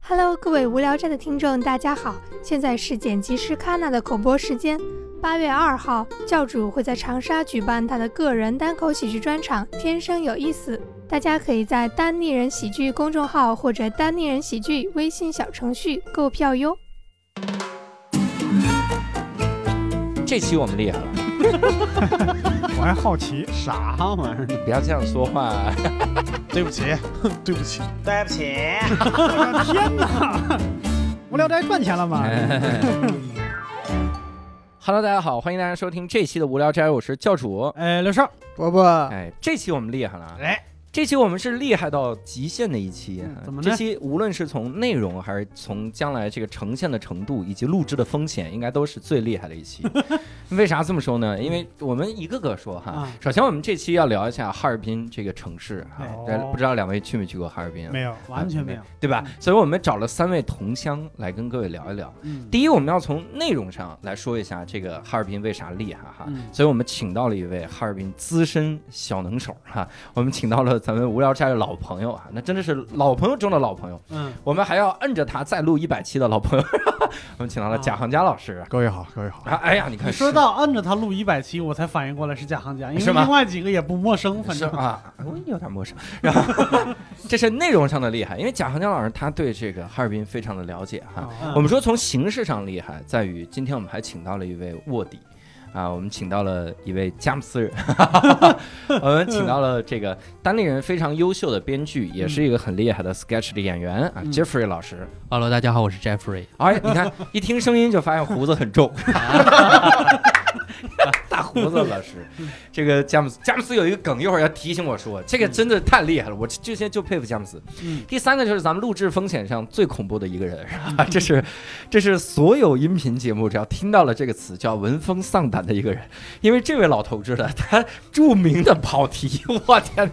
Hello，各位无聊站的听众，大家好！现在是剪辑师卡娜的口播时间。八月二号，教主会在长沙举办他的个人单口喜剧专场《天生有意思》，大家可以在单立人喜剧公众号或者单立人喜剧微信小程序购票哟。这期我们厉害了，我还好奇，啥玩 意儿？不要这样说话。对不起，对不起，对不起。我的天哪！无聊斋赚钱了吗？ Hello，大家好，欢迎大家收听这期的无聊斋，我是教主。哎，刘少，伯伯，哎，这期我们厉害了啊，哎，这期我们是厉害到极限的一期。哎嗯怎么呢这期无论是从内容，还是从将来这个呈现的程度，以及录制的风险，应该都是最厉害的一 期。为啥这么说呢？因为我们一个个说哈啊。首先，我们这期要聊一下哈尔滨这个城市哈哎，但不知道两位去没去过哈尔滨啊？没有，啊完全没有。，对吧嗯？所以我们找了三位同乡来跟各位聊一聊。嗯，第一，我们要从内容上来说一下这个哈尔滨为啥厉害哈，嗯所以我们请到了一位哈尔滨资深小能手哈，我们请到了咱们无聊斋的老朋友啊，那真的是老朋友中的老朋友，嗯，我们还要摁着他再录一百期的老朋友， 我们请到了贾行家老师各位好，各位好。啊，哎呀，你看你说到按着他录一百期，我才反应过来是假行家，因为是吗另外几个也不陌生，反是正啊，我有点陌生。 然后这是内容上的厉害，因为贾行家老师他对这个哈尔滨非常的了解哈，嗯啊我们说从形式上厉害，在于今天我们还请到了一位卧底。啊，我们请到了一位佳木斯人， 我们请到了这个单立人非常优秀的编剧，也是一个很厉害的 sketch 的演员啊、嗯 j e f f r e y 老师。 Hello，大家好，我是 Jeffrey。哎，你看一听声音就发现胡子很重，大胡子老 师。这个詹姆斯，詹姆斯有一个梗，一会儿要提醒我说，这个真的太厉害了，我之前就佩服詹姆斯。嗯第三个就是咱们录制风险上最恐怖的一个人，嗯啊、 这是这是所有音频节目只要听到了这个词叫闻风丧胆的一个人，因为这位老头知道他著名的跑题，我天，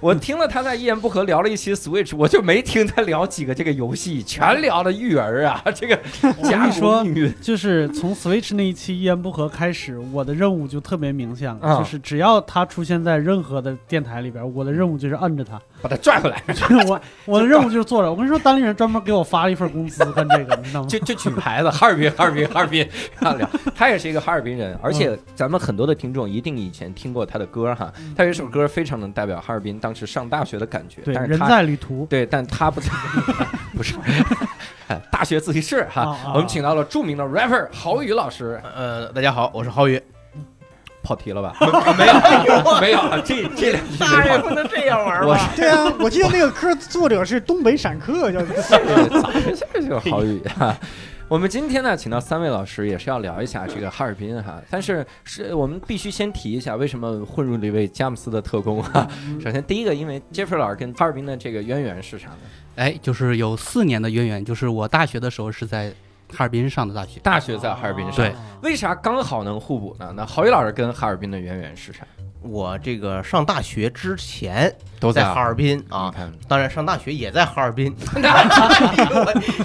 我听了他在一言不合聊了一期 Switch，我就没听他聊几个这个游戏，全聊的育儿啊，这个家你说国命运就是从 Switch 那一期一言不合开始，我的任务就特别明显了，啊就是只要他出现在任何的电台里边，我的任务就是摁着他。把他拽回来， 就是我我的任务就是坐着。我跟你说，单立人专门给我发了一份工资跟这个，你知道吗？就就举牌子，哈尔滨，哈尔滨，哈尔滨， 然后聊。他也是一个哈尔滨人，而嗯且咱们很多的听众一定以前听过他的歌哈，他有一首歌非常能代表哈尔滨当时上大学的感觉，对，但是人他在旅途。对，但他不在， 不是。哎大学自习室哈，啊啊我们请到了著名的 rapper 郝宇老师，呃，大家好，我是浩宇。跑题了吧？ 没有，没有，这这两句大没人跑不能这样玩我吧？对啊，我记得那个歌作者是东北闪客，叫啊对，早一下就好雨哈。 我们今天呢，请到三位老师，也是要聊一下这个哈尔滨哈。但是是我们必须先提一下，为什么混入了一位佳木斯的特工嗯哈。首先，第一个，因为 Jeffrey 老师跟哈尔滨的这个渊源是啥呢？哎，就是有四年的渊源，就是我大学的时候是在哈尔滨上的大学。大学在哈尔滨上，对，为啥刚好能互补呢？那郝宇老师跟哈尔滨的渊源是啥？我这个上大学之前都在哈尔滨你啊，看，当然上大学也在哈尔滨。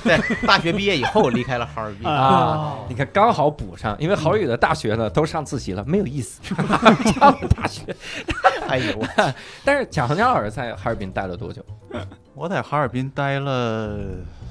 对，大学毕业以后离开了哈尔滨。啊你看刚好补上，因为郝宇的大学呢都上自习了，没有意 思。这样的大学，哎呦，我但是蒋恒江老师在哈尔滨待了多久？ 我在哈尔滨待了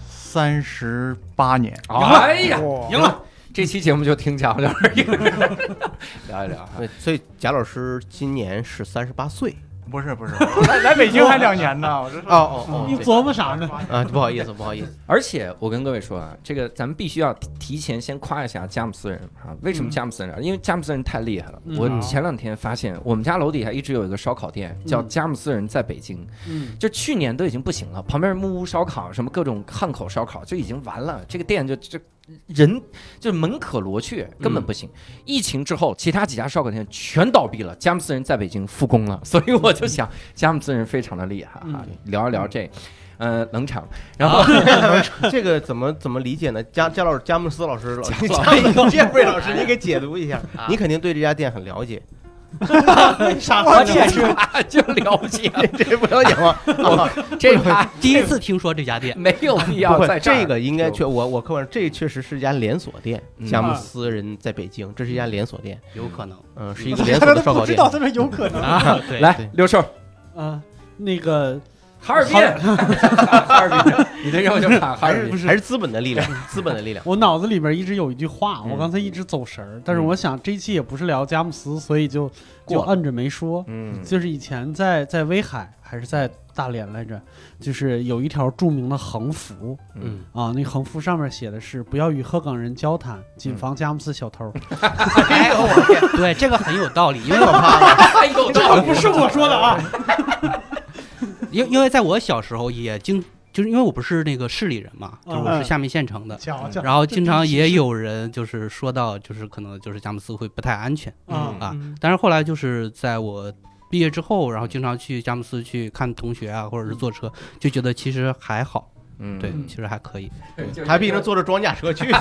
三十八年，哎呀，哇哦赢了！这期节目就听贾老师一个人 聊一聊啊哈。对所以贾老师今年是三十八岁。不是不是，我来来北京还两年呢，我这哦哦 哦你对琢磨啥呢？啊，不好意思，不好意 思，而且我跟各位说啊，这个咱们必须要提提前先夸一下佳木斯人啊。为什么嗯佳木斯人啊？因为佳木斯人太厉害了。嗯我前两天发现，我们家楼底下一直有一个烧烤店，叫嗯佳木斯人在北京。嗯，就去年都已经不行了，旁边木屋烧烤什么各种汉口烧烤就已经完了，这个店就就人就门可罗雀，根本不行。疫情之后，其他几家烧烤店全倒闭了，佳木斯人在北京复工了，所以我就想，佳木斯人非常的厉害啊！聊一聊这，呃，冷场，然后、啊 这个怎么怎么理解呢？加加老师，加姆斯老师，老师， 杰弗瑞老师，你给解读一下，你肯定对这家店很了解，啥我解 释吧，啊就了解这不了解吗？ 啊这他第一次听说这家店，没有必要不在这儿个应该确我我客观上，这确实是一家连锁店，嗯佳木斯人在北京，这是一家连锁店，有可能啊嗯，是一个连他锁都的烧不嗯烤嗯知店。道，他说有可能。啊。对，来六兽呃啊，那个哈尔滨， 哈尔滨，你的任务就喊哈还尔是滨。还是资本的力量，资本的 力量。我脑子里边一直有一句话，嗯我刚才一直走神儿，但是我想这一期也不是聊佳木斯，所以就就过了摁着没说。 嗯就是以前在在威海还是在大连来着，就是有一条著名的横幅嗯，啊，那横幅上面写的是“不要与鹤岗人交谈，谨防佳木斯小偷哎呦我天，对，这个很有道理，因为这么怕吗？哎呦，这不是我说的啊， 因因为在我小时候也经就是因为我不是那个市里人嘛，就是我是嗯下面县城的”，，瞧瞧然后经常也有人就是说到就是可能就是佳木斯会不太安全，嗯啊嗯但是后来就是在我毕业之后，然后经常去佳木斯去看同学啊，或者是坐车，就觉得其实还好，嗯对，其实还可以。对还逼着坐着装甲车 去吗？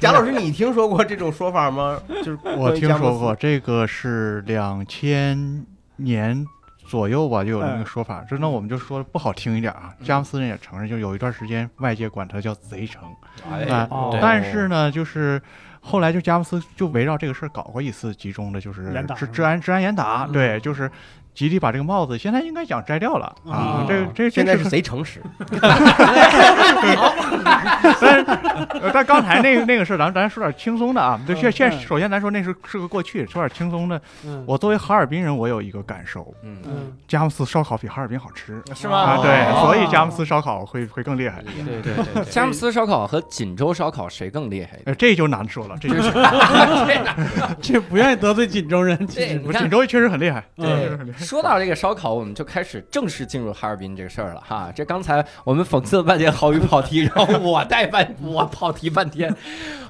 贾老师，你听说过这种说法吗？就是我关于听佳木斯说过，这个是两千年左右吧，就有那个说法。这那我们就说不好听一点啊，佳木斯人也承认，就有一段时间外界管它叫贼城，哎哎啊哦对但是呢，就是后来就佳木斯就围绕这个事儿搞过一次集中的，就是严打治治安治安严打，嗯对，就是集体把这个帽子，现在应该想摘掉了啊啊。这这现在这是贼诚实，呃，但刚才那个那个事儿，咱咱说点轻松的啊。对，现现嗯首先咱说那是是个过去，说点轻松的。嗯我作为哈尔滨人，我有一个感受，嗯，嗯佳木斯烧烤比哈尔滨好吃是啊。吗？对，哦所以佳木斯烧烤会会更厉害。对对对对，佳木斯烧烤和锦州烧烤谁更厉害一点？呃，这就难说了， 这就是这不愿意得罪锦州人，其这实你锦看。州确实很厉害。嗯对，说到这个烧烤，我们就开始正式进入哈尔滨这个事儿了哈。这刚才我们讽刺了半天郝宇跑题，然后我带半我跑题半天。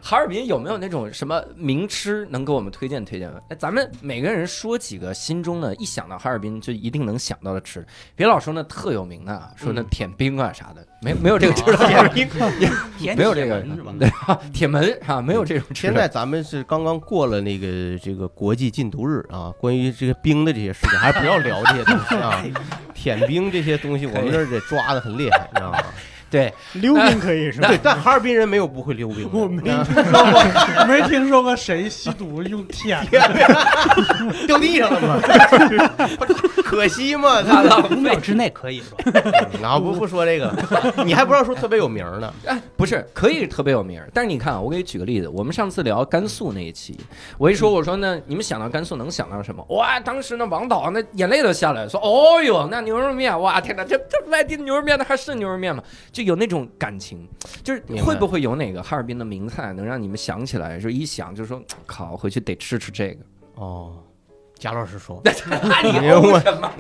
哈尔滨有没有那种什么名吃能给我们推荐推荐吗？哎，咱们每个人说几个心中呢，一想到哈尔滨就一定能想到的吃，别老说那特有名的啊，说嗯那舔冰啊啥的，没没有这个吃的，甜没有这个甜是吧？ 对啊，铁门啊，没有这种吃的。现在咱们是刚刚过了那个这个国际禁毒日啊，关于这个冰的这些事情，还是不要聊这些东 西啊。舔冰这些东西，我们这儿得抓的很厉害，你 知道吗？ 对，溜冰可以是吧？对，但哈尔滨人没有不会溜冰的， 啊我没 听说过， 没听说过谁吸毒用舔的。掉地上了吗？可惜嘛，他啊浪五费秒之内可以是吧？然后不不说这个了，你还不让说特别有名儿呢， 哎，不是，可以特别有名儿，但是你看啊，我给你举个例子，我们上次聊甘肃那一期，我一说我说呢，你们想到甘肃能想到什么？哇，当时那王导那眼泪都下来了，说哦呦，那牛肉面，哇天哪，这这外地的牛肉面那还是牛肉面吗？就有那种感情，就是明白会不会有哪个哈尔滨的名菜能让你们想起来，就一想就说靠，回去得吃吃这个。哦，贾老师说，你你哦我什么？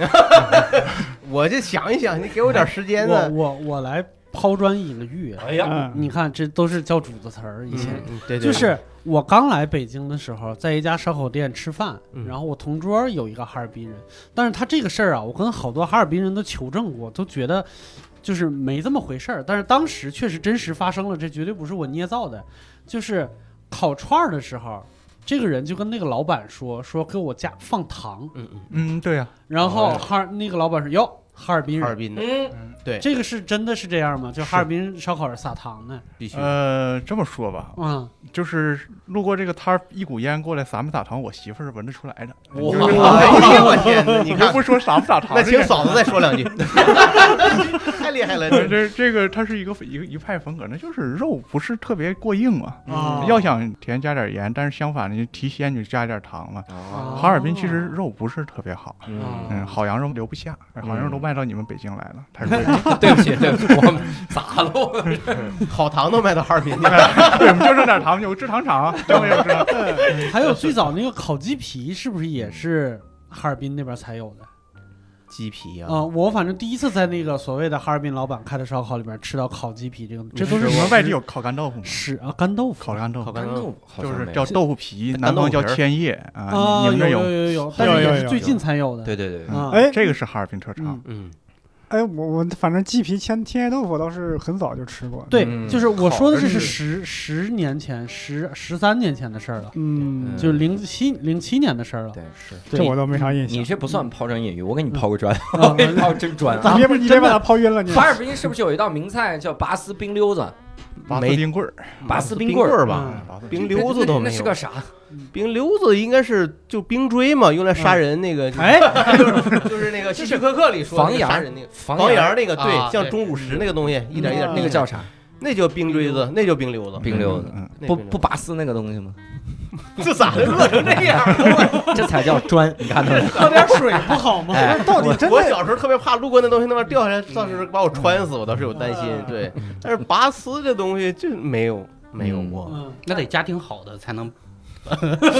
我这想一想，你给我点时间我呢。我我来抛砖引玉，啊哎呀，嗯，你看这都是教主的词儿，以前。嗯，对对，对就是我刚来北京的时候，在一家烧烤店吃饭，嗯然后我同桌有一个哈尔滨人，但是他这个事儿啊，我跟好多哈尔滨人都求证过，都觉得就是没这么回事儿。但是当时确实真实发生了，这绝对不是我捏造的。就是烤串儿的时候，这个人就跟那个老板说说给我加放糖，嗯嗯，嗯，对呀，然后哈尔那个老板说哟哈尔滨哈尔人，滨的嗯，滨这个是真的是这样吗？就哈尔滨烧烤是撒糖的，必须呃，这么说吧，嗯，就是路过这个摊儿，一股烟过来，撒没撒糖，我媳妇儿是闻得出来的。哇就是哎呀，我天哪！你你还看，不说撒不撒糖那这请个？嫂子再说 两句，太厉害了！这这这这个它是一个一个一派风格，那就是肉不是特别过硬嘛，啊要想甜加点盐，但是相反的，你提鲜就加点糖嘛。啊哦哈尔滨其实肉不是特别好，哦嗯嗯，好羊肉留不下，好羊肉都卖到你们北京来了，太贵了。 对不起，对不起，我们咋了？我们好糖都卖到哈尔滨去了。对，我们就剩点糖，有制糖厂 啊，真没有制糖。还有最早那个烤鸡皮，是不是也是哈尔滨那边才有的？鸡皮啊、，我反正第一次在那个所谓的哈尔滨老板开的烧烤里边吃到烤鸡皮这个，这都是我们外地有烤干豆腐吗？屎啊干豆腐烤干豆好腐看吗？就是叫豆腐皮，干南豆方腐叫皮儿千叶啊，啊，你你们那有有？有有，但是有也有是最近才有的。对对对，嗯啊，哎这个是哈尔滨特长嗯，嗯，哎，我我反正鸡皮千天叶豆腐倒是很早就吃过。对，嗯就是我说的这烤是着吃十十年前、十十三年前的事儿了，嗯，就零七零七年的事儿了。对是。这我都没啥印象。你这不算抛砖引玉，我给你抛个砖，嗯 我给你抛个真砖啊！你别你别把它抛晕了，你哈尔滨是不是有一道名菜叫拔丝冰溜子？拔丝没冰棍儿，拔丝丝冰冰棍儿儿吧，嗯拔丝冰棍儿溜子都那没是有个。啥？冰溜子应该是就冰锥嘛，用来杀人那个。 哎，嗯就是就是那个希区柯克里说的房那个檐杀儿人那个。房房檐檐儿儿那个，啊对，像对钟乳石那个东西，一点一点嗯那那个个叫叫啥？那叫冰锥子，那叫冰溜子，冰溜子。嗯，那不冰溜不子拔丝那个东西吗？这 咋的饿成这样了？ 这才叫砖，你看到没？喝点水不好吗？哎到底真我的小时候特别怕路过那东西那边掉下来，到时候把我穿死，我倒是有担心嗯。对，但是拔丝这东西就没有没有过。嗯，那得家庭好的才能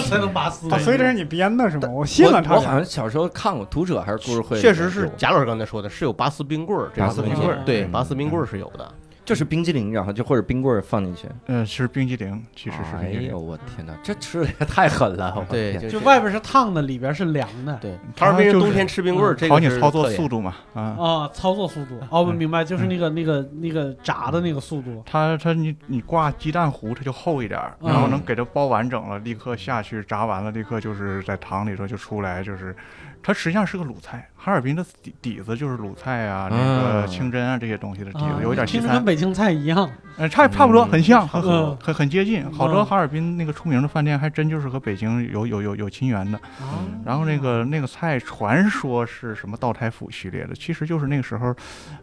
才能拔丝啊，。所以这是你编的是吗？我信了我他我俩好像小时候看过《读者》还是《故事会》里确面有，实是贾老师刚才说的，是有拔丝冰棍儿，这拔个丝东冰西棍儿对，嗯拔丝冰棍儿是有的。就是冰激凌，然后就或者冰棍儿放进去。嗯，是冰激凌，其实是哎冰激凌呦，。我天哪，这吃的也太狠了！我对，天是就外边是烫的，里边是凉的。对，哈尔滨人就是冬天吃冰棍儿，这考个你是操作特点速度嘛，啊，啊，操作速度，哦，我明白，就是那个那个那个炸的那个速度，它它你你挂鸡蛋糊，它就厚一点儿，然后能给它包完整了，立刻下去炸完了，立刻就是在糖里头就出来，就是它实际上是个鲁菜，哈尔滨的底底子就是鲁菜啊，那嗯个清真啊这些东西的底啊子，，有一点西听着餐跟，北京菜一样。嗯，差差不多，嗯很像，很嗯很很接近。好多嗯哈尔滨那个出名的饭店还真就是和北京有有有有亲缘的。啊然后那个那个菜传说是什么道台府系列的，其实就是那个时候，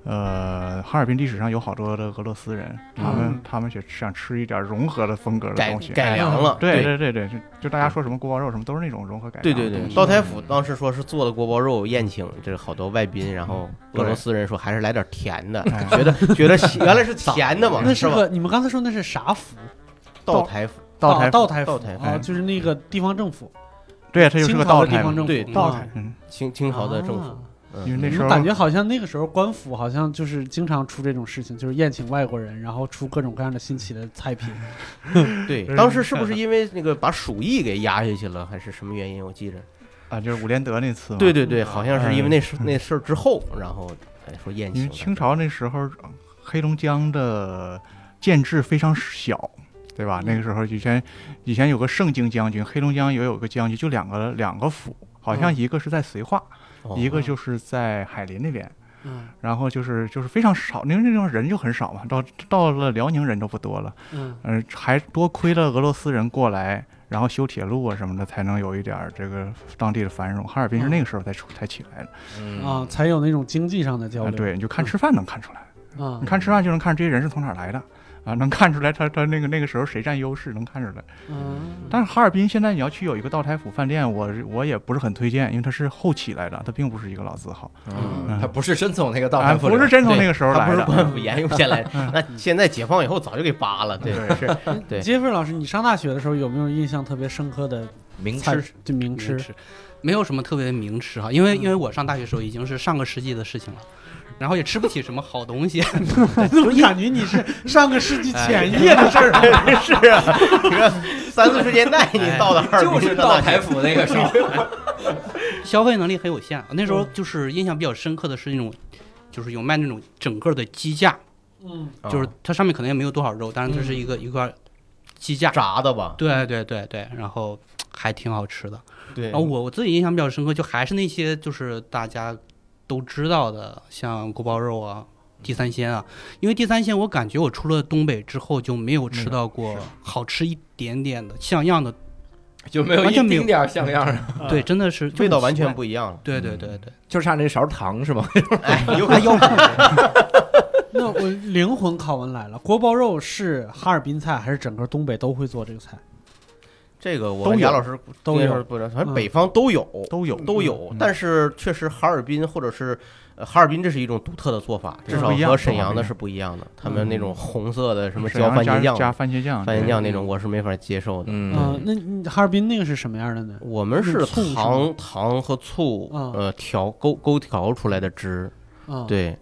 呃，哈尔滨历史上有好多的俄罗斯人，他们、嗯他们想想吃一点融合的风格的改东西。改良了，对对对对，就就大家说什么锅包肉什么，都是那种融合改对良。对对，嗯道台府当时说是做了锅包肉宴请，这好多外宾，然后俄罗斯人说还是来点甜的，哎觉得觉得咸原来是甜的嘛， 哦那是是吧？个，你们刚才说那是啥府？道台府，道啊台道台府道台府啊，就是那个地方政府，对，它就是清个朝道的地台嘛方。政府，对道道台台嗯，清清朝的政府啊，嗯因为那时我候感觉好像那个时候官府好像就是经常出这种事情，就是宴请外国人，然后出各种各样的新奇的菜品。对，当时是不是因为那个把鼠疫给压下去了，还是什么原因？我记着，啊哎嗯啊，就是伍连德那次嘛。对对对，好像是因为那事那事儿之后，然后哎说宴因为请清朝那时候，呃黑龙江的建制非常小，对吧？嗯那个时候以前以前有个盛京将军，黑龙江也有个将军，就两个两个府，好像嗯一个是在绥化，哦一个就是在海林那边。嗯然后就是就是非常少，因为那地方人就很少嘛，到到了辽宁人都不多了，嗯嗯、还多亏了俄罗斯人过来，然后修铁路啊什么的，才能有一点儿这个当地的繁荣。哈尔滨是嗯那个时候才出才起来的，嗯啊，才有那种经济上的交哦啊，流。对，嗯你就看吃饭能看出来。啊你，看吃饭就能看这些人是从哪儿来的啊，能看出来他他那个那个时候谁占优势，能看出来。嗯但是哈尔滨现在你要去有一个道台府饭店，我我也不是很推荐，因为它是后起来的，它并不是一个老字号，嗯，他不是真从那个道啊台府里不是真从那个时候他不来是的。嗯官府沿用下来的，那现在解放以后早就给扒了，对，对是，对杰弗老师，你上大学的时候有没有印象特别深刻的名菜吃，？就名吃吃，没有什么特别名吃哈，因为嗯因为我上大学时候已经是上个世纪的事情了，然后也吃不起什么好东西，怎 么感觉你是上个世纪前夜的事儿？是啊，你看三四十年代你到的哈尔滨就是上大道台学府那个时候。消费能力很有限。那时候就是印象比较深刻的是那种，就是有卖那种整个的鸡架，嗯哦就是它上面可能也没有多少肉，但是它是一个一块鸡架。炸的吧？对对对对，然后还挺好吃的。对然后哦我我自己印象比较深刻，就还是那些就是大家都知道的，像锅包肉啊、地三鲜啊。因为地三鲜，我感觉我出了东北之后就没有吃到过好吃一点点的像样的。就没有完一全没有丁点儿像样儿，对，真的是味道完。就很全奇怪不一样了。对对对对，就差那勺糖是吗？ 哎，有可能 那我灵魂拷问来了，锅包肉是哈尔滨菜还是整个东北都会做这个菜？这个我都跟有贾老师都有不知道，反正嗯北方都有。都有都有，嗯但是确实哈尔滨或者是呃哈尔滨，这是一种独特的做法，这至少不一样和沈阳做法不的一是样嗯不一样的。他们那种红色的什么沈浇阳番加茄酱、加嗯番茄酱，番茄对酱那种，我是没法接受的。嗯，那你哈尔滨那个是什么样的呢？我们是用醋是吗糖糖和醋啊呃调勾勾调出来的汁，啊，，对，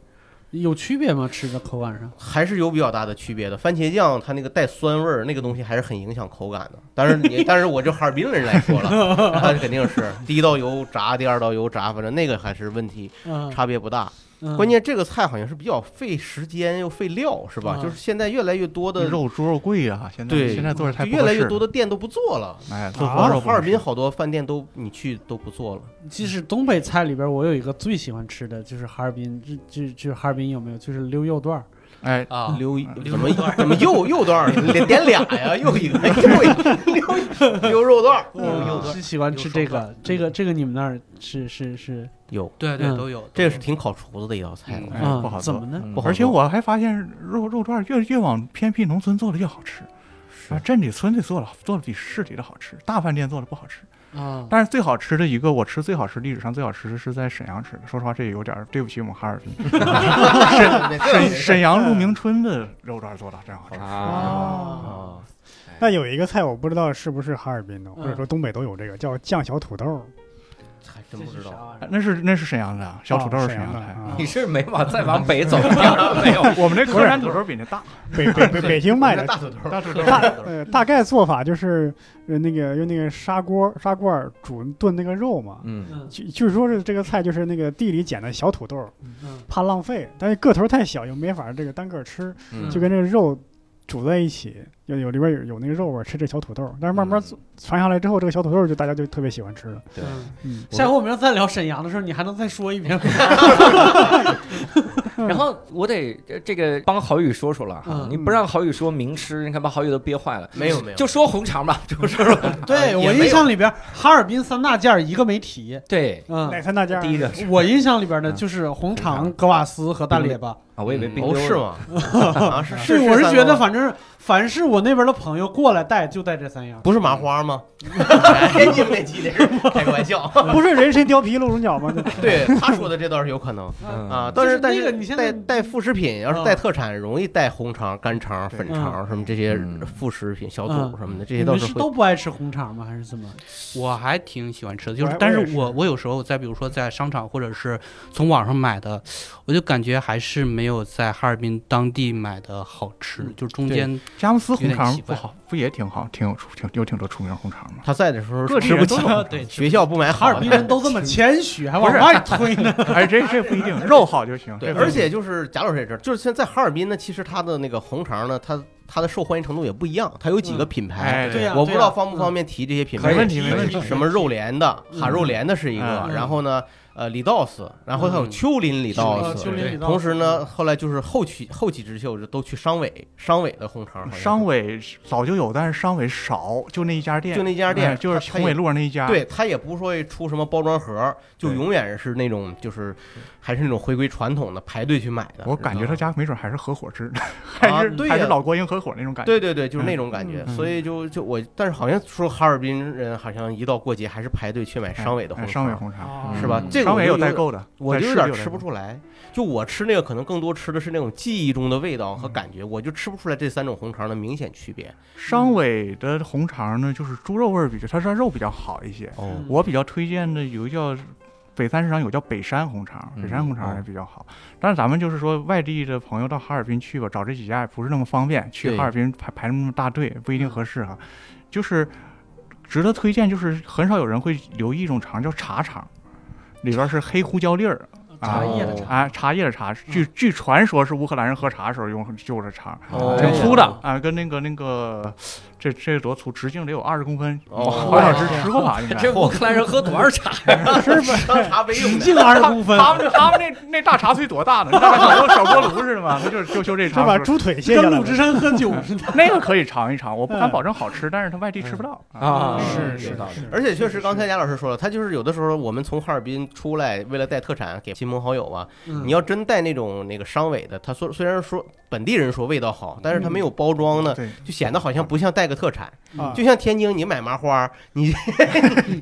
有区别吗？吃的口感上？还是有比较大的区别的。番茄酱它那个带酸味儿，那个东西还是很影响口感的。但是你， 但是我这哈尔滨人来 说了，他肯定是第一道油炸，第二道油炸，反正那个还是问题嗯，差别不大。嗯关键这个菜好像是比较费时间又费料，是吧啊？就是现在越来越多的肉猪肉贵啊，现在嗯对现在做的菜就不越合来越适多的店都不做了。哎，做啊锅肉不哈尔合滨适好多饭店都你去都不做了，其实东北菜里边，我有一个最喜欢吃的就是哈尔滨，这这这哈尔滨有没有？就是溜肉段儿，哎，啊，溜一溜怎么肉段儿怎么又又段儿了？连点俩呀，又一个又一个溜溜肉段儿。嗯有的是喜欢吃这有手个，这个这个你们那儿是是是有，对对嗯都有，这个是挺考厨子的一道菜，嗯哎啊不好怎做么呢？嗯不好做。而且我还发现肉肉串越越往偏僻农村做的越好吃，啊，镇里村里做了做的比市里的好吃，大饭店做的不好吃。嗯啊，但是最好吃的一个，我吃最好吃，历史上最好吃的是在沈阳吃的。说实话，这有点儿对不起我们哈尔滨。 是沈沈阳鹿鸣嗯春的肉段做的真好吃。啊，啊，那有一个菜我不知道是不是哈尔滨的，嗯或者说东北都有这个，叫酱小土豆。还真不知道。道那是那是沈阳的小土豆啊哦是沈沈阳的菜。啊你是没往再往北走没有？嗯我们这河南土豆比那大，北北北北京卖的大土豆，大土豆，大呃，大概做法就是呃那个用那个砂锅砂锅儿煮炖那个肉嘛，嗯，就就是说是这个菜就是那个地里捡的小土豆儿，嗯怕浪费，但是个头儿太小又没法这个单个儿吃，嗯就跟这肉煮在一起，有有里边有有那个肉味儿，吃这小土豆儿，但是慢慢嗯做传下来之后，这个小土豆儿就大家就特别喜欢吃了。对嗯，下回我们要再聊沈阳的时候，你还能再说一遍吗？然后我得呃这个帮郝宇说说了哈，嗯你不让郝宇说明吃，你看把郝宇都憋坏了。没有没啊有，就说红肠吧，就是说对我印象里边，哈尔滨三大件儿一个没提。对，嗯，哪三大件儿？啊第 一个我印象里边呢，嗯就是红红肠、肠格瓦斯和大列巴。啊，我以为冰哦溜是了吗？啊是是，对，我是三觉个得反正凡是我那边的朋友过来带，就带这三样。不是麻花 吗？哎你们那几点 开个玩笑？不是人参貂皮鹿茸角吗？对他说的这倒是有可能嗯啊，就但是是但那个是你现在嗯带带副食品，要是带特产，容易带红肠、干肠、对粉肠什么这些嗯副食品、小嗯肚什么的，这你些倒们是会都不爱吃红肠吗？还是怎么？我还挺喜欢吃的，就我是也，但我也是是我我有时候在比如说在商场或者是从网上买的，我就感觉还是没有在哈尔滨当地买的好吃，嗯就中间佳木斯红有点肠奇不怪好，不也挺好，挺有出挺有挺多出名红肠吗？他在的时候各地吃不人起都，有对学校不买哈好尔的滨人都这么谦虚，还往外推呢。 哎，这这不一定，肉好就行。对，这不一而定且就是贾老师也知道，就是现在哈尔滨呢，其实它的那个红肠呢，它它的受欢迎程度也不一样，它有几个嗯品牌。哎，对呀、我不知对道呀方不方。便提这些品牌，没问题没问什题么什么肉联的、嗯哈肉联的是一个，嗯然后呢，呃，李道斯，然后还有嗯丘陵李道哦呃斯丘，陵里道同时呢，，后来就是后起后起之秀就都去商委，商委的红肠好像是，商委早就有，但是商委少，就那一家店，就那家哎店，就是他宏伟。路上那一家。他也，对，他也不说出什么包装盒，就对永远是那种，就是还是那种回归传统的排队去买的。我感觉知道他吧家没准还是合伙制，啊还是对呀还是老国营合伙那种感觉。对对对，就是那种感觉。嗯所以就就我，但是好像说哈尔滨人好像一到过节还是排队去买哎，商委的红哎商委肠，红肠，哦是吧嗯？这个商我委就有有代点，购的，我在就有市点里吃代不购出来。就我吃那个，可能更多吃的是那种记忆中的味道和感嗯觉，我就吃不出来这三种红肠的明显区别。商委的红肠呢，就是猪肉味儿比较，它是肉比较好一些。嗯哦嗯我比较推荐的有一个叫北三市场有叫北山红肠，嗯北山红肠也比较好。但是咱们就是说外地的朋友到哈尔滨去吧，找这几家也不是那么方便，去对嗯哈尔滨排排那么大队不一定合适哈、就是值得推荐，就是很少有人会留意一种肠叫茶肠，里边是黑胡椒粒儿。哦茶叶的啊啊，茶叶的茶，据嗯据传说是乌克兰人喝茶的时候用就着茶，哎哦挺粗的啊，跟那个那个，这这多粗，直径得有二十公分。哦郝老师吃过吧？应该哎 这乌克兰人喝多少茶？当茶杯 用直的。径二十公分，他们他们那那大茶啐多大呢？你大概小锅小锅炉似的嘛，他就是就就这是把茶。猪腿卸下 跟来鲁智了。深喝酒似的。那个可以尝一尝，我不敢嗯保证好吃，但是他外地吃不到啊。啊，是有道理而且确实，刚才贾老师说了，他就是有的时候我们从哈尔滨出来，为了带特产给亲朋好友啊，嗯嗯你要真带那种那个商委的，他说虽然说本地人说味道好，但是他没有包装呢，嗯对，就显得好像不像带个特产。嗯啊就像天津，你买麻花， 你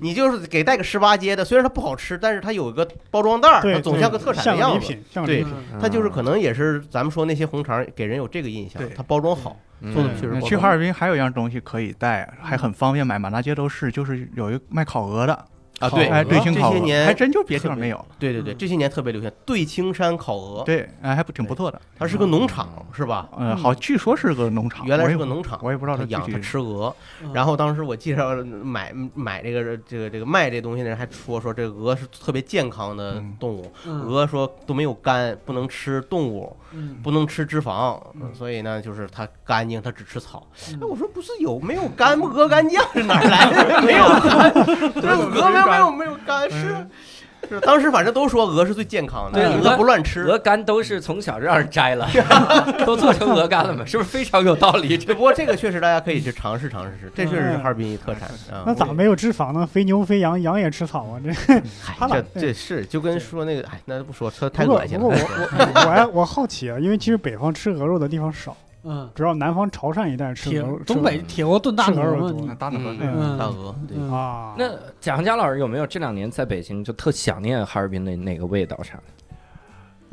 你就是给带个十八街的，虽然它不好吃，但是它有一个包装袋儿，对，它总对像个特产像的个样礼子。品，像个对礼品。嗯它就是可能也是咱们说那些红肠给人有这个印象对，它包装好，嗯做的确实包装去哈尔滨还有一样东西可以带，还很方便买，满大街都是，就是有一个卖烤鹅的，啊，对，哎，对青这烤些鹅，年还真就别地方没有。对对对，这些年特别流行对青山烤鹅，对，哎，还不挺不错的。它是个农场是吧？呃，好，据说是个农场，嗯原来是个我也农场，我也不知道他它养具它体吃鹅嗯，然后当时我介绍买买这个这个这个卖这东西的人还说说这个鹅是特别健康的嗯动物，嗯鹅说都没有肝，不能吃动物，嗯不能吃脂肪，嗯所以呢就是它干净，它只吃草。嗯哎，我说不是有没有肝鹅肝酱是哪儿来的？没有肝，对，鹅没有没有没有肝是。嗯是当时反正都说鹅是最健康的，对鹅不乱吃。鹅肝都是从小让人摘了，都做成鹅肝了嘛，是不是非常有道理？ 只不过这个确实大家可以去尝试尝试，这确实是哈尔滨一特产啊。嗯那咋没有脂肪呢？肥牛、肥羊，羊也吃草啊！这嗨他懒哎这这是就跟说那个，哎，那不说，说太不过恶心不过我了。 我我还我好奇啊，因为其实北方吃鹅肉的地方少，嗯，主要南方潮汕一带吃铁鹅肉，东北铁锅炖大吃鹅鹅嘛，肉多那大脑壳嗯对嗯，大鹅，对，嗯啊。那贾行家老师有没有这两年在北京就特想念哈尔滨的哪个味道啥的？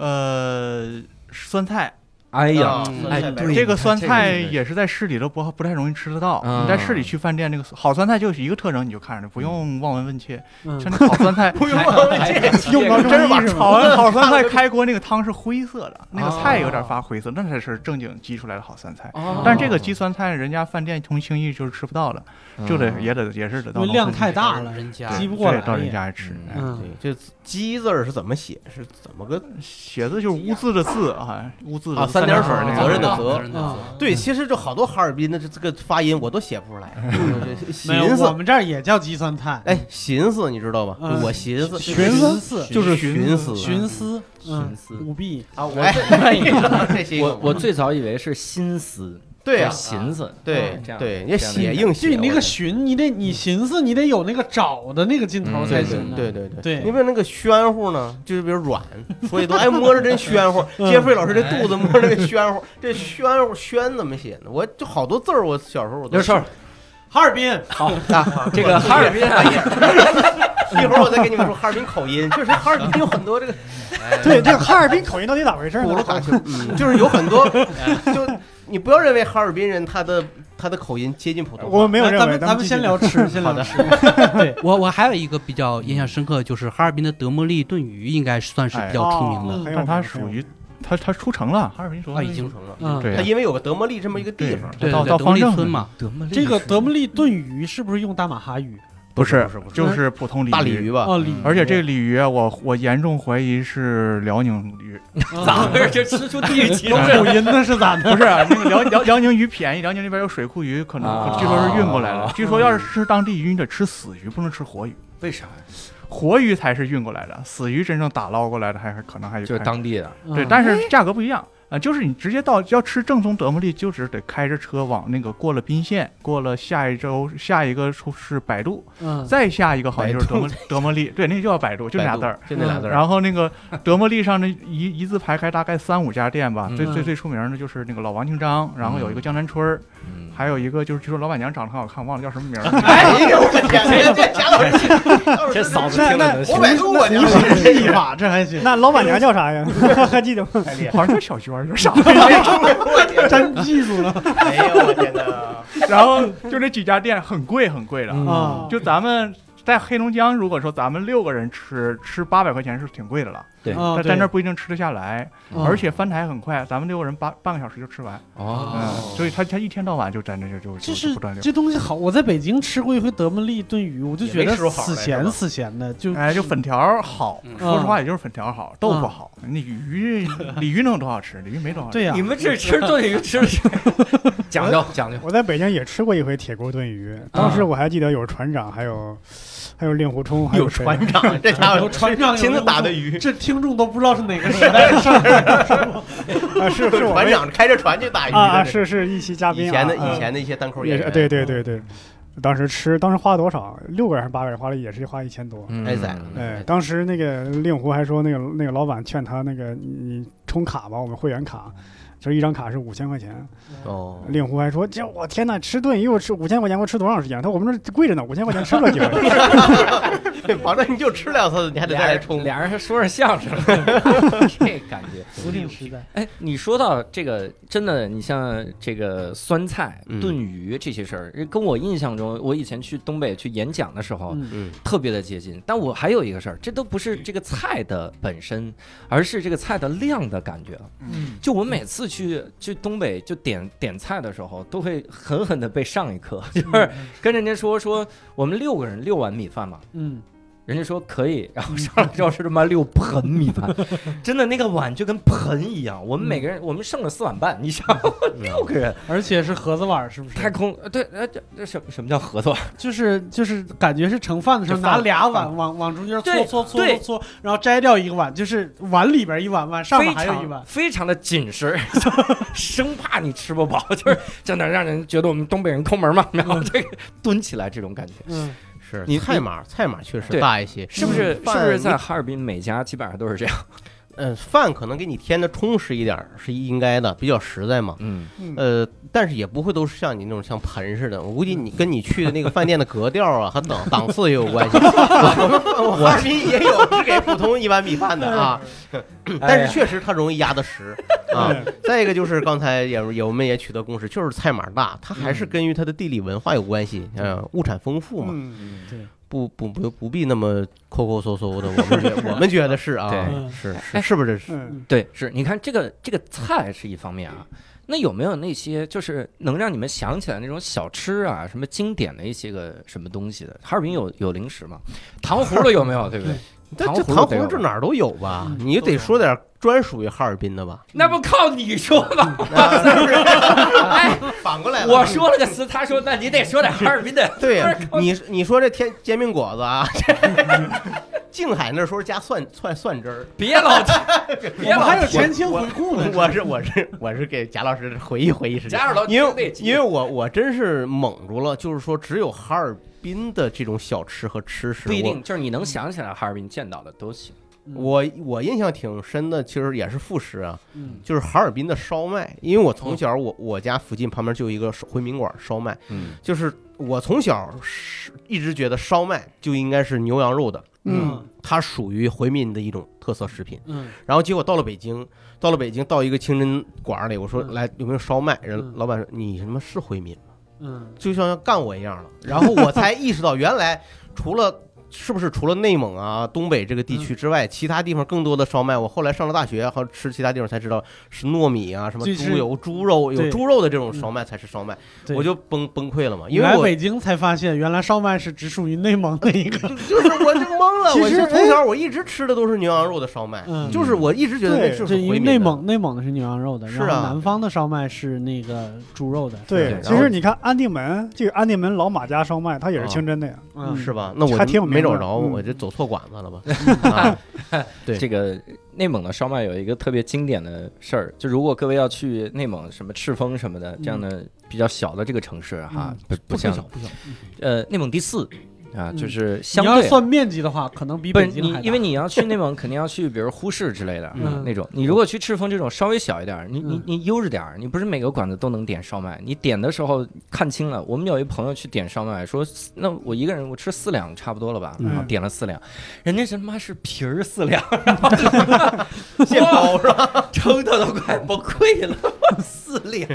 呃，酸菜，哎呀啊，哎酸菜白，对这个酸菜你看这个也是在市里头不不太容易吃得到。嗯你在市里去饭店，那个好酸菜就是一个特征，你就看着不用望闻问切，嗯像那好酸菜，用忘了这个用到真是把中医是炒吗？完好酸菜开锅，那个汤是灰色的，那个菜有点哦发灰色，那才是正经鸡出来的好酸啊菜。哦但是这个鸡酸菜，人家饭店从轻易就是吃不到了，嗯就得也得也是得因到为农量村太去大到了人家对鸡不过这来到人也家吃。嗯哎嗯，哎对，这鸡字儿是怎么写？是怎么个？写字就是污渍的字，好像污渍的啊字三点水那个责任的责责任的责。嗯对，其实就好多哈尔滨的这这个发音我都写不出来，嗯这没有寻，我思，们这儿也叫鸡酸菜，哎，寻思，你知道吧？嗯我寻思，寻思就是寻思，寻思，寻嗯，思舞弊，啊，我哎， 这些我我最早以为是心思，对啊，寻思，对嗯这样对，这样的也写硬就写，你那我个寻，你得你寻思，你得有那个找的那个劲头嗯才对行呢。对对对对因为那个暄乎呢，就是比如软，所以都哎摸着真暄乎。嗯杰弗瑞老师这哎肚子摸着那个暄乎，这暄乎暄怎么写呢？我就好多字儿，我小时候我都刘硕，哈尔滨，啊，这个哈尔滨啊玩意儿。 一会儿我再跟你们说哈尔滨口音，确实哈尔滨有很多这个对，这个哈尔滨口音到底咋回事葫芦呢？打球，嗯 就是有很多， 就你不要认为哈尔滨人他的他的口音接近普通话我没有认为，咱们咱们继续先聊吃，先聊 吃。对，我我还有一个比较印象深刻，就是哈尔滨的德莫利炖鱼，应该算是比较出名的。哦很有但它名属于它它出城了，哈尔滨说啊已经成了。嗯，对他因为有个德莫利这么一个地哦方，对，到对到德莫方利正村嘛，德莫利这个是德慕利炖鱼是不是用大马哈语？不是不是不是就是普通大鲤鲤鱼。吧，哦，鲤鱼，而且这个鲤鱼啊，我我严重怀疑是辽宁鱼，咋回嗯事？这吃出地域歧视有口音那是咋的？ 不是啊那个辽辽辽宁鱼便宜，辽宁那边有水库鱼，可啊能据说是运过来的。据说要是吃当地鱼，你得吃死鱼，不能吃活鱼，为啥？活鱼才是运过来的，死鱼真正打捞过来的还是可能还有就是看当地的，嗯嗯对，但是价格不一样啊、就是你直接到要吃正宗德莫利，就只得开着车往那个过了宾县，过了下一周下一个处是百度，嗯再下一个好像就是百德莫德莫利，对，那就叫百度，就那俩字儿。百度，就那俩字儿。然后那个德莫利上那一 一字排开大概三五家店吧，嗯最最最出名的就是那个老王清章，然后有一个江南春儿，嗯还有一个就是据说老板娘长得很好看，忘了叫什么 名儿。 哎呦我天，这这贾老师，这嫂子听了能我百度我无心一法，这还行，那老板娘叫 啥呀？还记得吗？好像叫小娟儿，就是啥？真记住了哎呦我天哪！ 然后就那几家店很贵很贵嗯的，啊！就咱们在黑龙江，如果说咱们六个人吃吃八百块钱是挺贵的了，哦啊但在那儿不一定吃得下来，嗯而且翻台很快，咱们六个人八半个小时就吃完，嗯哦，，所以他他一天到晚就在那就就这就是不断溜，这东西好，我在北京吃过一回德慕利炖鱼，我就觉也得没吃出好来死是吧咸死咸的，就哎，就粉条儿好，嗯说实话也就是粉条儿好，豆腐好，那鱼 鲤鱼能有多好吃？鲤鱼没多好吃。对呀你，们这吃炖鱼吃的是讲究讲究，我在北京也吃过一回铁锅炖鱼，当时我还记得有船长，还有还有令狐冲，还啊有谁哎船长，这家有伙船长有亲自打的那啊鱼种，这听众都不知道是哪个时代的事儿。啊，是是我船们长开着船去打鱼啊啊，的，是是一期嘉宾啊，以前的啊以前的一些单口也演是员，对对对对，当时吃当时花多少？六个人还是八个人？花了也是花一千多。嗯哎宰了哎，哎当时那个令狐还说，那个那个老板劝他，那个你你充卡吧，我们会员卡，就是一张卡是五千块钱。哦，令狐还说，这我天哪，吃顿鱼我吃五千块钱，我吃多长时间？他说我们这贵着呢，五千块钱吃不了几回。对， 反正你就吃两次，你还得再来冲。俩人还说上相 声， 这感觉。福鼎时代，哎，你说到这个，真的，你像这个酸菜嗯、炖鱼这些事儿，跟我印象中，我以前去东北去演讲的时哦候，嗯嗯，特别的接近。但我还有一个事儿，这都不是这个菜的本身，而是这个菜的量的感觉。啊嗯，就我每次去去东北就点点菜的时候，都会狠狠的被上一课，就是跟人家说说我们六个人六碗米饭嘛，嗯人家说可以，然后上来之后是他妈六盆米饭，真的那个碗就跟盆一样。我们每个人我们剩了四碗半，你想六个人而且是盒子碗儿，是不是？太空呃对呃这这什么什么叫合作？就是就是感觉是盛饭的时候就拿放俩碗往往中间搓对搓搓搓对搓，然后摘掉一个碗，就是碗里边一碗，碗上非面还有一常碗。非常的紧实， 生怕你吃不饱，就是真的让人觉得我们东北人抠门嘛，然后这个蹲起来这种感觉。嗯，是你菜码菜码确实对大一些，是不是？是不嗯饭是在你哈尔滨每家基本上都是这样？嗯，饭可能给你添的充实一点儿是应该的，比较实在嘛。嗯，呃，但是也不会都是像你那种像盆似的。我估计你跟你去的那个饭店的格调啊和档档次也有关系。我我哈尔滨也有只给普通一碗米饭的啊，但是确实它容易压得实啊。再一个就是刚才也也我们也取得共识，就是菜码大，它还是跟于它的地理文化有关系，嗯，物产丰富嘛，嗯，不不不不必那么抠抠搜搜的。我们觉 我们觉得是啊，对是是是不是？嗯，对，是你看这个这个菜是一方面啊，那有没有那些就是能让你们想起来那种小吃啊，什么经典的一些个什么东西的？哈尔滨有有零食吗？糖葫芦有没有？对不 对？但糖这葫芦糖得葫芦有这吧哪儿都有吧？嗯你都得有说点专属于哈尔滨的吧？那不靠你 说吗？啊 哎，反过来了我说了个词，他说那你得说点哈尔滨 的。对不是靠你，你说这天煎饼果子啊， 静海那时候加蒜蒜蒜汁儿，别老提，嗯我别们老还有提前情回顾呢。我是我是我是给贾老师回忆回忆时间贾，二老因听这为集因为我我真是懵住了，就是说只有哈尔滨的这种小吃和吃食，不一定我就是你能想起来哈尔滨见到的都行。我我印象挺深的，其实也是副食啊，嗯就是哈尔滨的烧麦，因为我哦从小我我家附近旁边就有一个回民馆烧麦，嗯，就是我从小是一直觉得烧麦就应该是牛羊肉的，嗯，它属于回民的一种特色食品。嗯然后结果到了北京，到了北京到一个清真馆里，我说嗯来有没有烧麦？人嗯老板说你他妈是回民吗，嗯就像要干我一样了。然后我才意识到，原来除了。是不是除了内蒙啊、东北这个地嗯区之外，其他地方更多的烧麦？我后来上了大学，好像吃其他地方才知道是糯米啊、什么这是猪油、猪肉有对嗯猪肉的这种烧麦才是烧麦，对我就崩崩溃了嘛，因嗯，为来我北京才发现，原来烧麦是只属于内蒙的一个。 就是我就懵了，其我实是从小我一直吃的都是牛羊肉的烧麦，嗯就是我一直觉得那对就是对，因回为民内的蒙内蒙的是牛羊肉的，是然后啊南方的烧麦是那个猪肉的。对，对其实你看安定门，这个安定门老马家烧麦，它也是清真的呀。嗯，是吧？那我还挺有没名找的着，嗯我这走错馆子了吧？啊对这个内蒙的烧麦有一个特别经典的事儿，就如果各位要去内蒙什么赤峰什么的这样嗯的比较小的这个城市哈，不不小像不小。呃内蒙第四啊，嗯就是相你要对算面积的话，可能比不是北京你还，大。因为你要 去内蒙，肯定要去比如呼市之类的嗯那种。你如果去赤峰这种稍微小一点儿，你你嗯你悠着点儿，你不是每个馆子都能点烧麦。你点的时候看清了，我们有一朋友去点烧麦，说那我一个人我吃四两差不多了吧，嗯然后点了四两，人家是他妈是皮儿四两， 现包是吧？撑的都快崩溃了， 四两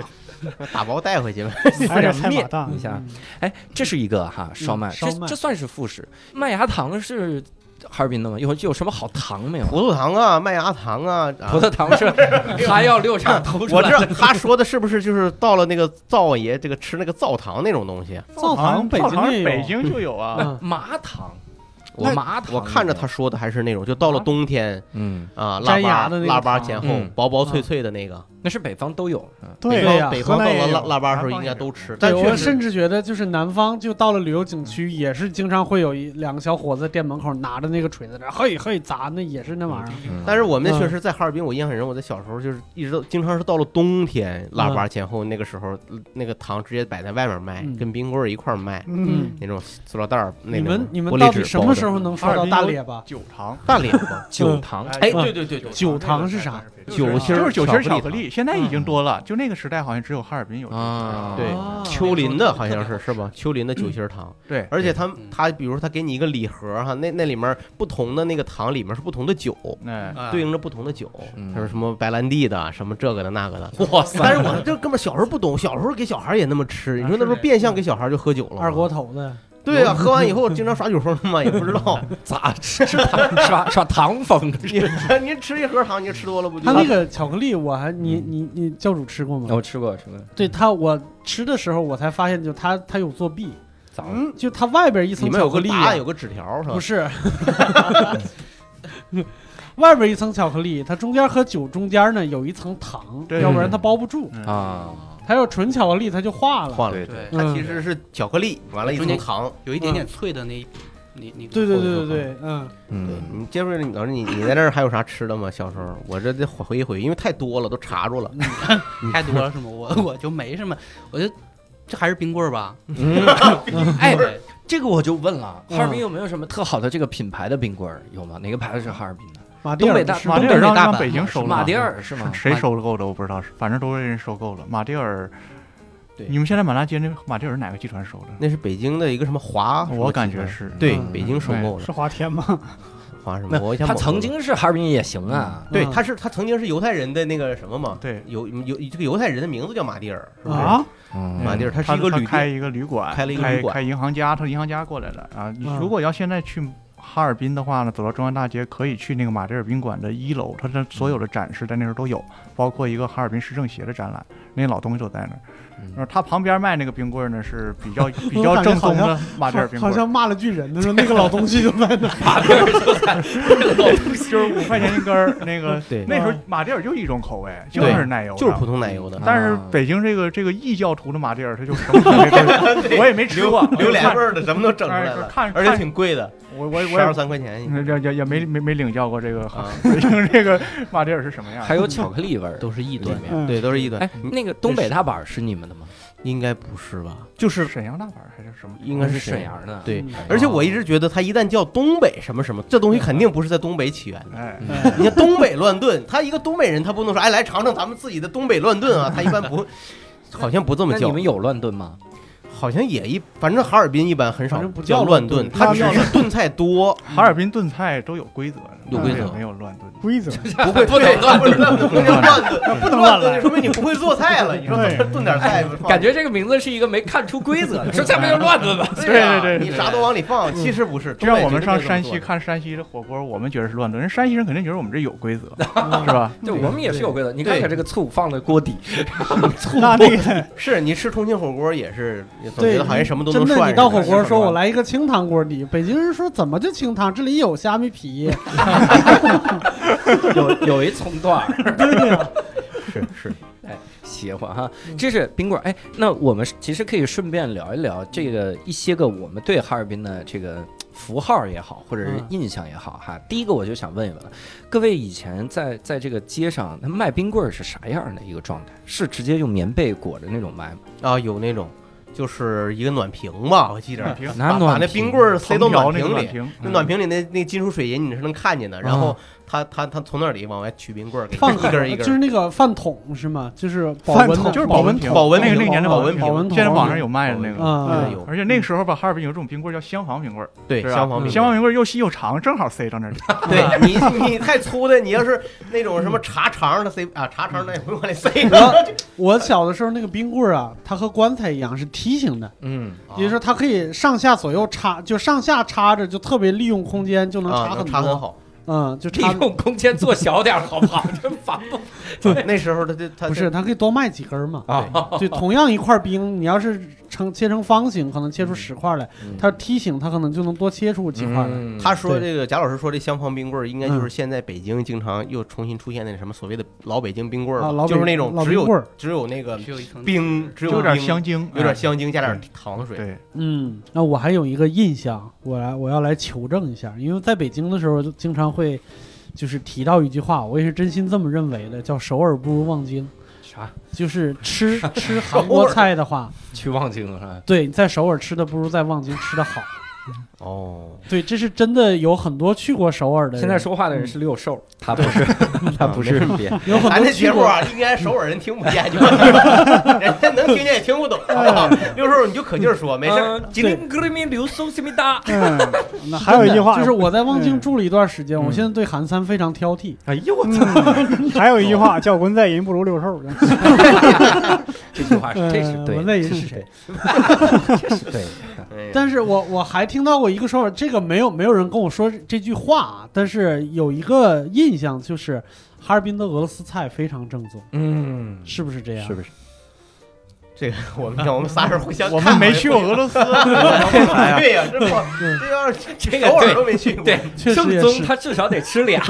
打包带回去吧。四还是两菜码面，大你想，哎，这是一个哈烧麦，烧麦这这算是副食。麦芽糖是哈尔滨的吗？有有什么好糖没有？葡萄糖啊，麦芽糖啊，啊葡萄糖 是还要六厂头出我来知的道他说的是不是就是到了那个灶爷这个吃那个灶糖那种东西？灶堂北灶堂京也有啊北京就有啊。嗯麻糖，我麻糖，我看着他，说的还是那种，就到了冬天嗯，啊，腊粘牙八的那个腊八糖前后嗯薄薄脆脆的那个，那是北方都有，嗯对北呀方北方到河南了也腊有腊八时候南应方该也都有吃嗯，但对，确我实甚至觉得就是南方，就到了旅游景区，也是经常会有一两个小伙子店门口拿着那个锤子在那儿嘿嘿砸，那也是那玩意儿。嗯但是我们嗯确实在哈尔滨，我印象很深。我在小时候就是一直都经常是到了冬天腊八前后那个时候，嗯那个糖直接摆在外面卖嗯，跟冰棍儿一块儿卖，嗯，那种塑料袋儿。那你们种你们玻璃到纸底什包么的时候能刷到大列巴？九 堂，大 脸吧？酒糖，嗯哎，对对对，酒糖是啊啥？酒心儿就是酒心儿巧巧克克力力，现在已经多了，就那个时代好像只有哈尔滨有这个啊对啊丘林的好像是是吧？丘嗯林的酒心儿糖，对，而且他嗯他比如说他给你一个礼盒哈，那那里面不同的那个糖里面是不同的酒，哎，啊对应着不同的酒嗯，他说什么白兰地的，什么这个的 那个的。哇塞但是我这哥们儿小时候不懂，小时候给小孩儿也那么啊吃，你说那时候是变相给小孩儿就喝酒了吗，嗯二锅头的，对啊，喝完以后经常耍酒疯嘛，也不知道。咋 吃糖耍耍糖疯？你你吃一盒糖，你吃多了不就？他那个巧克力我还你嗯你你哦教主吃过吗？我吃过什么？对他，我吃的时候我才发现，就他他有作弊，咋了？嗯，就它外边一里层面有巧个克力，啊答案，有个纸条是吧不？是， 外边一层巧克力，它中间和酒中间呢有一层糖，对要不然它包不住。嗯啊，它要纯巧克力，它就化了。嗯换了，对对，它其实是巧克力，完了一中间层糖。有一点点脆的那那那个。对对对对对，嗯，对嗯，你接着你老师，你你在那儿还有啥吃的吗？小时候我这得回忆回忆，因为太多了，都查住了。太多了是吗？我我就没什么，我就这还是冰棍儿吧。 哎，对这个我就问了，嗯哈尔滨有没有什么特好的这个品牌的冰棍儿？有吗？哪个牌子是哈尔滨的？马蒂尔东北大不是马吗迭东尔北让大让阪北京是收了，啊马迭尔是吗？谁收购的我不知道，反正都被人收购了。马迭尔，对你们现在满大街那马迭尔是哪个集团收的？那是北京的一个什么华，我感觉是对嗯北京收购了是华天吗？华什么？我那一下他猛曾了经是哈尔滨也行啊，对嗯他是他曾经是犹太人的那个什么嘛？对犹犹这个犹太人的名字叫马蒂尔，是不是？啊，嗯马迭尔他它是一个旅店开一个旅馆，开开了一个旅馆开银行家，他是银行家过来的啊。你嗯如果要现在去哈尔宾的话呢，走到中央大街可以去那个马迭尔宾馆的一楼，它嗯的所有的展示在那儿都有，包括一个哈尔滨市政协的展览，那老东西都在那儿。然嗯后他旁边卖那个冰棍儿呢是 比较比较正宗的马迭尔冰好棍儿，像骂了句人，他说那个老东 西就在那。就是五块钱一根儿。那个对那时候马迭尔就一种口味，就是奶油的，就是普通奶啊油的嗯。但是北京这个这个异教徒的马迭尔，他就什么口味 都有我也没吃过，榴莲味儿的什么都整出来哎了，看而且挺贵的，我我十我二也三块钱那也也也没没没领教过这个啊，北京这个马迭尔是什么样的。还有巧克力味儿。都是异端里。面嗯，对，都是一哎顿。，那个东北大板儿是你们的吗？应该不是嗯吧？就是沈阳大板还是什么？应该是沈沈阳的。对嗯，而且我一直觉得它一旦叫东北什么什么，这东西肯定不是在东北起源的。哎，嗯你看东北乱炖，他一个东北人，他不能说哎来尝尝咱们自己的东北乱炖啊，他一般 不，好像不这么那你叫们，有乱炖吗？好像也一，反正哈尔滨一般很少反正不叫叫乱乱炖炖，他只他叫是炖菜多，哈尔滨炖菜都有规则的，有规没则没有乱炖。规则 不会不 能乱炖，不能乱炖，不能乱乱炖就来。说明你不会做菜了，你说对炖点菜不放感觉这个名字是一个没看出规则的，说咱们就乱炖吧。啊对对对对你啥都往里放，其实不是。就像我东们北上绝对没山这么西做的，看山西的火锅，我们觉得是乱炖，人山西人肯定觉得我们这有 规则，是吧？对，我们也是有规则。你看对看这个醋放在锅底，那那个是你吃重庆火锅也是，也总觉对得好像什么都能真的，涮。你到火锅说我来一个清汤锅底，北京人说怎么就清汤？这里有虾米 皮，有有一葱段儿，对呀，是是，邪乎哈。这是冰棍儿。哎，那我们其实可以顺便聊一聊这个一些个我们对哈尔滨的这个符号也好，或者是嗯印象也好哈。第一个我就想问一问了，各位以前在在这个街上，那卖冰棍儿是啥样的一个状态？是直接用棉被裹着那种卖吗？啊，有那种就是一个暖瓶吧，我记着，平拿把暖把那瓶冰棍儿塞到调暖嗯那个瓶暖里，嗯瓶，那暖瓶里那那金属水银你是能看见的，然后啊他他他从那里往外取冰棍儿，给你放一根儿一就根是儿。那个饭桶是吗？就是保饭温桶的，就是保温温瓶，保温那个那瓶个年代保保温温瓶保温桶现在网上有卖的那那个。啊个，有，而且那个时候吧，哈尔滨有一种冰棍儿叫香防冰棍儿，对是吧消防冰香棍啊防儿。冰棍儿又细又长，正好塞到那里。对你你太粗的，你要是那种什么茶肠的塞啊，茶肠那也不用往里塞。嗯我小的时候那个冰棍儿啊，它和棺材一样是梯形的，嗯，啊也就是说它可以上下左右插，就上下插着，就特别利用空间，就能啊，插能很插很多。好。嗯，就利插用空间做小点儿好不好？ 真烦不？那时候他就他不是，它可以多卖几根儿嘛。啊，对，同样一块冰，你要是成切成方形，可能切出嗯十块来；它是梯形，它可能就能多切出几块来。嗯他说这个贾老师说这香防冰棍儿，应该就是嗯现在北京经常又重新出现的什么所谓的老北京冰棍啊儿吧，老就是北那种老只冰棍有儿只有那个只有一层冰，只有点冰，香精，有点哎香精加点糖水。对，嗯，那我还有一个印象，我来我要来求证一下，因为在北京的时候就经常会就是提到一句话，我也是真心这么认为的，叫“首尔不如望京啥？”，就是 吃吃韩国菜的话，去望京了是吧？对，在首尔吃的不如在望京吃的好。哦，对，这是真的有很多去过首尔的人，现在说话的人是六兽，嗯他不是， 他不是别人。有很咱多这去节目过 啊，应该首尔人听不见，就人家能听见也听不懂，好不嗯 好？六叔你就可劲儿说，没事儿。吉林格里面流苏思密达。嗯，那还有一句话，就是我在望京住了一段时间，嗯我现在对韩餐非常挑剔。哎呦我操！嗯还有一句话叫“文在寅不如六兽这句话是这是呃对的，文在寅这是是对的，这是对的。哎呀嗯但是我我还听到过一个说法，这个没有没有人跟我说这句话啊，但是有一个印象就是哈尔滨的俄罗斯菜非常正宗，嗯，是不是这样？不是？这个我们我们仨人互相看我好像，们没去过俄罗斯，对呀，这不这要是这个首尔对都没去过，对，确实啊正也宗是他至少得吃俩，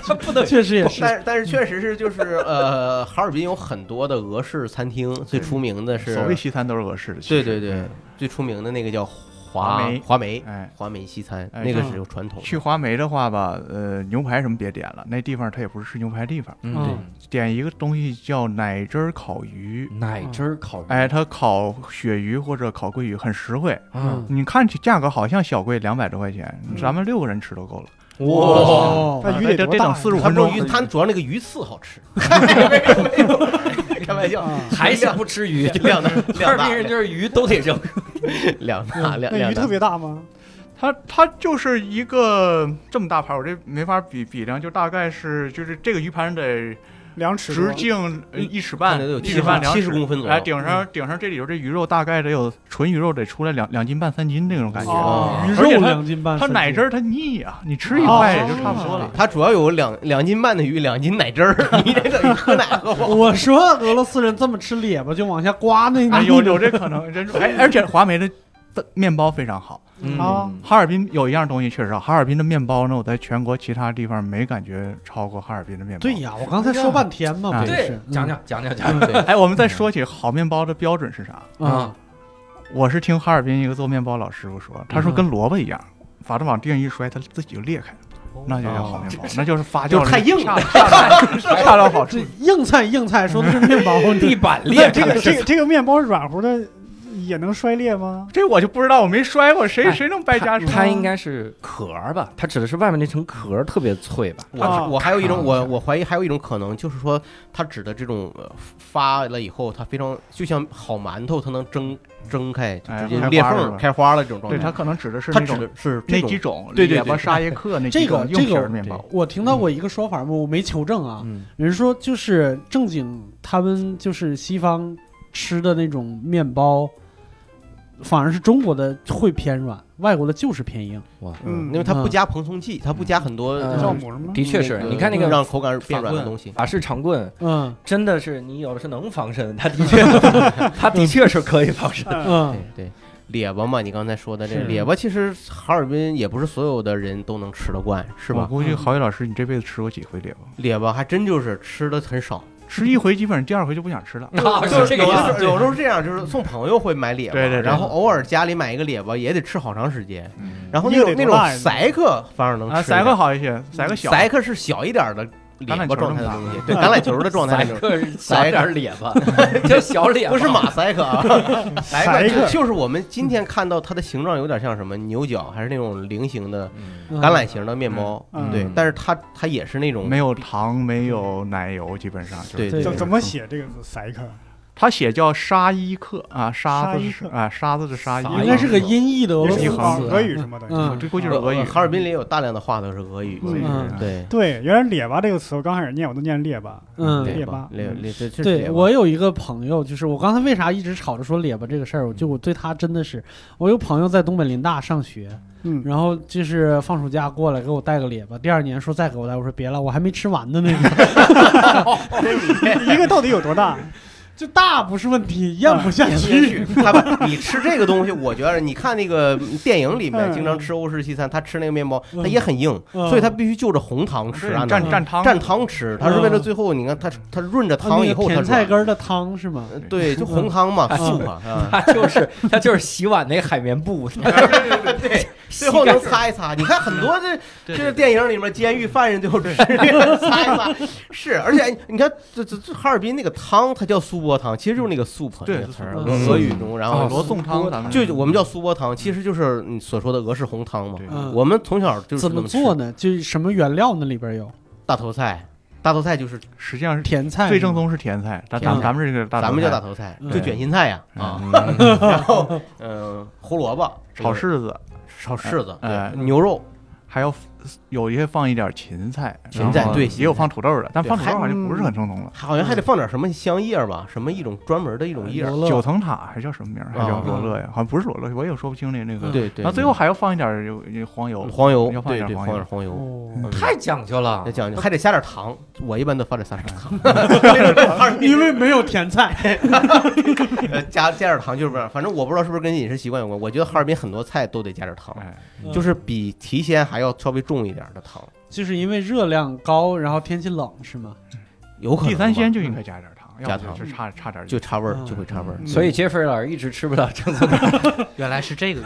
他不能确实也哎是，哦但但是确实是就是呃，哈尔滨有很多的俄式餐厅，最出名的是啊所谓西餐都是俄式的。其对实对对，最出名的那个叫华华梅华梅哎，华梅西餐，哎那个这是有传统的。去华梅的话吧，呃，牛排什么别点了，那地方它也不是吃牛排地方，嗯，点一个东西叫奶汁儿烤鱼。奶汁儿烤鱼，哎，它烤鳕鱼或者烤桂鱼很实惠，嗯，你看起价格好像小贵，两百多块钱，嗯咱们六个人吃都够了。哇，那啊鱼那得这多这大等呀？ 45他们分钟鱼，他主要那个鱼刺好 吃，没有没有，开玩笑，还是不吃嗯鱼，量 大哈量尔大滨人就是鱼都得 扔，量大嗯量那量鱼特大。别大吗？它它就是一个这么大盘儿，我这没法比比量，就大概是就是这个鱼盘得两尺多直径呃嗯一尺半，看着得有一尺半两70尺公分左右嗯哎，顶上顶上这里头这鱼肉大概得有纯鱼肉得出来两两斤半三斤那种感觉。哦鱼而且肉它两斤半，它奶汁儿它腻啊，你吃一块也就差不多了。它主要有两两斤半的鱼，两斤奶汁儿， 你得等于喝奶喝饱。我说俄罗斯人这么吃咧巴就往下刮那哎那有有这可能，真是。哎，而且华梅的面包非常好。啊嗯，哈尔滨有一样东西确实好，哈尔滨的面包呢，我在全国其他地方没感觉超过哈尔滨的面包。对呀，我刚才说半天嘛，啊不对是，讲讲讲讲讲啊对哎，我们再说起好面包的标准是啥？啊，我是听哈尔滨一个做面包老师傅说，他说跟萝卜一样，把它往地上一摔，它自己就裂开了，那就叫好面包，那就是发酵哦就是太硬了恰到恰到好处这。硬菜硬菜说的是面 包，地板那裂这开个了，这个这个面包是软乎的，也能摔裂吗？这我就不知道，我没摔过，谁哎谁能败家它子？它应该是壳儿吧？它指的是外面那层壳儿特别脆吧？啊我我还有一种看我一下我怀疑还有一种可能就是说，它指的这种呃发了以后，它非常就像好馒头，它能蒸蒸开，就哎直接开裂花缝了开花了这种状对，它态。可能指的是它那指种的是这那种几种对对列巴对沙耶克那这几个种硬这皮儿个面包。嗯我听到过一个说法嘛，我没求证啊，嗯，人说就是正经他们就是西方吃的那种面包，反而是中国的会偏软，外国的就是偏硬。嗯因为它不加膨松剂，它不加很多嗯酵让母什么？的确是那个你看那个啊让口感变软的东西。法式长棍，嗯真的是你有的是能防身，它的确，它的确是可以防身。对嗯，对，列巴嘛，你刚才说的这是列巴，其实哈尔滨也不是所有的人都能吃得惯，是我吧？估计郝宇老师，你这辈子吃过几回列巴？列巴还真就是吃的很少，吃一回基本上第二回就不想吃了。啊，就是这个有意的时思。候有时候这样，就是送朋友会买列巴，对对对然后偶尔家里买一个列巴也得吃好长时间。嗯然后那一个种得那多种大呀塞克反而能啊，吃塞点克好一些，塞克小，塞克是小一点的橄脸榄巴球状态的那么东大西，对橄榄球的状态宰那种，客是小点脸吧， 叫小脸吧，不是马塞克 啊，塞塞克克就是我们今天看到它的形状有点像什么牛角，还是那种菱形的嗯，嗯橄榄形的面包，嗯对，但是它它也是那种没有糖，没有奶油，基本上就是对嗯对怎怎么写这个字？塞克他写叫沙伊克啊，沙沙子伊是克啊，沙子是沙伊沙克，伊应该是个音译的俄罗也斯是一啊行字。俄语什么的。嗯这估计是俄语。呃哈尔滨里有大量的话都是俄语，俄语啊嗯是对对，原来“列巴”这个词，我刚开始念我都念“列巴嗯对列巴列列这这是列对巴我有一个朋友，就是我刚才为啥一直吵着说咧巴这个事儿，我嗯就我对他真的是，我有朋友在东北林大上学，”。嗯，然后就是放暑假过来给我带个咧巴，第二年说再给我带，我说别了，我还没吃完呢那 个，一个到底有多大？ 就大不是问题，咽不下也去许。他把你吃这个东西，我觉得你看那个电影里面嗯经常吃欧式西餐，他吃那个面包，嗯他也很硬，嗯所以他必须就着红糖吃，对按蘸照蘸汤，蘸汤吃，他是为了最后你看他他润着嗯啊那 汤个以后，它甜菜软呃根儿的嗯汤是吗？对，就红汤嘛，素嘛，啊他就是他就是洗碗那海绵布，对，最后能擦一擦。你看很多这对这个电影里面监狱犯人最后吃那个擦一擦，是，而且哎你看这这这哈尔滨那个汤，它叫苏泊汤，其实就是那个 soup 那对个词儿，啊嗯俄语中，然后罗宋汤，咱们就我们叫苏泊汤，其实就是你所说的俄式红汤嘛对。嗯我们从小就是怎么么吃做呢？就是什么原料呢？里边有大头菜，大头菜就是实际上是甜菜，最正。宗是甜菜，咱甜咱菜们咱们这个大咱们叫大头头菜，嗯就卷心菜呀菜啊， 嗯然后嗯胡萝卜炒柿子，炒柿子，呃对牛肉还有有一些放一点芹菜，芹然菜后对芹也有放土豆的，但对放土豆还好像不是很正宗了。好嗯像还得放点什么香叶儿吧，什么一种专门的一种叶哎儿。九层塔还叫什么名儿？还叫罗勒呀？好像不是罗勒，我也说不清那那对个。啊嗯对，嗯然后最后还要放一点儿有有黄油，黄油要，放对点对，黄放油点黄油，哦，嗯太讲究了得。讲究，还得加点糖。我一般都放点撒点糖， 那 因为没有甜菜， 种呃加加点糖就是不是，反正我不知道是不是跟饮食习惯有关。我觉得哈尔滨很多菜都得加点糖，哎，就是比提鲜还要稍微重一点的糖，就是因为热量高，然后天气冷是吗？有可能地三鲜吧就应该加点儿糖，要加不糖就差差点儿就差味儿，嗯就会差味儿。所以杰斐尔老师一直吃不了正宗的，原来是这个，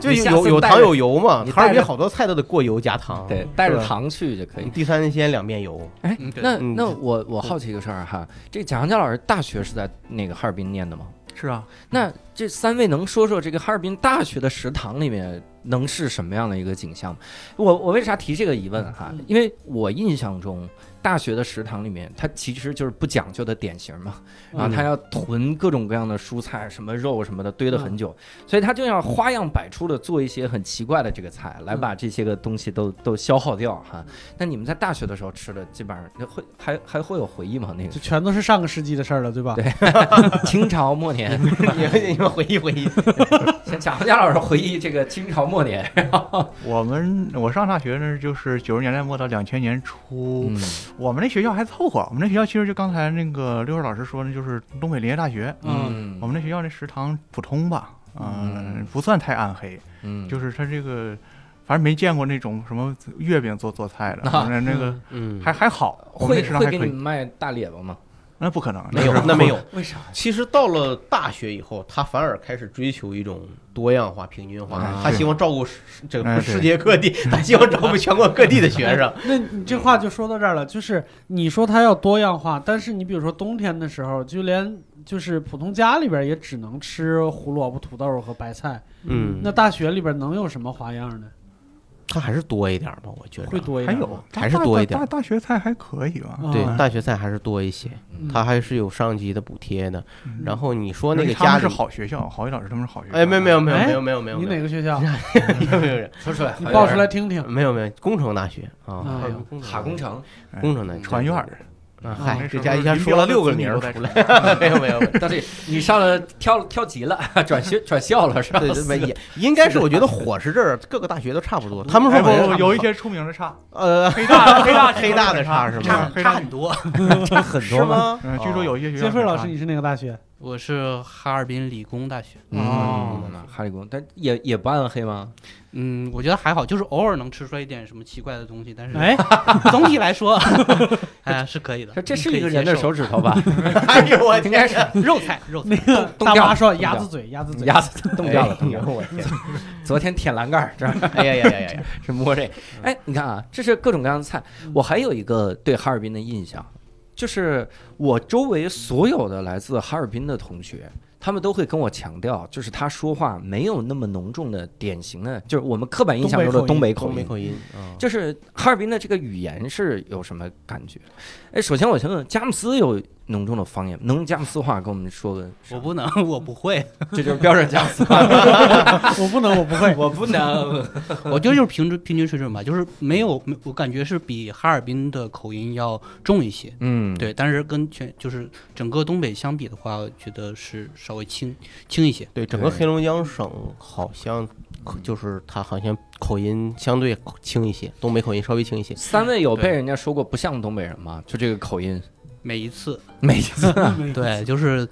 就你下有次有带糖着有油嘛，你哈尔带滨着好多菜都得过油加 糖。对，带着是吧糖去就可以。地三鲜两面油，哎嗯，对那嗯那我我好奇一个事儿哈，这贾行家老师大学是在那个哈尔滨念的吗？是啊，那这三位能说说这个哈尔滨大学的食堂里面能是什么样的一个景象吗？我我为啥提这个疑问哈嗯？因为我印象中大学的食堂里面，它其实就是不讲究的典型嘛，嗯然后它要囤各种各样的蔬菜、什么肉什么的，堆得嗯很久，所以它就要花样百出的做一些很奇怪的这个菜，嗯来把这些个东西都都消耗掉哈。那你们在大学的时候吃的，基本上那会还还会有回忆吗？那就个全都是上个世纪的事儿了，对吧？对 清朝末年。啊你们你们回忆回忆，像贾宏佳老师回忆这个清朝末年，我们我上大学那儿就是九十年代末到两千年初，嗯嗯我们那学校还凑合。我们那学校其实就刚才那个六叔老师说的，就是东北林业大学。嗯，嗯我们那学校那食堂普通吧，嗯、嗯不算太暗黑，嗯就是它这个，反正没见过那种什么月饼做做菜的，啊反正那个嗯，还还好，我们会那食堂会还给可你以。卖大列巴吗？那不可能，没有就是那没有。为啥？其实到了大学以后，他反而开始追求一种多样化、平均化。哎他对希望照顾世这哎个对世界各 地，他希望照顾全国各地的学生。那你这话就说到这儿了，就是你说它要多样化，但是你比如说冬天的时候，就连就是普通家里边也只能吃胡萝卜、土豆和白菜，嗯那大学里边能有什么花样呢？他还是多一点吧，我觉会得。多一还点吗。有嗯还是多一点大大大学菜还可以吧？啊对，嗯大学赛还是多一些，嗯他还是有上级的补贴的。嗯然后你说那因个为他家们是里，好学校，郝宇老师他们是好学校。哎，没有没有没有哎没有没有没有你没有哪个学校？没有没有说出来，你报出来听 听。没有没有工程大学啊啊，还有工程大学哈工程。哎工程大学传院儿，啊啊嗨那，时这候家一下林说了彪的六个子女名都儿在出来，没有没有没有。 到这你上了跳跳级了， 转学转校了是吧？对对，没也应该是我觉得伙食这儿各个大学都差不多，他们说哎不 好像差不不不有多一些出名的差，呃黑大黑大黑大的差是差吗？黑差大很多。差很多吗？ 嗯，据说有一哦些学校杰很飞老差师，你是哪个大学？我是哈尔滨理工大学，哦嗯，哈理工，但也也不暗黑吗？嗯，我觉得还好，就是偶尔能吃出来一点什么奇怪的东西，但是哎，总体来说，哎，是可以的这。这是一个人的手指头 吧？哎呦我应 天该是肉菜，肉菜那个冻大掉妈了说冻鸭掉子嘴，鸭子嘴，牙子冻掉了，冻掉哎了。呦我天！昨天舔栏杆儿，这哎呀呀呀呀呀！是摸嗯这。哎，你看啊，这是各种各样的菜。我还有一个对哈尔滨的印象，就是我周围所有的来自哈尔滨的同学，他们都会跟我强调，就是他说话没有那么浓重的典型的，就是我们刻板印象中的东北口东北音。嗯口音啊，就是哈尔滨的这个语言是有什么感觉？哎，首先我想问，佳木斯有浓重的方言，能用佳木斯话跟我们说个？我不能，我不会， 这就是标准佳 木斯话，我不能，我不会。我不能。我觉得就是平均平均水准吧，就是没有，没我感觉是比哈尔滨的口音要重一些。嗯，对，但是跟全就是整个东北相比的话，我觉得是稍微轻轻一些。对整个对黑龙江省好像口就是它好像口音相对轻一些，东北口音稍微轻一些。三位有被对人家说过不像东北人吗？就这个口音，每一次，没有。对，就是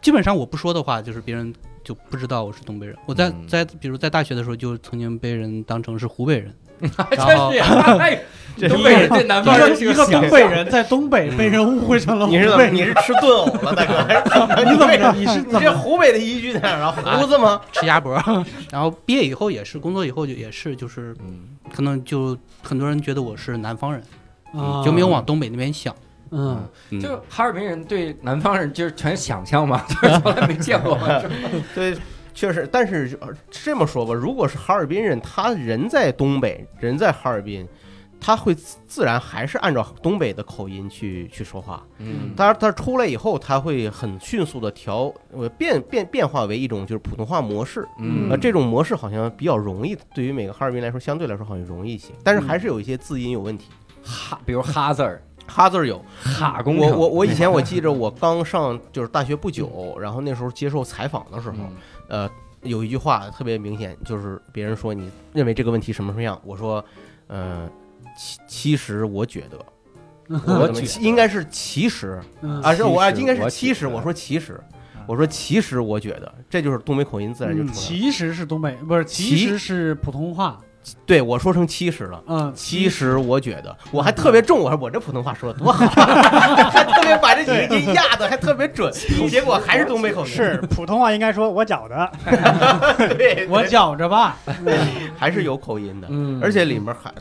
基本上我不说的话，就是别人就不知道我是东北人。我在嗯在比如在大学的时候，就曾经被人当成是湖北人。 真是， 哎，东北人对南一方个人是一个想东北人在东北被人误会成了湖你北是怎么？人，你是吃炖藕了，大哥？还是怎么？ 你怎么？你是你这湖北的依据在哪儿啊？胡子吗？吃鸭脖儿， 然后毕业以后也是，工作以后就也是，就是嗯可能就很多人觉得我是南方人，啊就没有往东北那边想。嗯，就是哈尔滨人对南方人就是全是想象嘛，就是从来没见过 嘛。嗯是吧对，确实。但是呃这么说吧，如果是哈尔滨人，他人在东北，人在哈尔滨，他会自自然还是按照东北的口音去去说话。嗯当然，他出来以后，他会很迅速的调呃变变变化为一种就是普通话模式。嗯呃，这种模式好像比较容易，对于每个哈尔滨来说，相对来说好像容易一些，但是还是有一些字音有问题，哈，比如哈字儿，哈字儿有。哈工嗯我程，我我以前我记着我刚上就是大学不久，然后那时候接受采访的时候，嗯呃，有一句话特别明显，就是别人说你认为这个问题什么什么样，我说，呃，其其实我觉得，我觉得应该是其实嗯啊，是我啊其实应该我是觉其实，得我说其实嗯，我说其实我觉得，这就是东北口音自然就嗯出来了。其实是东北，不是，其实是普通话。对我说成其实了。嗯，其实我觉得，我还特别重，我说我这普通话说的多好，啊 还特别把这几个音压的还特别准，结果还是东北口音。 是普通话应该说我觉得，对，我觉着吧，还是有口音的，嗯而且里面还，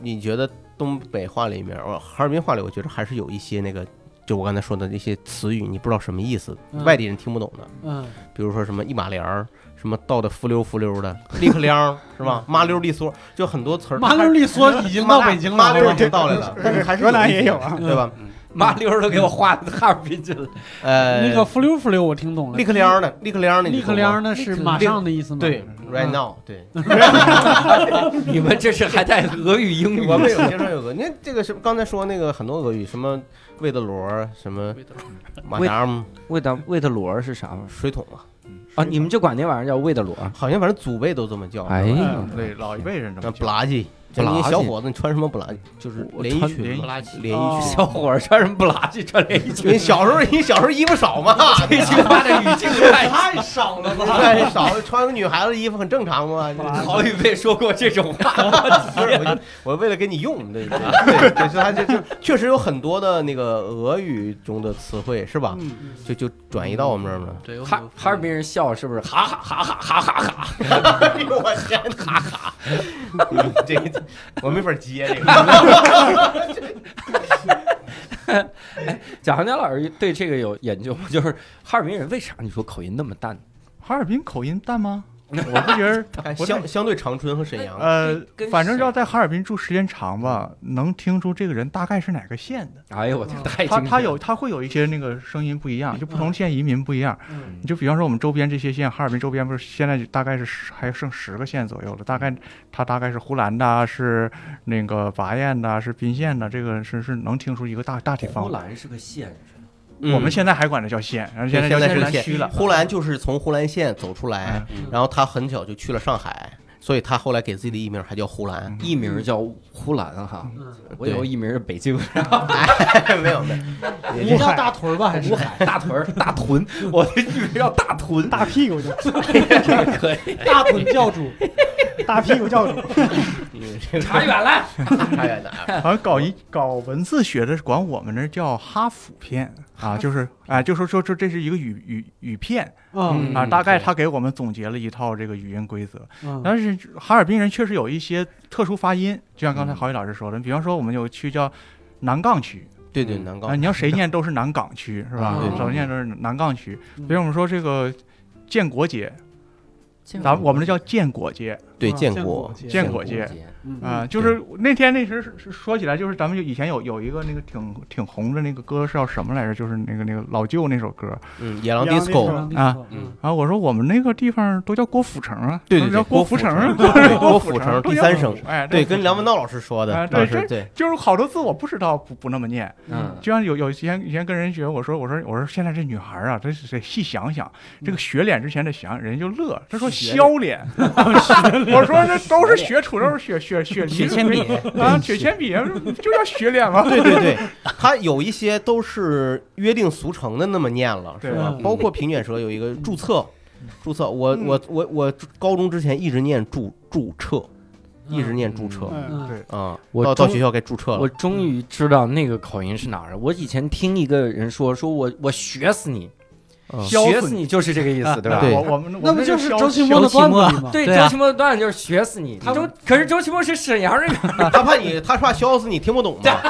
你觉得东北话里面，哦，哈尔滨话里，我觉得还是有一些那个，就我刚才说的那些词语，你不知道什么意思，嗯外地人听不懂的，嗯，比如说什么一马帘儿，什么倒的浮溜浮溜的，立克 凉儿是吧？麻溜利索，就很多词儿，麻溜利索已经到北京了，麻溜已好经吧到来了，但是还是河南一些也有啊对吧？麻溜儿都给我画到哈尔滨去了，呃，那个浮溜浮溜，我听懂了立。克凉儿的，立克凉儿的，你立懂刻吗凉呢是马上的意思吗？对，right 嗯 now，对， 你们这是还带俄语英语？我们有经常有个，你看这个是刚才说那个很多俄语，什么魏德罗儿，什么马达姆魏德魏德罗儿是啥玩意水桶啊，儿啊？你们就管那玩意儿叫魏德罗儿？好像反正祖辈都这么叫。哎呀，对，老一辈人这那么布叫。拉吉，布拉吉你小伙子，你穿什么布拉吉？就是我连衣穿裙连子衣，连衣裙。哦小伙儿穿什么不拉几穿连衣你 裙？小时候，你小时候衣服少嘛？ 这句话的语境太 太少了吧？太少了，穿个女孩子衣服很正常嘛。好久没说过这种话。 不是，我就我为了给你用，对对 对，对就是他就就确实有很多的那个俄语中的词汇是吧？嗯，就就转移到我们这儿了。对，哈哈尔滨人笑是不是？哈哈哈哈哈哈哈！ 哎呦我天，哈哈！这个我没法接 这个。贾行家老师对这个有研究吗？就是哈尔滨人为啥你说口音那么淡？哈尔滨口音淡吗？我不觉 得，我相相对长春和沈阳，呃跟，反正要在哈尔滨住时间长吧，能听出这个人大概是哪个县的。哎呦我天，太他精他辟了有他会有一些那个声音不一样，就不同县移民不一样。嗯你就比方说我们周边这些县，哈尔滨周边不是现在就大概是十还剩十个县左右了，大概它大概是呼兰的啊，是那个拔堰的啊，是宾县的，这个是是能听出一个大大体方呼向。兰是个县，嗯我们现在还管它叫县，然后现在现叫在是南县区了。呼兰就是从呼兰县走出来，然后他很小就去了上海，所以他后来给自己的艺名还叫呼 兰。艺名叫呼兰哈。我嗯以为艺名是北京没有 没有，你叫大屯儿吧，还是乌海大屯儿大屯，我的艺名叫大屯，大屁股就这个可以大屯教 主？大屁股教主，查远了。差远点儿。好像搞一搞文字学的，管我们那儿叫哈府片啊，就是哎，就说说说这是一个语语语片嗯啊，大概对他给我们总结了一套这个语音规则。嗯但是哈尔滨人确实有一些特殊发音，就像刚嗯才郝宇老师说的，比方说我们有区叫南岗区对对，南啊，岗你要谁念都是南岗区是吧？哦嗯怎么念都是南岗区。嗯比如我们说这个建国街，咱们我们这叫 建国街对啊建建国国，街建国街嗯啊、就是那天那时是说起来，就是咱们就以前有有一个那个挺挺红的那个歌是叫什么来着？就是那个那个老舅那首歌。嗯，野狼野狼 disco， disco 啊嗯然后我说我们那个地方都叫郭府城啊，对对对都叫郭郭府府城 城，对郭府府城 都第叫三郭省府 哎，对，对跟梁文道老师说的啊，对当时这对，就是好多字我不知道，不不那么念。嗯，就像有有以前以前跟人学，我说我说我说现在这女孩啊，这得细想想，这个学脸之前得想，人家就乐，他说削脸， 我说这都是学土豆，学学学学铅笔啊，学铅笔就叫学脸嘛。对对对，它有一些都是约定俗成的那么念了，是对吧？嗯包括平卷舌有一个注册，注册，我我我我高中之前一直念注注册，一直念注册嗯，对，啊，我到到中学校该注册嗯我了。终于知道那个口音是哪儿了。我以前听一个人说，说我我学死你，嗯学死你就是这个意 思，对吧？对我我们那不就是周奇奇墨的段子里吗？对，对周啊奇墨的段子就是学死你。他周可是周奇墨是沈阳人，他怕你，他怕削死你听不懂嘛，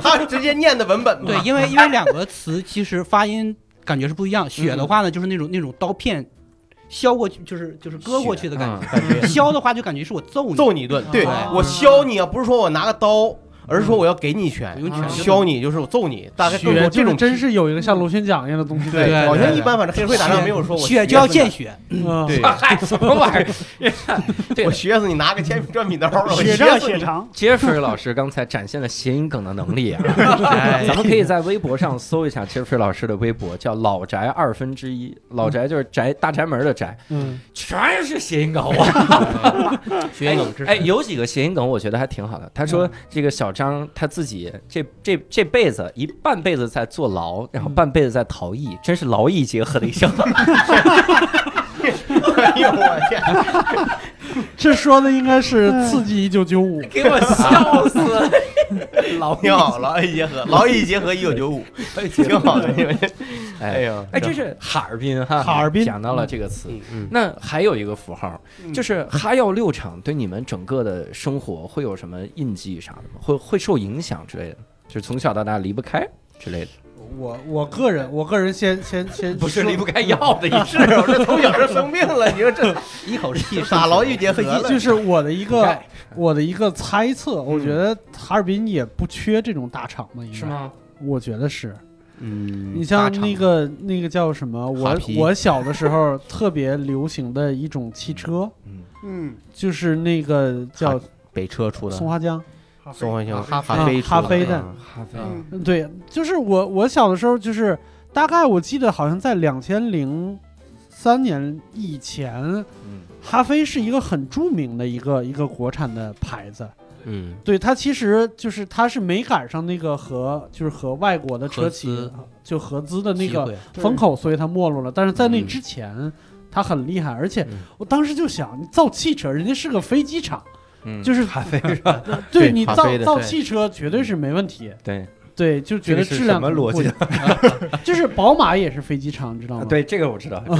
他直接念的文本嘛。对，因为因为两个词其实发音感觉是不一样。血的话呢，就是那种那种刀片削过去，就是就是割过去的感觉。嗯感觉削的话就感觉是我揍你，揍你一顿，对啊我削你啊，不是说我拿个刀，而是说我要给你一拳我，用拳就削你就是我揍你，大概更血多就这是种嗯真是有一个像螺旋桨一样的东西在。对，对好像对一般反正黑社会打仗没有说我血就要削死你见血，嗯对， 嗨，什么玩意儿？啊对我削死你拿个铅笔转笔刀，我血削债死血你。偿，杰弗瑞 老师刚才展现了谐音梗的能 力啊！哎咱们可以在微博上搜一下杰弗瑞老师的微博，叫“老宅二分之一”，老宅就是宅大宅门的宅，嗯，全是谐音梗。 哇，学影之哎，有几个谐音梗我觉得还挺好的。他说这个小张他自己这这这辈子一半辈子在坐牢，然后半辈子在逃逸，真是劳逸结合的一生。 哎呦我天，这说的应该是哎刺激一九九五。 给我笑死！劳逸挺好，劳逸结合，劳逸结合一九九五，挺好的，你们这，哎哎呀，哎，这是哈尔滨嗯哈，哈尔滨讲到了这个词。嗯嗯，那还有一个符号，就是哈药六厂对你们整个的生活会有什么印记啥的吗？会会受影响之类的？就是从小到大离不开之类的，我我个人，我个人先先先不是说离不开药的意思。 是啊，我这从小就生病了，你说这一口气打劳逸结合了，嗯就是我的一你个看我的一个猜测，我觉得哈尔滨也不缺这种大厂吧，应该是？吗？我觉得是。嗯你像那个那个叫什么？哈我皮我小的时候特别流行的一种汽车，嗯，就是那个叫北车出的松花江，松花江啊哈哈飞嗯哈飞的嗯咖啡嗯嗯对，就是我我小的时候就是大概我记得好像在两千零三年以前，嗯哈飞是一个很著名的一个一个国产的牌子。嗯对它其实就是它是没赶上那个和就是和外国的车合企资就合资的那个机会风口，所以它没落了。但是在那嗯之前，它很厉害，而且嗯我当时就想，你造汽车，人家是个飞机场，嗯，就是咖啡是 吧？对你哈造飞的造对汽车绝对是没问题。对对，就觉得这个是质什量么可能逻辑不一样？ 就是宝马也是飞机场，你知道吗？，啊对，这个我知道。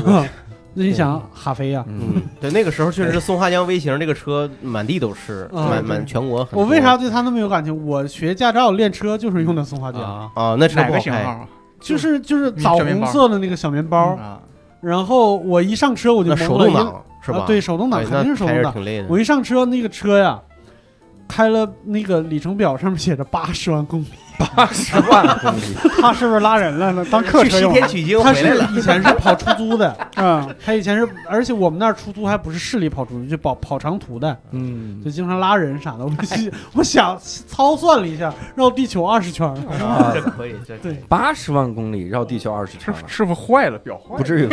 那你想哈啊飞呀、嗯，嗯，对，那个时候确实是松花江 V 型这个车满地都是，啊满对满全国很多。我为啥对它那么有感情？我学驾照练车就是用的松花江，啊，啊？那车哪不好个型开，号就是就是枣红色的那个小面包，啊？然后我一上车我就嗯那懵了手动因为挡是吧啊？？对，手动挡哎肯定那是手还动是挡。挺累的。 我一上车，那个车呀，开了那个里程表上面写着八十万 公里，十啊万公里，他是不是拉人了呢？当客去车西用天取经他回来是 了，以前是跑出租的，啊？ 嗯他以前是，而且我们那儿出租还不是市里跑出租，就跑跑长途的。嗯就经常拉人啥的。我心 我想操算了一下，绕地球二十圈儿。啊这可以，这对八十万公里绕地球二十是圈不了是，是不是坏了？表坏 不了？至于。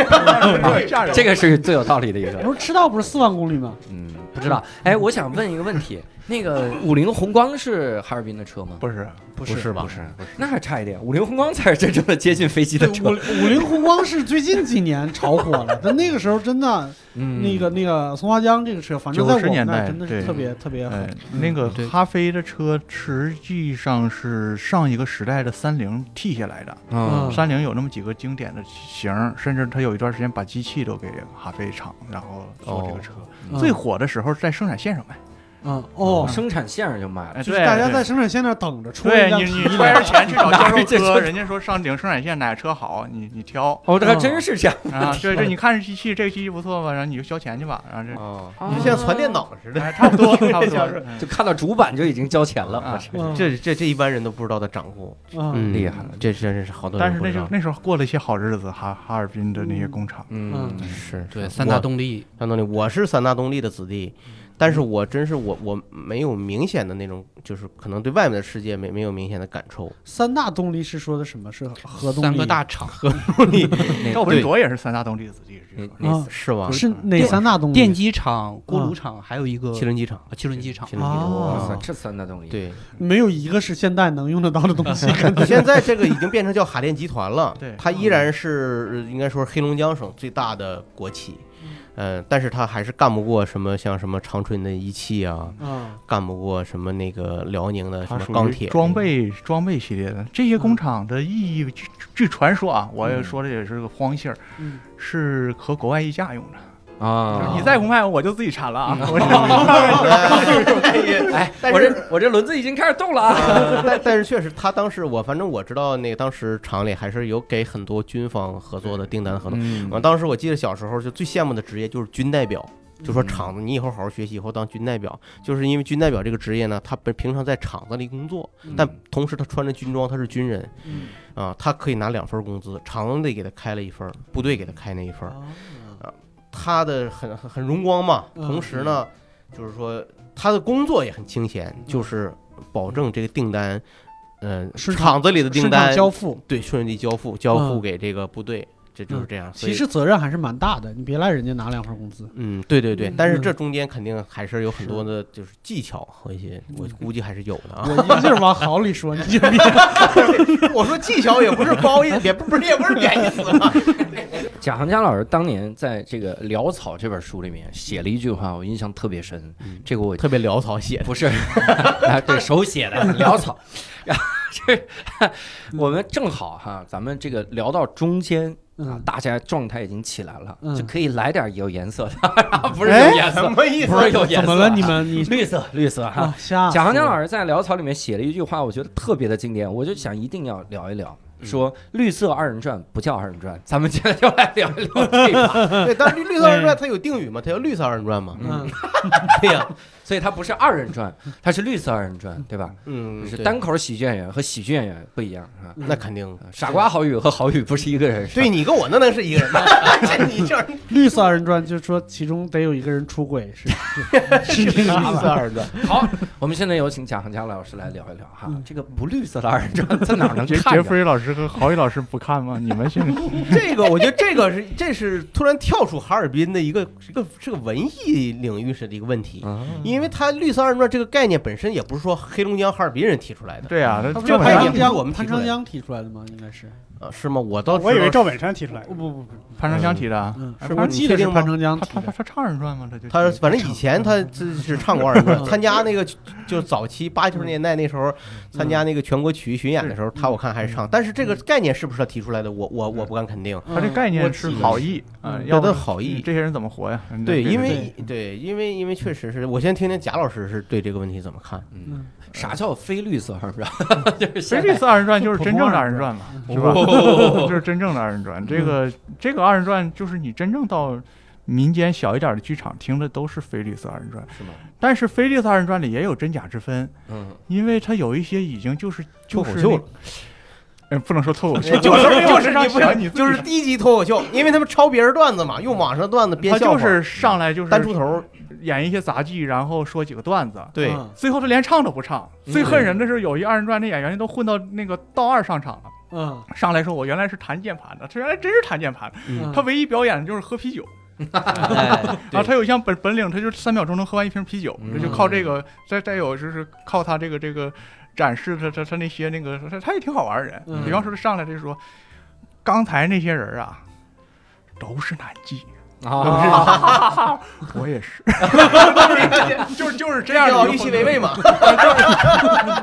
吓 人这个是最有道理的一个我。说赤道不是四万公里吗？嗯，不知道。哎，我想问一个问题，那个五菱宏光是哈尔滨的车吗？不是，不是吧？不是，不是，那还差一点。五菱宏光才是真正的接近飞机 的五车。五菱宏光是最近几年炒火了，但那个时候真 的，嗯那个那个松花江这个车，反正在我90们年那儿代真的是对特别特别狠呃，那个对哈飞的车实际上是上一个时代的三菱替下来的。嗯嗯三菱有那么几个经典的型儿，甚至它有一段时间把机器都给哈飞厂，然后做这个车。嗯哦最火的时候是在生产线上卖，嗯哦，生产线上就卖了。哎就对是大家对在生产线那儿等着出一对辆你皮 你揣着钱去找拿销着售这车车，人家说上顶生产线哪车好，你你 挑哦，嗯这还真是这样。啊。对对，你看这机器，这个机器不错吧，然后你就交钱去吧，然后啊，哦你就像传电脑似这的。 哎差不多差不多像是，嗯就看到主板就已经交钱了，啊我是嗯这这这一般人都不知道的掌握，嗯厉害了这真是好多但人是不那知时候道。那时候过了一些好日子，哈哈尔滨的那些工厂，嗯嗯是对是三大我动力，山东力，我是三大动力的子弟，但是我真是我我没有明显的那种，就是可能对外面的世界没没有明显的感受。三大动力是说的什么？是核动力？三个大厂，赵文卓也是三大动力的子弟，据说那啊，是吗？是哪三大动力？电机厂、锅炉厂，还有一个汽轮机厂，啊汽轮机厂汽。轮机厂，哦哇塞啊，这三大动力，，对，没有一个是现代能用得到的东西。感 觉现在这个已经变成叫海电集团了，对它依然是呃应该说是黑龙江省最大的国企，嗯，但是它还是干不过什么像什么长春的一汽啊，啊，干不过什么那个辽宁的什它么属钢于铁装备装备系列的这些工厂的意义，据据传说啊，我也嗯说的也是个荒信儿，嗯是和国外议价用的。就是啊你再不卖我，我就自己馋了啊！ 我哎，但我是这我这轮子已经开始动了啊！ 呃但但是确实，他当时我反正我知道，那个当时厂里还是有给很多军方合作的订单合同。嗯我当时我记得小时候就最羡慕的职业就是军代表，就嗯说厂子你以后好好学习，以后当军代表，就是因为军代表这个职业呢，他本平常在厂子里工作，嗯但同时他穿着军装，他是军人，啊，他可以拿两份工资，厂子给他开了一份，部队给他开那一份，他的很很很荣光嘛。嗯同时呢，就是说他的工作也很清闲，就是保证这个订单，嗯，顺畅厂子里的订顺畅单交付，对顺利交付，交付嗯给这个部队，这就是这样。所以其实责任还是蛮大的，你别赖人家拿两份工资。嗯，对对对，但是嗯这中间肯定还是有很多的，就是嗯技巧和一些，我估计还是有的啊。我一个劲儿往好里说，你就别我说技巧也不是褒义，也不是也不是贬义词啊嘛。贾行家老师当年在这个《潦草》这本书里面写了一句话，我印象特别深嗯，这个我 特别潦草写的，不是， 啊对手写的《潦草》，然后 这 我们正好哈，咱们这个聊到中间。啊嗯，大家状态已经起来了，嗯哎就可以来点有颜色的， 不是有颜色，么意啊不是有颜色，怎么了？你们你绿色绿色哈。啊，瞎贾行家师，老师在《潦草》里面写了一句话，我觉得特别的经典，我就想一定要聊一聊，嗯说绿色二人转不叫二人转，咱们今天就来聊一聊这 个，对，但是绿色二人转它有定语嘛，它叫绿色二人转嘛。嗯，对呀， 所以它不是二人转，它是绿色二人转，对吧？嗯，是对单口喜剧演员和喜剧演员不一样啊。那肯定。傻瓜好雨和好雨不是一个人，是吧对你跟我那能是一个人吗？这你这绿绿色二人转就是说其中得有一个人出轨，是 是 是这个意色思。二人转， 好，我们现在有请贾行家老师来聊一聊哈， 嗯这个不绿色的二人转在哪儿能 杰看杰着？弗瑞老师和郝宇老师不看吗？ 你们信？这个我觉得这个是这是突然跳出哈尔滨的一个一个是个文艺领域是的一个问题，啊因为它绿色二人转这个概念本身也不是说黑龙江哈尔滨人提出来的，对啊，那他不这是这么还潘有长样一江我们提潘出来长的江提出来的吗？应该是，啊，是吗？我倒我以为这赵本山提出来不的，不不不，潘长江提的啊，嗯，哎是潘我记得你确是定吗潘长江他提他他的。他唱二人转吗？他就他反正以前他这是唱过二人转，嗯参加 那个就是早期八九十年代那时候参加那个全国曲艺巡演的时候，他我看还是唱，但是这个概念是不是他提出来的，我我我不敢肯定。他这概念是好意嗯啊，对要不他好意你这些人怎么活呀？你对，这因为嗯对，因为因为确实是我先听听贾老师是对这个问题怎么看。嗯，啥叫非绿色二人转？ 就是所现以这在次二人转就是真正的二人转嘛，是吧？ 嗯就是真正的二人转。这个这个二人转就是你真正到民间小一点的剧场听的都是非绿色二人转，是吗？但是非绿色二人转里也有真假之分，嗯，因为它有一些已经就是脱就口是秀那了，嗯，不能说脱口秀， 就是就是让你不想你要就是低级脱口秀，因为他们抄别人段子嘛，用网上段子编他笑就话，是上来就是单出头。演一些杂技，然后说几个段子。对，嗯最后他连唱都不唱，嗯最恨人的是有一二人转的演员都混到那个道二上场了，嗯，上来说我原来是弹键盘的，他原来真是弹键盘的，嗯他唯一表演的就是喝啤酒，哎，然后他有一项本本领，他就是三秒钟能喝完一瓶啤酒，嗯这就靠这个，再再有就是靠他这个这个展示他他他那些那个他他也挺好玩的人，嗯比方说他上来就说，刚才那些人啊都是男妓，啊， 我也是，就是就是这样的叫一预个期风违格背嘛。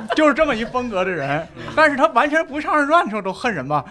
就是这么一风格的人，嗯但是他完全不上二人转的时候都恨 人吧。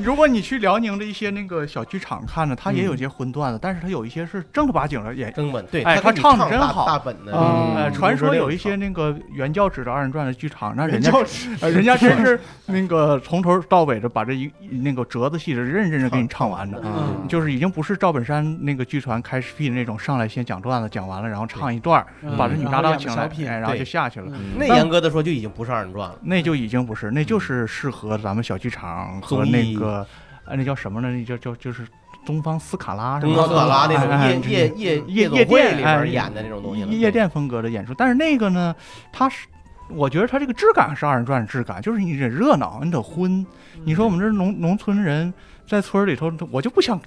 如果你去辽宁的一些那个小剧场看呢，他也有嗯些荤段子，但是他有一些是正儿八经的演。根本对，哎他他唱得的真好大本的。嗯呃，嗯传说有一些那个原教旨的二人转的剧场，那人家呃人家真是那个从头到尾的把这一那个折子戏是认认真给你唱完的，嗯就是已经不是赵本山那个剧团开始 P 的那种上来先讲段子，讲完了然后唱一段儿，嗯把这女搭档请然后演个小，来品哎然后对就下去了。那严格的说就已经不是二人转了。那就已经不是，那嗯就是适合咱们小剧场和那个，呃，那叫什么呢？那叫叫就是东方斯卡拉是东吧？方斯卡拉那哎种夜夜夜夜总会夜店里哎边演的那种东西了，夜店风格的演出，但是那个呢，它是。我觉得它这个质感是二人转的质感，就是你得热闹，你得荤。嗯你说我们这农农村人在村儿里头，我就不想，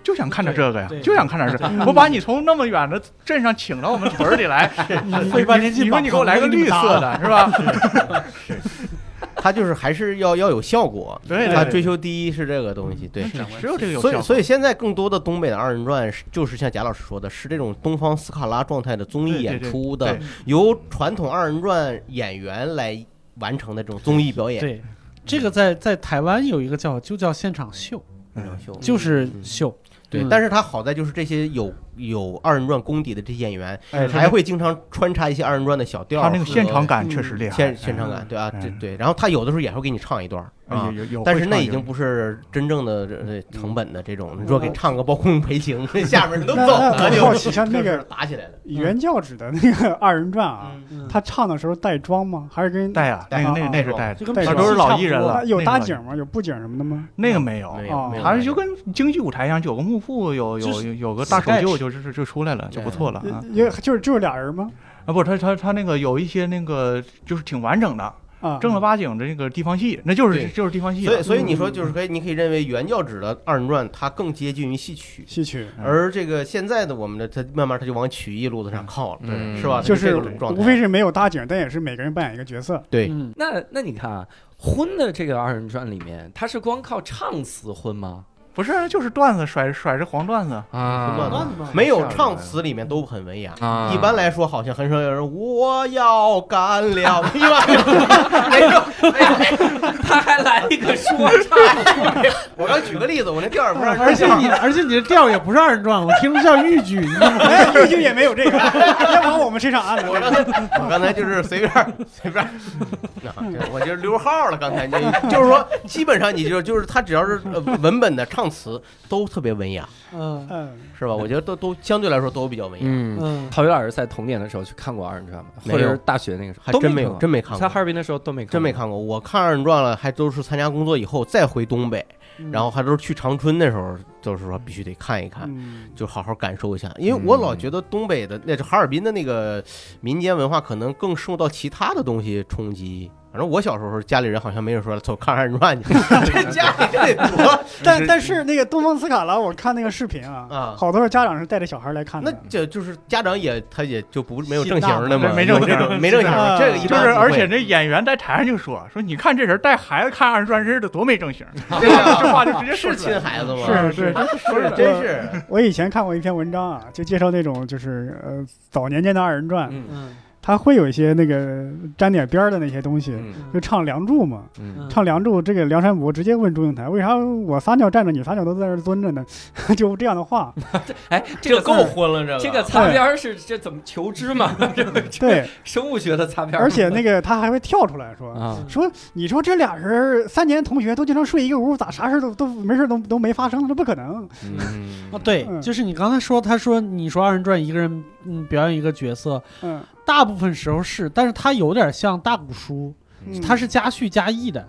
就想看点这个呀对，对就想看点这。我把你从那么远的镇上请到我们屯儿里来，你费半天劲你把说你给我来个棚子给绿你搭色的，是吧？他就是还是要要有效果，对对他对追求第一是这个东西，对。只有这个有效所以，果。所以现在更多的东北的二人转，是就是像贾老师说的，是这种东方斯卡拉状态的综艺对对演对出对的，由传统二人转演员来完成的这种综艺表演。对，这个在在台湾有一个叫就叫现场秀，嗯，就是秀，对，嗯但是它好在就是这些有有二人转功底的这些演员，哎，还会经常穿插一些二人转的小调儿他和，那个现场感确实厉害，现现场感，对啊，嗯这对，然后他有的时候也会给你唱一段儿啊，啊。有有哦有，但是那已经不是真正的这嗯这成本的这种，你说给唱个包公陪 情，这下面人都那走那了我就好奇，像那个 打起来了。嗯原教旨的那个二人转啊，嗯他唱的时候带妆吗？还是跟带啊，那个那个那是带就的，跟带他妆都是老艺人差不了啊，有那搭个景吗？有布景什么的吗？那个没有，没哦有，没有好像没就有跟京剧舞台一样，有个幕布，有就有是有有个大手 sketch 袖，就是就出来了，就不错了啊也也就是就是俩人吗？啊！不是他他他那个有一些那个就是挺完整的，啊，正儿八经的那个地方戏，那就是对就是地方戏所以了。嗯所以你说就是嗯可以，你可以认为原教旨的二人转它更接近于戏曲，戏曲嗯而这个现在的我们的它慢慢它就往曲艺路子上靠了，嗯对，是吧？它就啊这是种状态，无非是没有搭景，但也是每个人扮演一个角色。 对嗯，那那你看啊，婚的这个二人转里面，他是光靠唱词婚吗？不是啊就是段子甩甩着黄段子，嗯啊乱嘛，没有唱词里面都很文雅。啊一般来说，好像很少有人我要干了， 一般没有没有。他还来一个说唱，我刚举个例子，我那调儿不 让而且你而且你这调儿也不是二人转，我听着像豫剧，你知道吗？哎，豫剧也没有这个， 别往我们身上安 我了。刚才我刚才就是随便儿随便儿，啊这我就是溜号了。刚才你就是说，基本上你就就是他只要是呃文本的唱词都特别文雅，嗯嗯，是吧？我觉得都都相对来说都比较文雅。嗯。嗯，陶宇老师在童年的时候去看过二人转吗？没或者有是大学那个时候还都真没没有，真没看在哈过，尔滨的时候都啊没看过，真没看过。我看二人转了，还都是参加工作以后再回东北，嗯然后还都是去长春的时候，就是说必须得看一看。嗯就好好感受一下，因为我老觉得东北的那是哈尔滨的那个民间文化，可能更受到其他的东西冲击。反正我小时候家里人好像没人说走看二人转去，这 家里这得多。但但是那个东方斯卡拉，我看那个视频啊啊，好多家长是带着小孩来看那的。这就是家长也他也就不没有心正大形的嘛，对没有正这形种没正形啊儿，这个一就般是不而会 且那演员在台上就说说你看这人带孩子看二人转真是得多没正形，对啊这话就直接说是出亲来了。啊孩子吗？是是是真是我以前看过一篇文章啊，就介绍那种就是呃早年间的二人转，嗯嗯它会有一些那个沾点边儿的那些东西，嗯就唱《梁祝》嘛。嗯嗯唱《梁祝》，这个梁山伯直接问祝英台，为啥我撒尿站着，你撒尿都在那儿蹲着呢？ 就这样 的话，哎，这个够字儿昏了，这这个个擦边儿是这怎么求知嘛？ 这 对，生物学的擦边儿，而且那个他还会跳出来说。啊，说，你说这俩人儿三年同学都经常睡一个屋，咋啥事儿都都没事儿都都没发生？这不可能。嗯啊，对，嗯就是你刚才说，他说你说二人转一个人嗯表演一个角色，嗯，大部分时候是，但是他有点像大鼓书，嗯他是加叙加意的，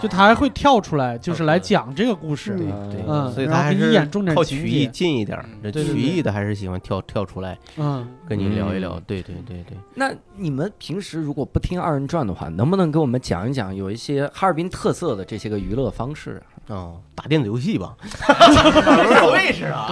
就他还会跳出来，就是来讲这个故事。嗯对嗯，哦所以然他后还给你是演重点靠情曲艺节。近一点儿，这对对曲对艺的还是喜欢跳跳出来嗯，跟你聊一聊嗯。对对对对，那你们平时如果不听二人转的话，能不能给我们讲一讲有一些哈尔滨特色的这些个娱乐方式？啊 哦，打电子游戏吧，所谓是 啊，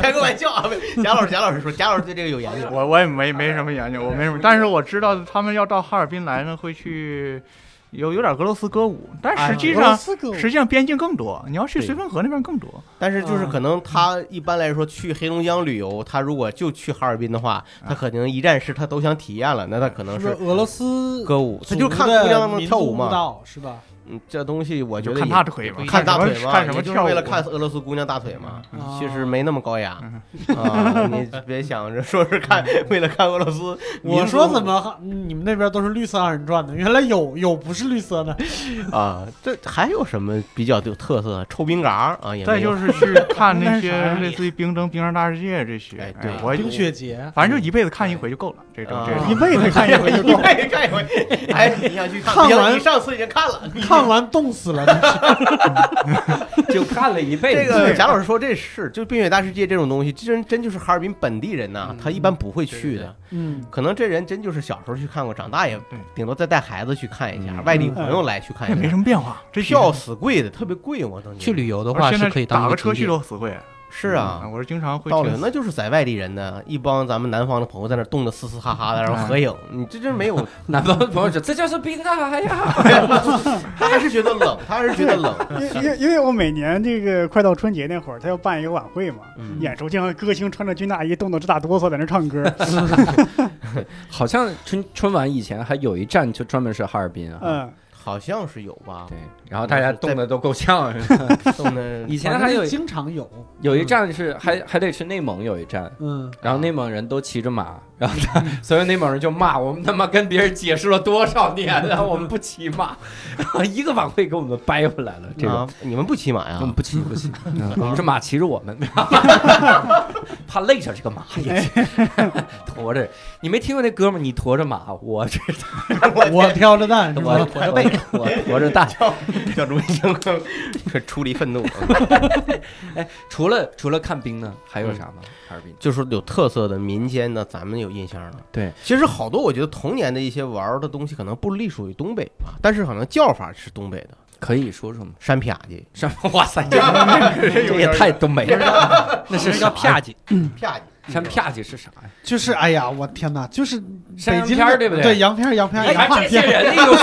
开个玩笑啊。贾老师，贾老师说，贾老师对这个有研究。我我也没没什么研究，我没什么，但是我知道他们要到哈尔滨来呢，会去有有点俄罗斯歌舞，但哎实际哎俄罗上斯歌舞实际上边境更多，你要去对绥芬河那边更多。但是就是可能他一般来说去黑龙江旅游，他如果就去哈尔滨的话，他可能一站式他都想体验了，那他可是能不是是俄罗斯歌舞，他族就看的姑娘们民跳族舞嘛。蹈是吧？嗯，这东西我觉就得看也大腿嘛，看大什么腿嘛，看什么也就是跳舞，啊为了看俄罗斯姑娘大腿嘛。啊其实没那么高雅嗯啊，你别想着说是看为了看俄罗斯，我说怎么哈嗯你们那边都是绿色二人转的？原来有有不是绿色的，啊，这还有什么比较有特色？抽冰嘎儿啊，也再没有就是去 看 那些那是啥呀类似于冰筝、冰上大世界这些。哎对我冰雪节。反正就一辈子看一回就够了，这种啊这一种。辈子看一回就一够。回看一回， 哎，你想去看？看你想完你上次已经看了，你看完冻死了， 真是就看了一辈这子。个贾老师说这是，就《冰雪大世界》这种东西，真真就是哈尔滨本地人呐、嗯他一般不会去对对的。嗯，可能这人真就是小时候去看过，长大也对顶多再带孩子去看一下，嗯外地朋友来去看也一没下什。么变化，这票死哎贵的，特别贵，我都去旅游的的话现在是可以当打一个景车去点都死贵。是啊，我是经常会道理听那就是在外地人呢，一帮咱们南方的朋友在那冻得嘶嘶哈哈的，然后合影，你这真没有南方的朋友说这就是冰啊！哎呀， 他还是觉得冷，他还是觉得冷。因因因为我每年这个快到春节那会儿，他要办一个晚会嘛，嗯演出经常歌星穿着军大衣，冻得直打哆嗦，在那唱歌。 好像春春晚以前还有一站就专门是哈尔滨啊。嗯，好像是有吧？对，然后大家冻得都够呛。 冻的以前 还有经常有，有一站是还还得去内蒙有一站，嗯，然后内蒙人都骑着马，然后他啊 所有内蒙人就骂我们他妈跟别人解释了多少年 了，我们不骑马，然后一个晚会给我们掰回来了，这个。啊，你们不骑马呀我？们不骑不 骑，我们是马骑着我们， 怕累着这个马也是哎 驮着。你没听过那哥们儿，你驮着马，我这 我挑着担是我吧？驮着背，我驮着 大叫卢星坤， 这出离愤怒。除了除了看冰呢，还有啥吗？哈尔滨 就是有特色的民间的，咱们有印象的。对，其实好多我觉得童年的一些玩儿的东西，可能不隶属于东北啊，但是可能叫法是东北的，可以说说吗？山啪叽、什么？哇塞，这 这也太东北了，那是那叫啥呀啪叽，啪叽。山啪叽是啥呀？就是哎呀，我天哪，就是山北羊京片儿的对不对对？洋片儿、洋片儿、哎洋呀，画这些片儿。人那个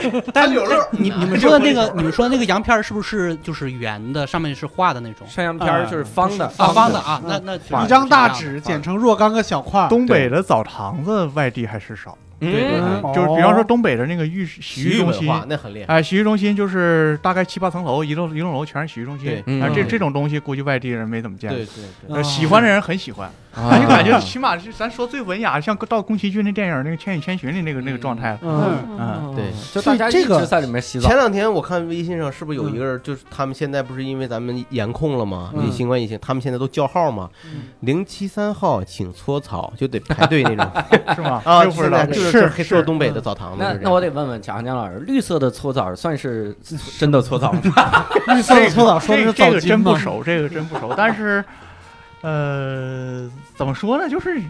术语，但柳乐，哎你你们说的那个，你们说的那个洋片儿是不是就是圆的，上面是画的那种山羊片儿就是方的啊？方的啊啊，那那就是一张大这样纸的剪成若干个小块儿，东北的澡堂子外地还是少，嗯，哎就是比方说东北的那个浴洗哦洗浴浴中文心，化那很厉害。哎，洗浴中心就是大概七八层楼，一栋一栋楼全是洗浴中心对。啊，这嗯这种东西估计外地人没怎么见过。对对对，哎呃喜欢的人很喜欢，啊就感觉起码是咱说最文雅，像到宫崎骏那电影那个《千与千寻》里那个那个状态了。嗯，嗯，对，就大家这一这个直在里面洗澡前，两天我看微信上是不是有一个人，就是他们现在不是因为咱们严控了吗？嗯因新冠疫情，他们现在都叫号嘛，零七三号请搓澡，就得排队那种是吗？啊，又不知现道在这就是是黑说东北的澡堂子那是这嗯那样。我得问问蒋江老师，绿色的搓澡算是 真的搓澡吗？绿色的搓澡说的是这个澡这个巾真吗不？熟，这个真不熟。但是，呃，怎么说呢？就是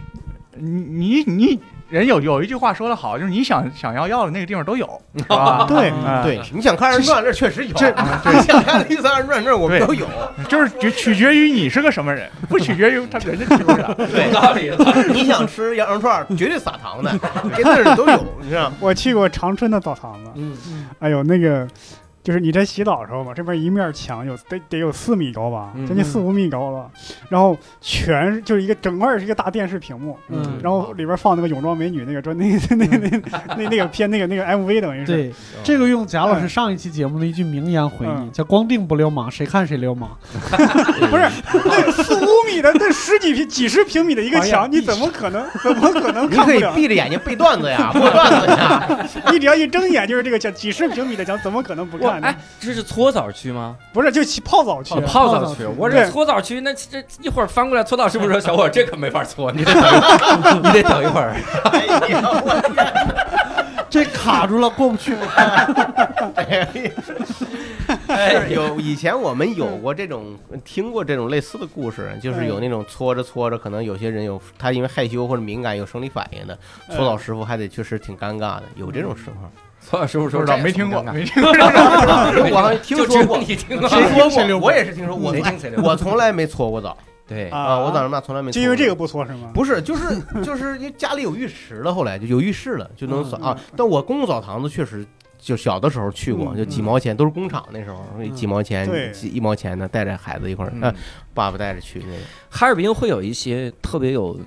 你你你人有有一句话说的好，就是你想想要要的那个地方都有，是吧？对 嗯，对，你想看二人转，这确实有；啊 这你想看绿色二人转，这我们都有。就是取取决于你是个什么人，不取决于他人家 是不是啥。 对，道理。你想吃羊肉串儿，绝对撒糖的，这地儿都有，你知道吗？我去过长春的澡堂子，嗯，哎呦，那个就是你在洗澡的时候嘛，这边一面墙有得得有四米高吧，嗯将近四五米高了，然后全是就是一个整块是一个大电视屏幕， 嗯然后里边放那个泳装美女那个专那个那那那那那个片那个那个 MV 等于是，对，这个用贾老师上一期节目的一句名言回忆，嗯叫“光腚不流氓，谁看谁流氓不是 那四五米的那十几平几十平米的一个哎呀墙，你怎么可能怎么可能你看不可以了？闭着眼睛背段子呀，过段子呀。你只要一睁眼就是这个墙，几十平米的墙，怎么可能不我看呢哎？，这是搓澡区吗？不是就去泡澡去啊哦，了，泡泡澡澡区。区我这对搓澡区，那这这一会儿翻过来搓澡师傅说：“小伙，这可没法搓，你得等一会儿， 你得等一会儿。哎呀，我天！”这卡住了，过不去。哎，有以前我们有过这种听过这种类似的故事，就是有那种搓着搓着，可能有些人有他因为害羞或者敏感有生理反应的，搓澡师傅还得确实挺尴尬的，有这种时候。 搓澡师傅不说：“知道，没听过，这 没听 过。我 好像听有什么尴尬，就只说有过，你听过。谁谁说溜过过？我也是听说过，谁我听谁溜我从来没搓过澡对，啊，我早上嘛从来没搓过澡。就因为这个不搓是吗？不是，就是就是因为家里有浴池了，后来就有浴室了，就能嗯扫啊。但我公共澡堂子确实就小的时候去过，嗯就几毛钱，都是工厂那时候嗯几毛钱、对几一毛钱的，带着孩子一块儿，嗯呃爸爸带着去那个。哈尔滨会有一些特别有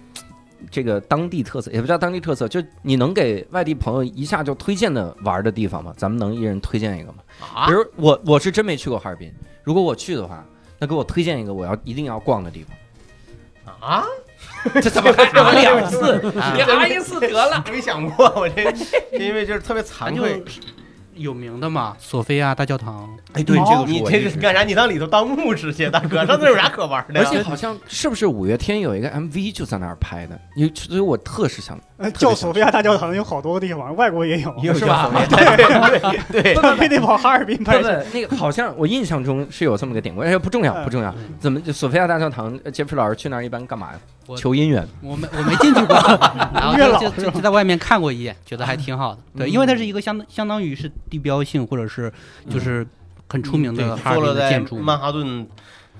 这个当地特色，也不叫当地特色，就你能给外地朋友一下就推荐的玩的地方吗？咱们能一人推荐一个吗？啊比，如我我是真没去过哈尔滨，如果我去的话，那给我推荐一个我要一定要逛的地方。啊， 这怎么 还啊两次？你啊一次得了。 没想过我这，因为就是特别咱惭就愧。有名的嘛，索菲啊亚大教堂，哎，对，你这个你我这一个直干啥？你当里头当牧师去，大哥，上那有啥可玩的而呀？ 且好像是不是五月天有一个 MV 就在那儿拍的，你所以我特是想，呃特别叫索菲亚大教堂有好多个地方，外国也有，是吧？ 对对对， 他非得跑哈尔滨拍对去。对，那个好像我印象中是有这么个典故，哎呀，不重要，嗯不重要。怎么就索菲亚大教堂？呃杰夫老师去那儿一般干嘛呀？我求姻缘。我没我没 进 去过，然后月老就就就在外面看过一眼，觉得还挺好的。对，嗯因为它是一个相相当于是地标性或者是就是很出名的哈尔坐落滨的在建筑曼嘛。哈顿，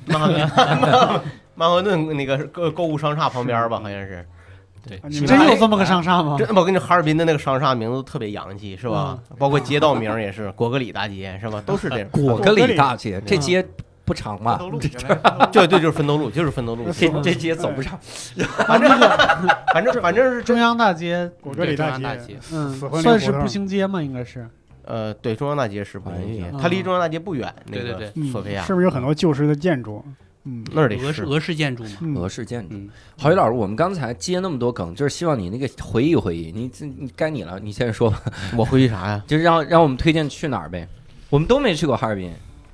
曼哈顿， 曼哈顿那个购购物商厦旁边吧，好像是。你们真哎有这这么个商厦吗？真我跟你哈尔滨的那个商厦名字都特别洋气，是吧？包括街道名儿也是，果戈里大街是吧？都是这种。果戈戈里嗯里大街这嗯街不长吧？ 对对，就是奋斗路，就是奋斗路。这这街走不上。反正反正反正是中真央大街，果戈对里中大央大街，街，嗯死，魂灵算胡是同步行街吗？应该是呃，对，中央大街是步行哎街呀，它离中央大街不远，那对对个嗯索菲亚是不是有很多旧时的建筑？嗯，那儿得俄式是俄式建筑嘛，嗯俄式建筑。嗯，郝宇老师，我们刚才接那么多梗，就是希望你那个回忆回忆。你这你该你了，你先说 吧，我回忆啥呀？ 就是让让我们推荐去哪儿呗。我们都没去过哈尔滨，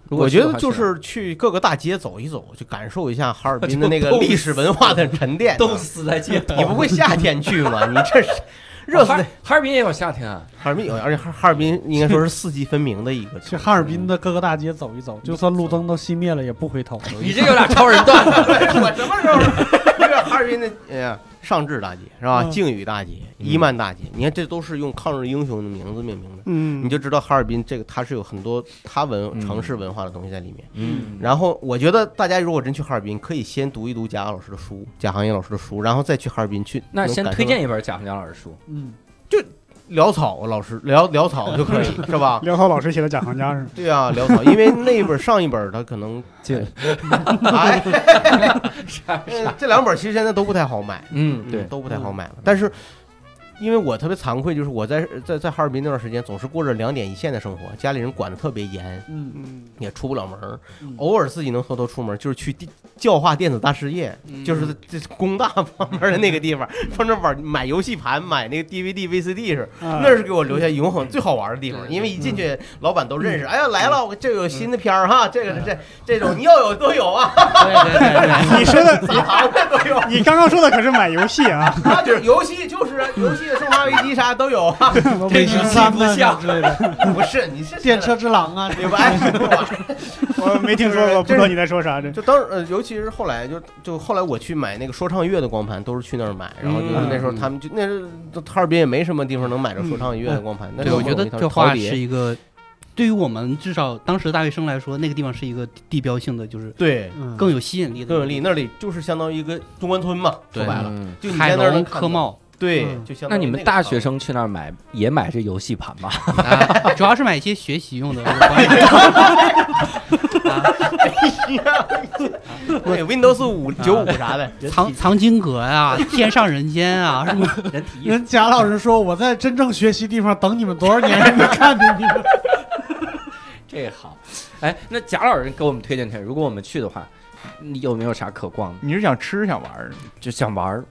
如果我去觉的话得就是去各个大街走一走，去感受一下哈尔滨 的那个历史文化的沉淀。冻死在街 头。你不会夏天去吗？你这是热死哈的尔哈尔滨也有夏天啊，哈尔滨有，而且哈哈尔滨应该说是四季分明的一 个。去哈尔滨的各个大街走一走，就算路灯都熄灭了也不回头。你这有点超人段子。我什么时 候？这哈尔滨的，哎呀，上志大街是吧？嗯靖宇大街、伊曼大街，你看这都是用抗日英雄的名字命名的，嗯，你就知道哈尔滨这个它是有很多它文嗯城市文化的东西在里面。 嗯，然后我觉得大家如果真去哈尔滨，可以先读一读贾老师的书，贾行业老师的书，然后再去哈尔滨去。那先能感受推荐一本贾行家老师书，嗯，潦草啊老师潦潦草就可 以是吧？廖涛老师写的《贾行家》是吗？对啊，潦草，因为那一本上一本他可能进哎， 嗯这两本其实现在都不太好买，嗯嗯对，都不太好买了。但是因为我特别惭愧，就是我在在在哈尔滨那段时间，总是过着两点一线的生活，家里人管得特别严，嗯嗯，也出不了门儿嗯。偶尔自己能偷偷出门，就是去地教化电子大事业，就是这工大旁边的那个地方， 放那玩买游戏盘、买那个 DVD、VCD 是，那那是给我留下永恒最好玩的地对方，对因为一进去老板都认识，哎呀来了，我这有新的片儿哈，这个这这种你要有都有 啊，对对对对，你说的，杂行的都有。你刚刚说的可是买游戏啊，啊，就是游戏，就是啊游戏的《生化危机》啥都有啊。北是京三三不像之类的， 不是，你是电车之狼 啊，明白？我没听说过，不知道你在说啥。这 就当时呃，尤其是后来，就就后来我去买那个说唱乐的光盘，都是去那儿买。然后就是那时候他们就那时候哈尔滨也没什么地方能买着说唱乐的光盘。那时对，候我觉得有一条这话潮碟是一个，对于我们至少当时的大学生来说，那个地方是一个地标性的，就是对嗯更有吸引力的更有利，那里就是相当于一个中关村嘛，说对白了，嗯就你海在那儿能龙看科到，贸，对，嗯就相那当你于那们个大场学景生去那儿买也买这游戏盘吗？啊主要是买一些学习用的。啊对 Windows 五九五啥的，藏藏经阁啊，天上人间啊，什么人体人贾老师说我在真正学习地方等你们多少年， 没看见你们。 这好，哎，那贾老师给我们推荐推荐，如果我们去的话，你有没有啥可逛的？你是想吃想玩儿就想玩儿，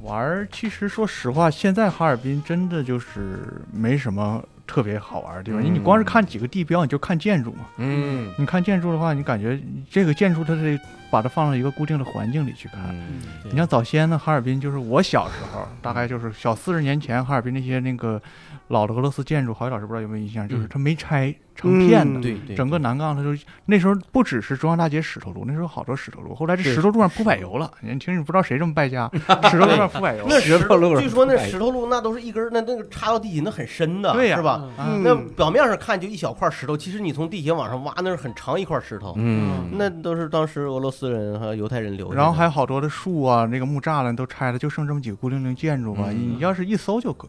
玩儿？其实说实话，现在哈尔滨真的就是没什么特别好玩儿的地方，因为你光是看几个地标，你就看建筑嘛。嗯你看建筑的话，你感觉这个建筑它得把它放到一个固定的环境里去看。嗯你像早先呢，哈尔滨就是我小时候，大概就是小四十年前，哈尔滨那些那个老的俄罗斯建筑，郝宇老师不知道有没有印象，就是嗯它没拆成片的。嗯对对，整个南岗，它就那时候不只是中央大街石头路，那时候好多石头路。后来这石头路上铺柏油了，年轻人不知道谁这么 败家，石头路上铺柏油了。那石石头路上据说那摆石头路那都是一根儿那那个插到地底那很深的，对呀是吧？啊那表面上看就一小块石头，其实你从地铁往上挖，那是很长一块石头，嗯那都是当时俄罗斯人和犹太人留下的。然后还有好多的树啊，那个木栅栏都拆了，就剩这么几个孤零零建筑吧。嗯你要是一搜就可，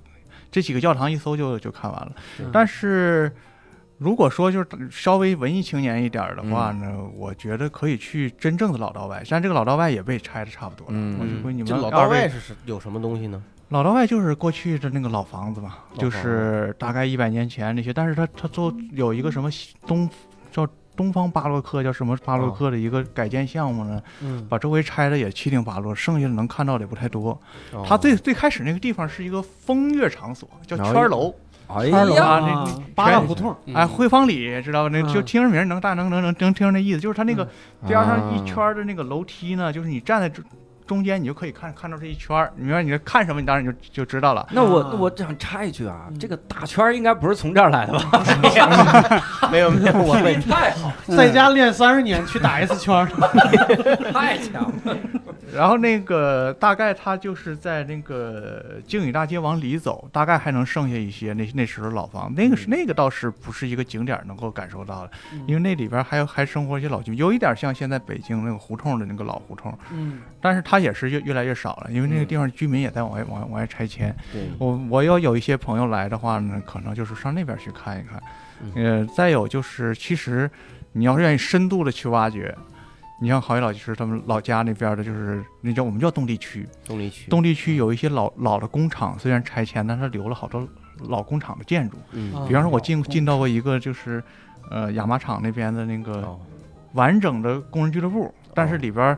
这几个教堂一搜就就看完了。是但是如果说就是稍微文艺青年一点儿的话嗯呢，我觉得可以去真正的老道外，但这个老道外也被拆的差不多了。嗯我就估计你这们老二道位外是是有什么东西呢？老道外就是过去的那个老房子嘛，老就房是大概一百年前那些，但是它它做有一个什么西东叫东方巴洛克，叫什么巴洛哦克的一个改建项目呢，嗯把周围拆的也七零八落，剩下的能看到的也不太多。哦它最最开始那个地方是一个风月场所，叫然圈后儿楼，哎二楼呀，啊嗯啊这，八大胡同，哎，汇芳里知道吧？那就嗯听着名儿能大能能能能听着那意思，就是它那个边上一啊圈儿的那个楼梯呢，就是你站在中中间，你就可以看看到这一圈儿，你明白你在看什么，你当然你就就知道了。那我啊我想插一句啊，嗯这个大圈儿应该不是从这儿来的吧？ 没有没有，我们太好，在家练三十年去打一次圈儿，太强了。然后那个大概它就是在那个靖宇大街往里走，大概还能剩下一些那那时候老房，那个是那个倒是不是一个景点儿能够感受到的，因为那里边儿还有还生活一些老居民，有一点像现在北京那个胡同的那个老胡同，嗯，但是它也是越越来越少了，因为那个地方居民也在往外往外往外拆迁。对我我要有一些朋友来的话呢，可能就是上那边去看一看。嗯呃，再有就是，其实你要是愿意深度的去挖掘，你像郝宇老师他们老家那边的，就是那叫我们叫动力区，东丽区动力区有一些老老的工厂，虽然拆迁，但是它留了好多老工厂的建筑。嗯啊比方说，我进老工进到过一个就是，呃，亚麻厂那边的那个哦完整的工人俱乐部，但哦是里边儿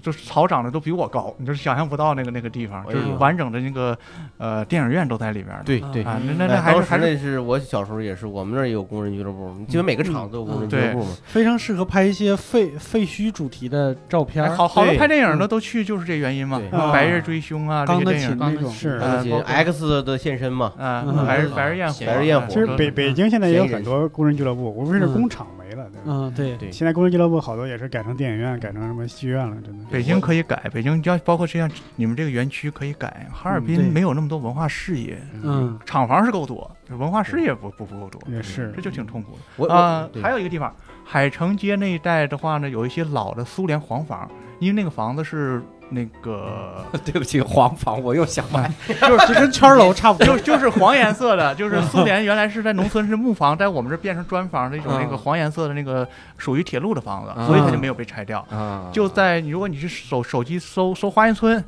就是草长得都比我高，你就是想象不到那个那个地方，哎就呦是完整的那个呃电影院都在里边儿的。对啊对。啊，那嗯那哎那还是当时还是嗯那是我小时候也是，我们那儿也有工人俱乐部，基本每个厂都有工人俱乐部嘛。非常适合拍一些废废墟主题的照片哎儿，好好多对拍电影的都去就是这原因嘛，对白日追凶啊这钢些的电琴影，那钢种的琴是钢琴啊包括 X 的现身嘛，嗯，嗯白日嗯白日焰火，啊白日焰火其实北北京现在也有很多工人俱乐部，无论是嗯工厂没了，对吧？嗯，对，对现在工人俱乐部好多也是改成电影院，改成什么戏院了，真的。北京可以改，北京要包括这样你们这个园区可以改，哈尔嗯对滨没有那么多文化事业，嗯厂房是够多，文化事业不不不够多，也是这就挺痛苦的我啊我。对还有一个地方，海城街那一带的话呢，有一些老的苏联黄房，因为那个房子是那个 对不起，黄房我又想买，就是就跟圈儿楼差不多 就就是黄颜色的，就是苏联原来是在农村是木房，在我们这变成砖房的一种那个嗯黄颜色的那个属于铁路的房子，所以它就没有被拆掉。啊就在如果你去手手机搜搜花园村，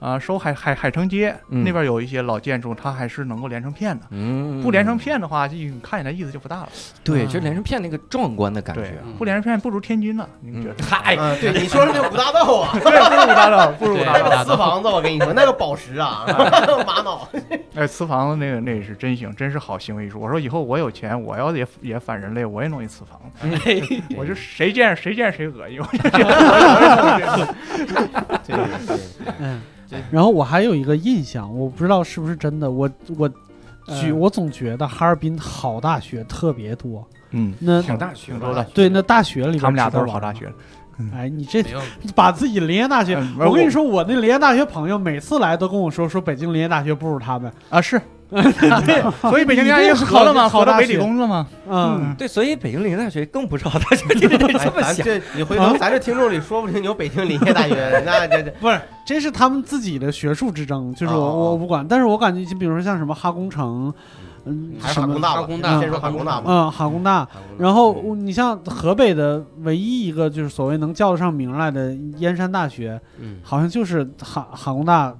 啊、搜海海海城街、嗯那边有一些老建筑，它还是能够连成片的。嗯不连成，片的话，就看起来意思就不大了。对，嗯就连成片那个壮观的感对觉，，不连成片不如天津呢，你们觉啊嗯，得？ 太 啊，对，你说说那五大道啊，哎对，不如大道，不如对大那道。个私房子，我跟你说，那个宝石啊， 玛瑙，哎，瓷房子那个那也是真行，真是好行为艺术。我说以后我有钱，我要也也反人类，我也弄一瓷房子。嗯我就谁见谁见谁恶心。我就觉得对对嗯对。然后我还有一个印象，我不知道是不是真的，我我举嗯我总觉得哈尔滨好大学特别多，嗯，那挺大挺多的。对那大学里边他们俩都知是道好大吗学。哎，你这没有 把自己林业大学，嗯我跟你说，我那林业大学朋友每次来都跟我说，说北京林业大学不如他们。啊，是，所以北京大学好了吗？好到北理工了吗？嗯，对，所以北京林业大学更不知道大学，你得哎这么咱想。 这啊你回头咱这听众里说不定有北京林业大学，那这 这不是，这是他们自己的学术之争，就是我、哦哦哦我不管。但是我感觉，就比如说像什么哈工程，嗯，还是什哈么工大吧，哈工大先说哈工大吧。嗯，哈工大。哈工大然后我你像河北的唯一一个就是所谓能叫得上名来的燕山大学，嗯，好像就是哈哈工大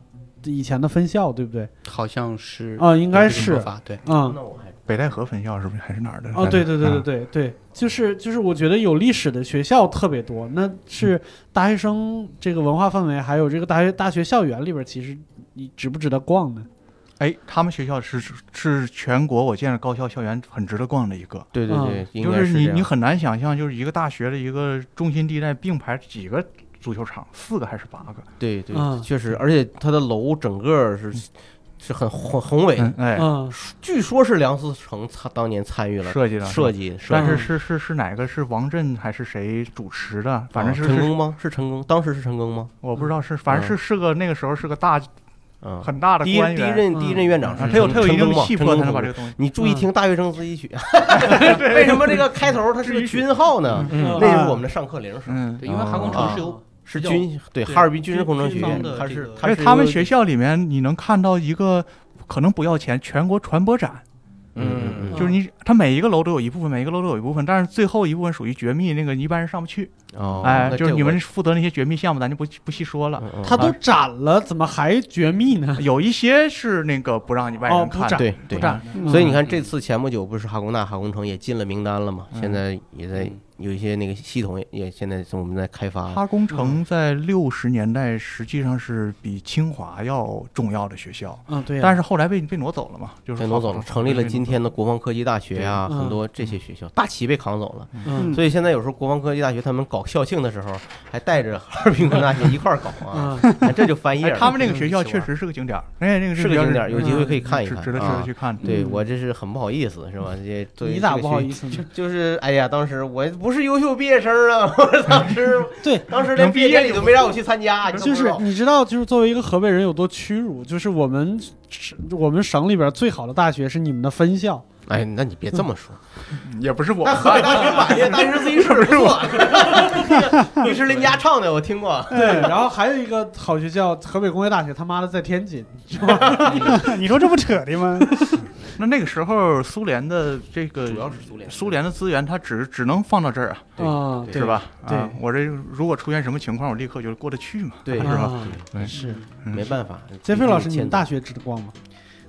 以前的分校，对不对？好像是啊、应应该是，对，嗯，那我还北戴河分校是不是还是哪儿的？哦，对对对对啊，对对，就是就是，我觉得有历史的学校特别多，那嗯是大学生这个文化氛围，还有这个大学大学校园里边，其实你值不值得逛呢？哎，他们学校是是是全国我见着高校校园很值得逛的一个，对对对嗯，应就该是你这样你很难想象，就是一个大学的一个中心地带并排几个足球场，四个还是八个？对对嗯，确实，而且它的楼整个是是很宏宏伟，嗯，哎，嗯，据说是梁思成参当年参与了设计的设。计，设但计是是是是哪个是王震还是谁主持的？反正是陈是，庚啊吗？是陈庚，当时是陈庚吗？我不知道是，反正是是个那个时候是个大嗯，很大的第一官第一员，任嗯第一任院长啊是他有陈他有一陈定庚的嘛气魄陈庚才能把同志这个东嗯西。你注意听大学生自己 曲，啊为什么这个开头它是个军号呢？嗯啊那就是我们的上课铃声，啊嗯，对因为啊哈工啊程是由是叫军对对哈尔滨军事工程学军院方的，它这是个哎它而是且他们一个学校里面，你能看到一个可能不要钱全国传播展，嗯就是你它每一个楼都有一部分，每一个楼都有一部分，但是最后一部分属于绝密，那个一般人上不去。哦，哎那，就是这你我们负责那些绝密项目，咱就不不细说了。嗯嗯他都展了，怎么还绝密呢？有一些是那个不让你外哦人不看的，展对不对。占。嗯嗯所以你看，这次前不久不是哈工大、哈工程也进了名单了嘛？嗯现在也在嗯有一些那个系统也也现在是我们在开发。哈工程在六十年代实际上是比清华要重要的学校，嗯，对呀、但是后来被被挪走了嘛，就啊是被挪走了，成立了今天的。的国防科技大学啊，对嗯很多这些学校，大旗被扛走了。嗯所以现在有时候国防科技大学他们搞校庆的时候，还带着哈尔滨工大学一块儿搞啊，嗯，哎这就翻页哎了。他们那个学校这就是确实是个景点儿，哎，那个是个景点儿，有机嗯会可以看一是看，值得值啊得去看的。对嗯我这是很不好意思，是吧？这对你咋这个不好学意思呢？ 就是哎呀，当时我不是优秀毕业生啊，我说当时 对，当时连能毕毕业业典礼都没让我去参加，你都就不知是道你知道，就是作为一个河北人有多屈辱，就是我们我们省里边最好的大学是你们的分校，哎，那你别这么说，嗯也不是我那河北大学晚些，当 时自己水 不错，尉迟林家唱的我听过，对，然后还有一个好学校，河北工业大学，他妈的在天津， 你说这不扯的 吗？ 那那个时候苏联的这个是苏联苏联的资源，它只只能放到这儿啊，对啊，对是吧？对啊，我这如果出现什么情况，我立刻就过得去嘛。对是啊吧？对对是，嗯没办法。杰飞老师，毕你竟们大学值得逛吗？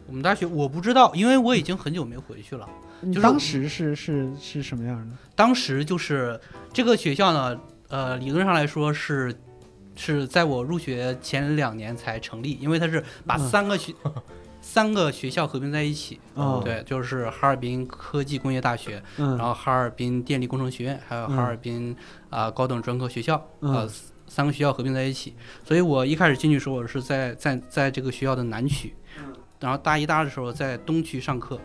我们大学我不知道，因为我已经很久没回去了。你就是当时是是是什么样的？当时就是这个学校呢，呃，理论上来说是是在我入学前两年才成立，因为它是把嗯三个学、三个学校合并在一起。哦对，就是哈尔滨科技工业大学，嗯，然后哈尔滨电力工程学院，还有哈尔滨啊、高等专科学校，嗯呃，三个学校合并在一起。所以我一开始进去的时候，我是在在在这个学校的南区，然后大一、大二的时候在东区上课，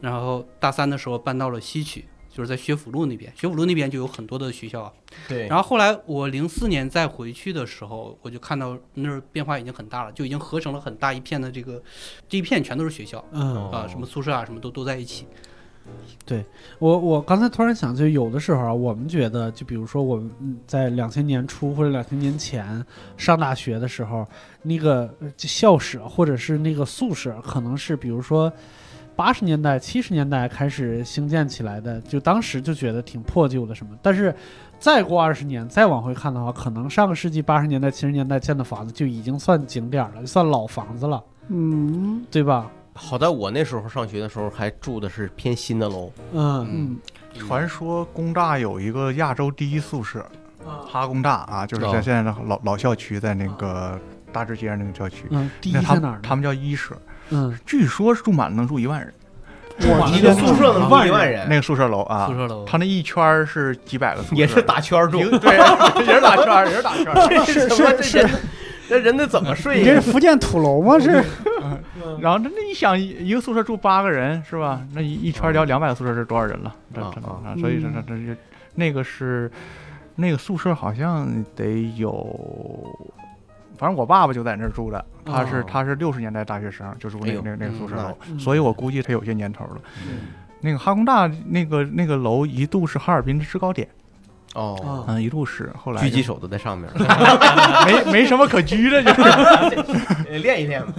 然后大三的时候搬到了西区，就是在学府路那边。学府路那边就有很多的学校啊。对，然后后来我零四年再回去的时候，我就看到那儿变化已经很大了，就已经合成了很大一片的这个，这一片全都是学校嗯哦，啊、什么宿舍啊，什么都都在一起。我我刚才突然想，就有的时候啊，我们觉得，就比如说我们嗯在两千年初或者两千年前上大学的时候，那个呃就校舍或者是那个宿舍，可能是比如说八十年代、七十年代开始兴建起来的，就当时就觉得挺破旧的什么。但是再过二十年，再往回看的话，可能上个世纪八十年代、七十年代建的房子就已经算景点了，就算老房子了，嗯对吧？好在我那时候上学的时候还住的是偏新的楼，嗯嗯，传说工大有一个亚洲第一宿舍，哈工大啊，就是哦在现在的老老校区，在那个大直街上那个郊区。嗯，第一那在他们哪儿呢？他们叫一舍，嗯，据说住满了能住一万人，我一天个哪宿舍能住一万那人，个宿舍楼啊宿，舍楼他那一圈儿是几百个宿舍，也是打圈儿住，一个对， 也是打圈儿，也是打圈儿，这是什么是 这人这人得怎么睡你这是呀？福建土楼吗？是然后那那你想一一个宿舍住八个人是吧？那一一圈儿要两百个宿舍是多少人了？这啊这啊啊，所以这这这这那个是那个宿舍好像得有，反正我爸爸就在那儿住的，他是哦他是六十年代大学生，就住那个哎那呦个那个宿舍楼，嗯所以我估计他有些年头了。嗯那个哈工大那个那个楼一度是哈尔滨的制高点，哦，啊嗯，一度是后来狙击就手都在上面， 没没什么可狙的， 就是练一练吧。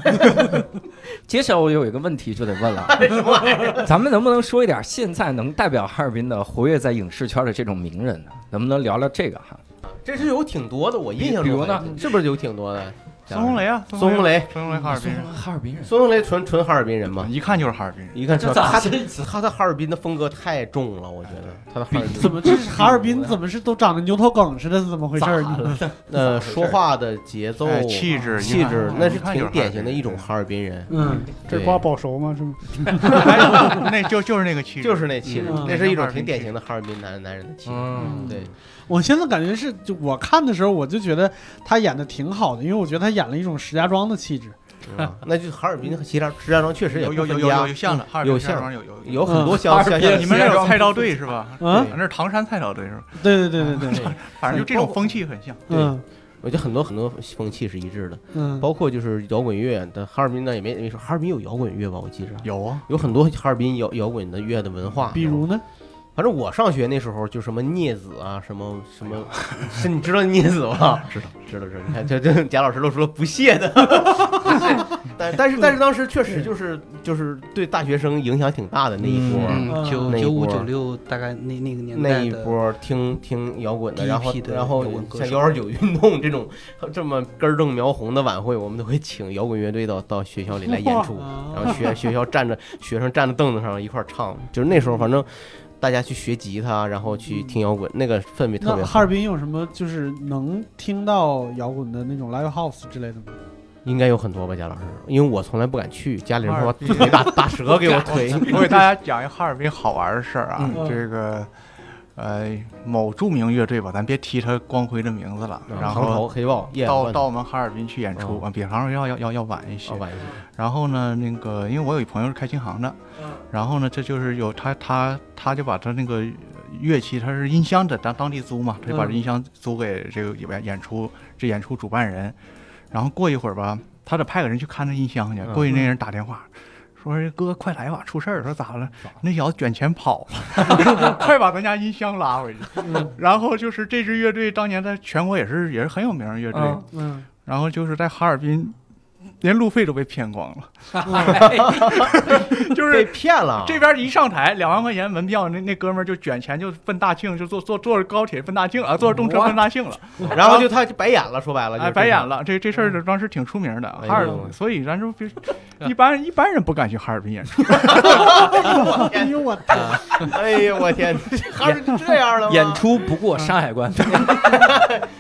接下来我有一个问题就得问了，啊咱们能不能说一点现在能代表哈尔滨的活跃在影视圈的这种名人呢？能不能聊聊这个哈？这是有挺多的，我印象中比如呢好像是不是有挺多的？孙红雷啊，孙红雷，雷，孙红雷哈尔滨人，哈尔滨人，孙红雷纯纯哈尔滨人吗？一看就是哈尔滨人。一看这咋他他的哈尔滨的风格太重了，我觉得他的哈尔怎滨么这是哈尔滨怎么是都长得牛头梗似的？怎么回事儿？嗯咋你 呃说话的节奏、哎气质气质，那是一看就挺是典型的一 种哈尔滨人。嗯这对瓜保熟吗？是吗？哎那就就是那个气质，就是那气质嗯，那是一种挺典型的哈尔滨男男人的气质。嗯，对，我现在感觉是，就我看的时候，我就觉得他演的挺好的，因为我觉得他演了一种石家庄的气质。嗯那就哈尔滨和石家石家庄确实也有不有有分有有家嗯有，像的，哈尔有滨石家像庄有有有很多嗯哈像尔滨像像你们那有菜刀队是嗯吧？啊，那是唐山菜刀队 是吧？对对对对对，对，反正就这种风气很像。对嗯我觉得很多很多风气是一致的，嗯，包括就是摇滚乐，但哈尔滨呢也没没说哈尔滨有摇滚乐吧？我记着有啊， 有很多哈尔滨摇摇滚的乐的文化，比如呢？反正我上学那时候就什么聂子啊，什么什么，是你知道聂子吗？啊知道，知道，知道。你看，这这贾老师露出了不屑的， 但但是但是当时确实就是就是对大学生影响挺大的那一波，啊嗯嗯，九那一九五波九六大概那那个年代那一的波听听摇滚的，然后第一批的然后摇滚歌像手幺二九运动这种这么根正苗红的晚会，我们都会请摇滚乐队到到学校里来演出。然后学学校站着学生站在凳子上一块儿唱，就是那时候反正大家去学吉他，然后去听摇滚，那个氛围特别那好。哈尔滨有什么就是能听到摇滚的那种 live house 之类的吗？应该有很多吧，贾老师，因为我从来不敢去，家里人哈说尔滨腿打打折给我推。 我 给大家讲一个哈尔滨好玩的事儿啊嗯，这个呃某著名乐队吧，咱别提他光辉的名字了，然唐朝后黑豹夜到晚到我们哈尔滨去演出嗯啊，比杭州要要要要晚一些哦。晚上然后呢，那个因为我有一朋友是开琴行的，然后呢，这就是有他他他就把他那个乐器，他是音箱的当当地租嘛，他就把嗯音箱租给这个演演出这演出主办人，然后过一会儿吧，他得派个人去看那音箱去，嗯过去那人打电话。说哥，快来吧，出事儿了！说咋了？那小子卷钱跑了， 快把咱家音箱拉回去。然后就是这支乐队当年在全国也是也是很有名的乐队，嗯嗯然后就是在哈尔滨连路费都被骗 光了， 就哎被是。骗了。这边一上台，两万块钱门票，那那哥们儿就卷钱就奔大庆，就坐坐坐着高铁奔大庆啊，坐着动车奔大庆了，然后就他就白演了，说白了就哎，是白这演种。了。这这事儿当时挺出名的，哎呦哈尔，所以咱就 别一般一般人不敢去哈尔滨演出，哎呦我哎呦我 天，还是这样了啊吗？演出不过山海关，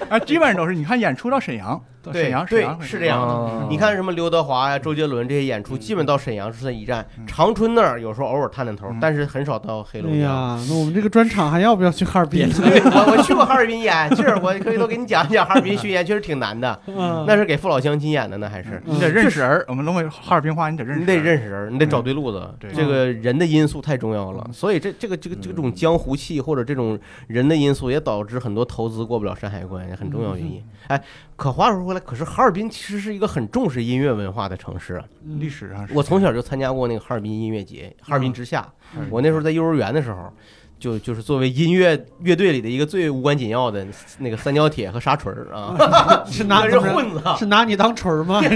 啊，基本上都是你看演出到沈阳，到对沈阳沈阳对沈阳是这样的。哦你看什么刘德华呀、周杰伦这些演出，基本到沈阳是算一站，长春那儿有时候偶尔探探头嗯，但是很少到黑龙哎江。呀，那我们这个专场还要不要去哈尔滨？我我去过哈尔滨演，就是我可以都给你讲一讲哈尔滨巡演，确实挺难的。那那是给父老乡亲演的呢，还是你得认识人。我们东北哈尔滨话，你得认识，嗯你得。认识人，你得找对路子。对嗯这个人的因素太重要了，所以这这个这个这种江湖气或者这种人的因素，也导致很多投资过不了山海关，也很重要原嗯因。哎，可话说回来，可是哈尔滨其实是一个很重视音乐文化的城市啊。嗯历史上是，嗯我从小就参加过那个哈尔滨音乐节，哈尔滨之夏。我那时候在幼儿园的时候，就就是作为音乐乐队里的一个最无关紧要的那个三角铁和沙锤儿 啊，是拿是混子啊，是拿你当锤儿吗？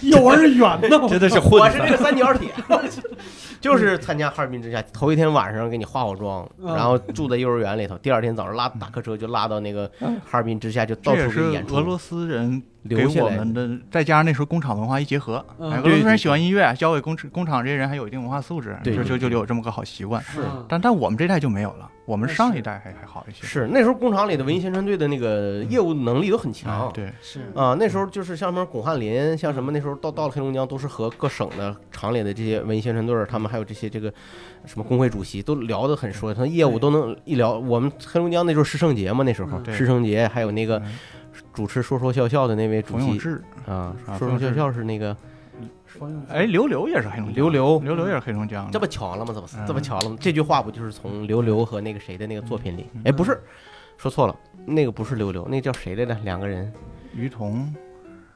幼儿园呢？我真的是我混是子这个三角 铁，就是参加哈尔滨之夏，头一天晚上给你化好妆，嗯然后住在幼儿园里头，第二天早上拉大客车就拉到那个哈尔滨之夏，就到嗯处这也是给演出。俄罗斯人给留下我来的们的，再加上那时候工厂文化一结合，嗯哎俄对罗斯对对人喜欢音乐，交给工工厂这些人还有一定文化素质，对就对就就对有这么个好习惯。是嗯但但我们这代就没有了，我们那上是一代还还好一些。是那时候工厂里的文艺宣传队的那个业务能力都很啊强，，嗯对，是啊，那时候就是像什么巩汉林，像什么那时候到到了黑龙江，都是和各省的厂里的这些文艺宣传队儿，他们还有这些这个什么工会主席都聊得很熟，他业务都能一聊。我们黑龙江那时候师圣节嘛，那时候嗯对师圣节还有那个嗯主持说说笑笑的那位主冯永席志，啊，啊说说冯永志笑笑是那个，哎，刘流也是黑龙江，刘流刘流也是黑龙江的，这不巧了吗？怎么嗯这么巧了吗？这句话不就是从刘流和那个谁的那个作品里？嗯哎，不是，说错了，那个不是刘流，那叫谁来着？两个人于彤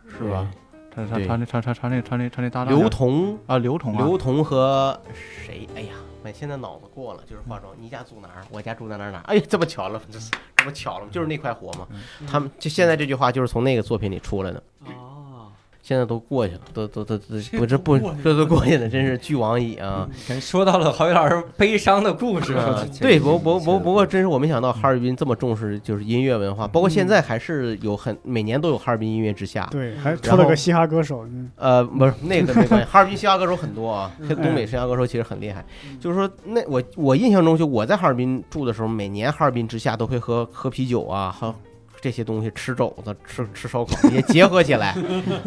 是对吧？他他对他那他他他那他那他那搭档刘叫同啊，刘彤啊，刘同和谁？哎呀，我现在脑子过了，就是化妆。嗯你家住哪儿？我家住在哪儿哪儿？哎呀，这不巧了，这是这不巧了嗯吗？就是那块活嘛。他们就现在这句话就是从那个作品里出来的，哦啊，现在都过去了，都都都都这不这不都过去了这都过去了，真是俱往矣啊！说到了郝宇老师悲伤的故事啊，对，不不不不过，真是我没想到哈尔滨这么重视就是音乐文化，包括现在还是有很每年都有哈尔滨音乐之夏。对，还出了个嘻哈歌手，嗯呃，不是那个没关系，哈尔滨嘻哈歌手很多啊，嗯跟东北嘻哈歌手其实很厉害。嗯就是说，那我我印象中，就我在哈尔滨住的时候，每年哈尔滨之夏都会喝喝啤酒啊，喝这些东西，吃肘子，吃吃烧烤，也结合起 来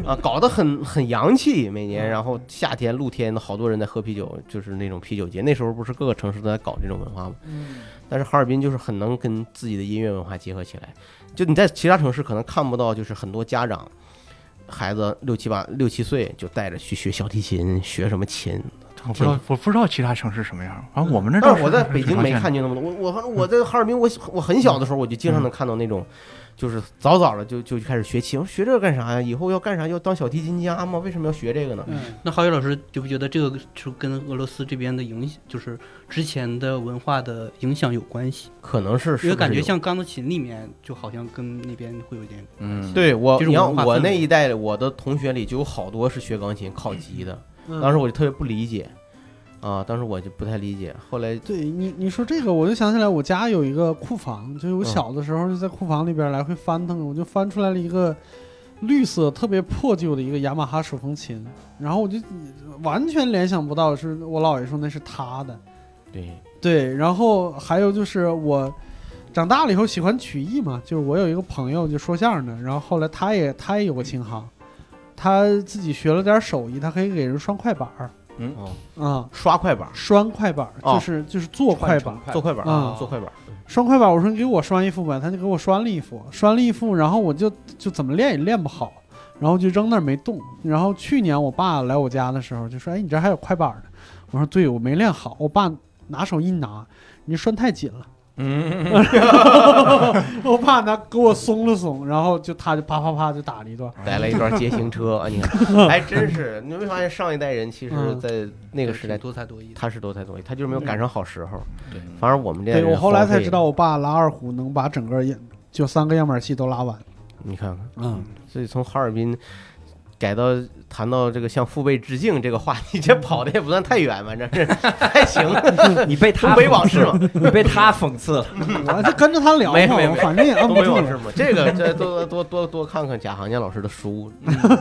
啊，搞得很很洋气。每年，然嗯后夏天露天的好多人在喝啤酒，就是那种啤酒节。那时候不是各个城市都在搞这种文化吗？嗯但是哈尔滨就是很能跟自己的音乐文化结合起来。就你在其他城市可能看不到，就是很多家长孩子六七八六七岁就带着去学小提琴，学什么琴。我不知道，我不知道其他城市什么样儿。反正我们那但倒是是我在北京没看见。见那么多。我我反正我在哈尔滨，我我很小的时候我就经嗯常能看到那种，就是早早的就就开始学琴，我说学这个干啥呀？以后要干啥？要当小提琴家吗？为什么要学这个呢？嗯那郝宇老师觉不觉得这个就跟俄罗斯这边的影响，就是之前的文化的影响有关系？可能是是因为不感是觉有像钢琴里面，就好像跟那边会有点嗯，对我，这种你看文化我氛那围一代，我的同学里就有好多是学钢琴考级的，嗯当时我就特别不理解，啊，当时我就不太理解。后来对你你说这个，我就想起来我家有一个库房，就是我嗯小的时候就在库房里边来回翻腾，我就翻出来了一个绿色特别破旧的一个雅马哈手风琴，然后我就完全联想不到是我姥爷说那是他的，对，对，然后还有就是我长大了以后喜欢曲艺嘛，就是我有一个朋友就说相声的，然后后来他也他也有个琴行，他自己学了点手艺，他可以给人拴快板儿哦，啊、刷快板儿，拴快板儿哦就是就是做快板儿。做快板儿，啊做快板儿，拴快板，我说你给我拴一副吧，他就给我拴了一副，拴了一副，然后我就就怎么练也练不好，然后就扔那儿没动。然后去年我爸来我家的时候就说：“哎，你这还有快板呢？”我说：“对，我没练好。”我爸拿手一拿，你拴太紧了。 嗯，我爸拿给我松了松，然后就他就啪啪啪就打了一段。来了一 段街行车啊，你看，还真是，你没发现上一代人其实，嗯在那个时代多才多艺的。他是多才多艺，他就是没有赶上好时候。对反正我们这代对人我后来荒废才知道，我爸拉二胡能把整个演就三个样板戏都拉完。 你看看，嗯，所以从哈尔滨改到谈到这个向父辈致敬这个话题，这跑的也不算太远，反正 是还行。你被他东北 往事嘛， 你被他讽刺了。我就跟着他聊没嘛，没我没反正啊也摁东不北住往事了。嘛，这个这多多多多看看贾行家老师的书，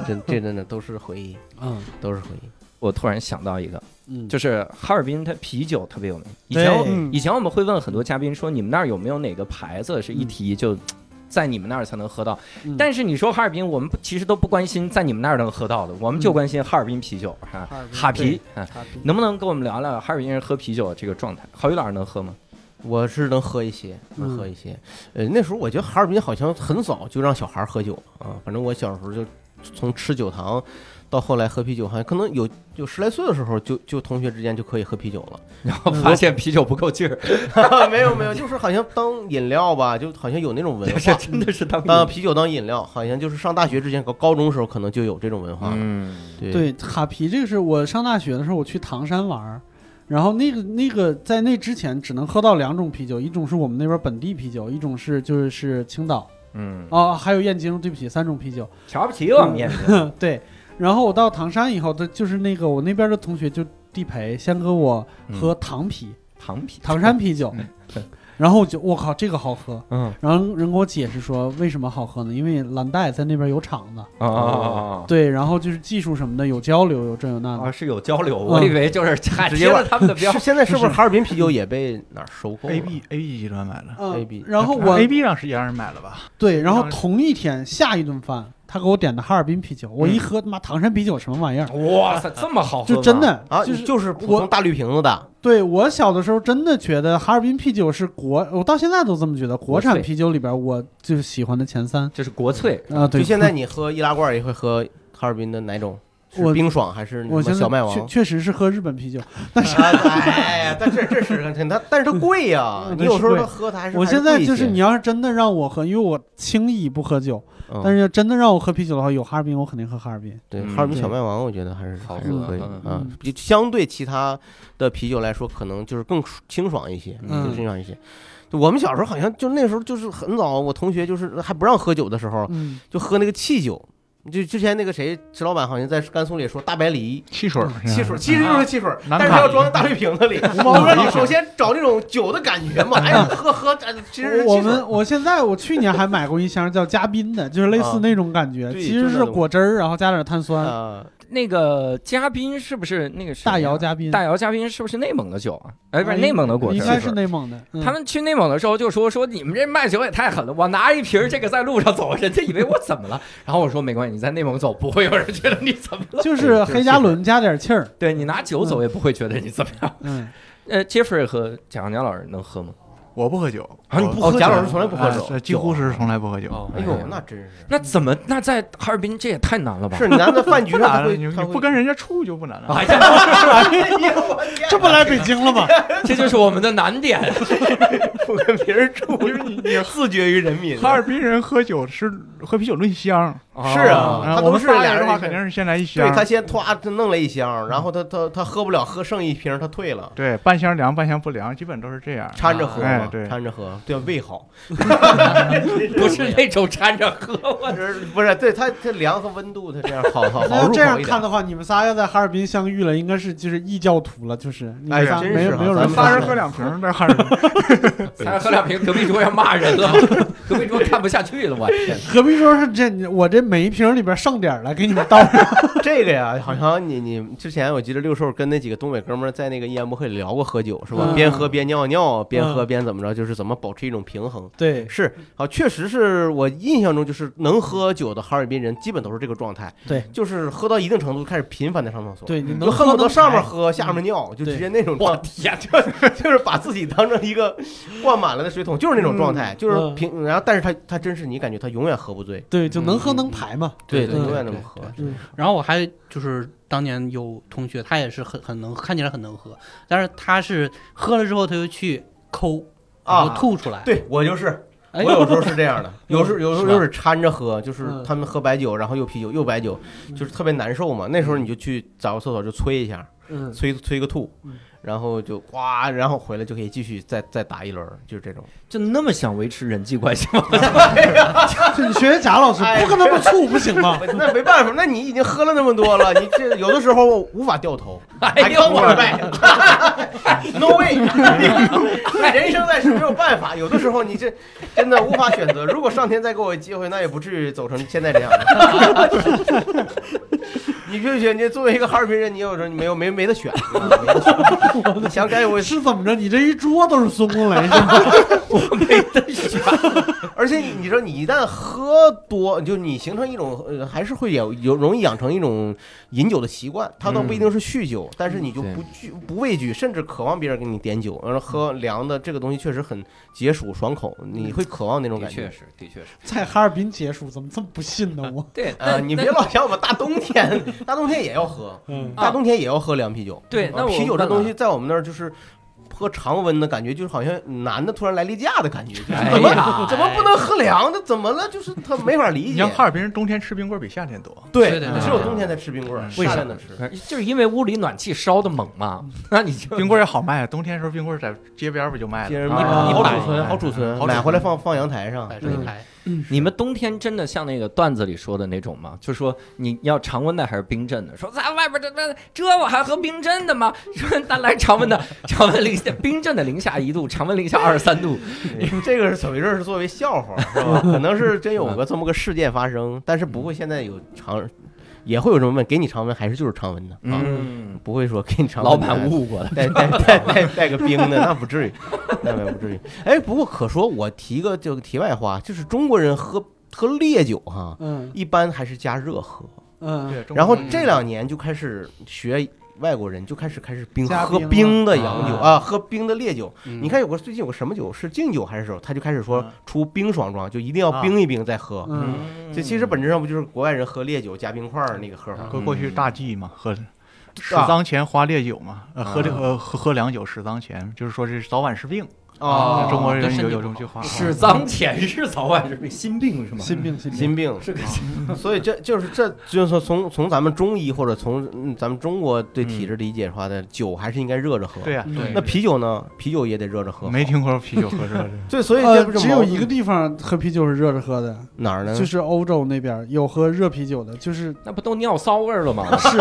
真这真的都是回忆，嗯都是回忆。我突然想到一个，嗯，就是哈尔滨它啤酒特别有名。以对前我嗯以前我们会问很多嘉宾说，你们那儿有没有哪个牌子是一提就在你们那儿才能喝到？嗯但是你说哈尔滨，我们不其实都不关心在你们那儿能喝到的，我们就关心哈尔滨啤酒啊，哈尔滨哈啤对啊，哈嗯啤能不能跟我们聊聊哈尔滨人喝啤酒这个状态？郝宇老师能喝吗？ 我是能喝一些，能喝一些。呃，那时候我觉得哈尔滨好像很早就让小孩儿喝酒啊，反正我小时候就从吃酒堂到后来喝啤酒，好像可能有有十来岁的时候就就同学之间就可以喝啤酒了。然后发现啤酒不够劲儿，没有没 有，就是好像当饮料吧，就好像有那种 文这化是，真的是当嗯当啤酒当饮料，好像就是上大学之前，高高中时候可能就有这种文化了。嗯，对对哈啤这个是我上大学的时候，我去唐山玩儿，然后那个那个在那之前只能喝到两种啤酒，一种是我们那边本地啤酒，一种是就是是青岛嗯，啊、还有燕京，对不起，三种啤酒。 瞧不起我们也是，对，然后我到唐山以后，他就是那个我那边的同学就地陪，先给我嗯喝糖啤、糖啤，唐山啤酒，然后我就我靠这个好喝，嗯然后人给我解释说为什么好喝呢？因为蓝带在那边有厂子，啊啊啊啊！对，然后就是技术什么的有交流，有这有那的。嗯啊，是有交流，我以为就是还直贴接了他们的 标是，现在是不是哈尔滨啤酒也被哪儿收购了 A B A B 集团买了，啊嗯 AB 然后我 A B 让是也让人买了吧？对，然后让同一天下一顿饭，他给我点的哈尔滨啤酒，我一喝他妈唐山啤酒什么玩意儿，哇塞，这么好喝吗，就真的啊？就是就是普通我大绿瓶子的，对我小的时候真的觉得哈尔滨啤酒是国，我到现在都这么觉得，国国产粹啤酒里边我就是喜欢的前三就是国粹，啊。对，就现在你喝易拉罐儿也会喝哈尔滨的哪种？是我冰爽还是什我么现在小麦确王？确实是喝日本啤酒，啊哎呀，但这这是很它，但是它贵呀嗯你有时候对它喝它还是我现在就是，你你，要是真的让我喝，因为我轻易不喝酒，嗯但是要真的让我喝啤酒的话，有哈尔滨我肯定喝哈尔滨。对嗯哈尔滨小麦王，我觉得还是好还是喝可以嗯啊嗯，就相对其他的啤酒来说，可能就是更舒清爽一些，嗯更清爽一些。就我们小时候好像就那时候就是很早，我同学就是还不让喝酒的时候，嗯，就喝那个汽酒。就之前那个谁，石老板好像在甘肃里说大白梨，汽水儿，汽水，其实就是汽水，南但是它要卡装在大绿瓶子里。我说你首先找那种酒的感觉嘛，哎呀，喝喝，哎其实是我汽水们我现在我去年还买过一箱叫嘉宾的，就是类似那种感觉，啊对其实就是是那种果汁儿，然后加点碳酸，啊，那个嘉宾是不是那个谁呀大姚嘉宾，大姚嘉宾是不是内蒙的酒啊？哎，不是啊内蒙的果汁，应该是内蒙的。嗯他们去内蒙的时候就说说你们这卖酒也太狠了，我拿一瓶这个在路上走，人家以为我怎么了。 然后我说没关系，你在内蒙走不会有人觉得你怎么了， 嗯哎就是黑加仑加点气儿，对你拿酒走也不会觉得你怎么样。 嗯，呃，Jeffrey 和蒋洋老师能喝吗？我不喝酒，啊你我不哦喝，贾酒哎老师从来不喝啊酒，这几乎是从来不喝酒。哦嗯哎呦，那真是。 那怎么那在哈尔滨这也太难了吧？是男的饭局不上他难，会，啊你他你会啊不跟人家处就不难了。哎呀，这不来北京了吗？这就是我们的难 点。不跟别人处，你你自绝于人民 哈尔滨人喝酒是喝啤酒论箱，是啊他然后都我们是仨俩人的人话一肯起定是先来一对箱，他先唰，他弄了一箱，然后他他他喝不了，喝剩一瓶，他退了，对半箱凉半箱不凉，基本都是这样。掺着喝哎嘛，对掺着喝，对胃好， 不是那种掺着喝，我不是对他他凉和温度，他这样好好那好要入这样口一看点。的话，你们仨要在哈尔滨相遇了，应该是就是异教徒了，就是你哎们呀仨真没是有啊没有咱人们仨发人喝两瓶儿在哈尔滨，才喝两瓶，隔壁桌要骂人了，隔壁桌看不下去了，我天！何必说是这我这每一瓶里边剩点儿来给你们倒上？ 这个呀，好像你你之前我记得六兽跟那几个东北哥们儿在那个一言不合里聊过喝酒是吧？嗯边喝边尿尿，边嗯喝边怎么着，就是怎么保持一种平衡。对，是啊，确实是我印象中就是能喝酒的哈尔滨人基本都是这个状态，对，就是喝到一定程度开始频繁的上厕所，，对，你就能恨喝不得能上面排嗯喝下面尿，就直接那种我状，天，这 就是把自己当成一个灌满了的水桶，就是那种嗯状态，就是平，然后但是他他真是你感觉他永远喝不醉，对，就能喝嗯能排嘛。对对永远这么喝，嗯，然后我还就是当年有同学，他也是很很能，看起来很能喝，但是他是喝了之后他就去抠，然后啊吐出来。对我就是。哎我有时候是这样的，有时候有时候是吧就是掺着喝，就是嗯他们喝白酒，然后又啤酒又白酒，就是特别难受嘛。那时候你就去找个厕所就催一下，嗯，催催个吐嗯，然后就呱，然后回来就可以继续再再打一轮，就是这种。就那么想维持人际关系吗？你学学贾老师，哎不跟他们处不行吗？那没办法，那你已经喝了那么多了，你这有的时候无法掉头，哎还呦刚玩败，no way，人生在世没有办法，有的时候你这真的无法选择。如果上天再给我机会，那也不至于走成现在这样。 你觉不觉得你作为一个哈尔滨人，你有时候你没有没没得选，没得选你想改我是怎么着？你这一桌都是孙红雷，是吗？ 啊而且你说你一旦喝多，就你形成一种呃，还是会有有容易养成一种饮酒的习惯。它倒不一定是酗酒，但是你就不惧不畏惧，甚至渴望别人给你点酒。然后喝凉的这个东西确实很解暑爽口，你会渴望那种的感确觉。是，的确是，在哈尔滨结束，怎么这么不信呢？我，对啊、你别老想我们大冬天，大冬天也要喝，嗯大冬天也要喝凉啤酒。对啊那我啤酒这问了东西在我们那儿就是。喝常温的感觉，就是好像男的突然来例假的感觉，就是哎怎么、呀怎么不能喝凉的？怎么了？就是他没法理解。你像哈尔滨人冬天吃冰棍儿比夏天多，对，对对只对有对冬天才吃冰棍儿，为夏啥天能吃？就是因为屋里暖气烧的猛嘛，那你就冰棍儿也好卖，啊冬天的时候冰棍儿在街边儿不就卖了？接着买卖一好百储存，好储存，好储存买回来放放阳台上。摆出一排，你们冬天真的像那个段子里说的那种吗？就说你要常温的还是冰镇的？说咱外边这这这我还喝冰镇的吗？说咱来常温的，常温零下冰镇的零下一度，常温零下二十三度。 这个是怎么回事？是作为笑话，是吧？可能是真有个这么个事件发生，但是不会现在有常，也会有人问给你常温还是就是常温的啊？嗯，不会说给你常温老的板误过了。 带带带带带个冰的，那不至于， 那也不至于。哎，不过可说，我提个就题外话，就是中国人喝喝烈酒哈，嗯一般还是加热喝。嗯，对，中然后国人这两年就开始学外国人，就开始开始冰加喝冰冰的洋酒啊啊，喝冰的烈酒。嗯你看有个最近有个什么酒是敬酒还是什么，他就开始说嗯出冰爽装，就一定要冰一冰再喝。嗯，这其实本质上不就是国外人喝烈酒加冰块儿那个喝法过吗？过去大忌嘛，喝十嗯啊脏前花烈酒嘛，呃，喝这啊呃喝喝凉酒十脏前，就是说这早晚是病。啊，中国对人身有体有不这么好句话，是脏钱是早晚是病，啊心病是吗？心病心病，心病啊是个所以这就是这就是说从从咱们中医或者从嗯咱们中国对体质理解的话呢，酒还是应该热着喝。对，啊嗯呀，对那啤酒呢？啤酒也得热着喝。。没听过啤酒喝热的 对，所以这呃不，是只矛有盾一个地方喝啤酒是热着喝的，哪儿呢？ 就是 欧洲那边有喝热啤酒的，就是那不都尿骚味儿了吗？是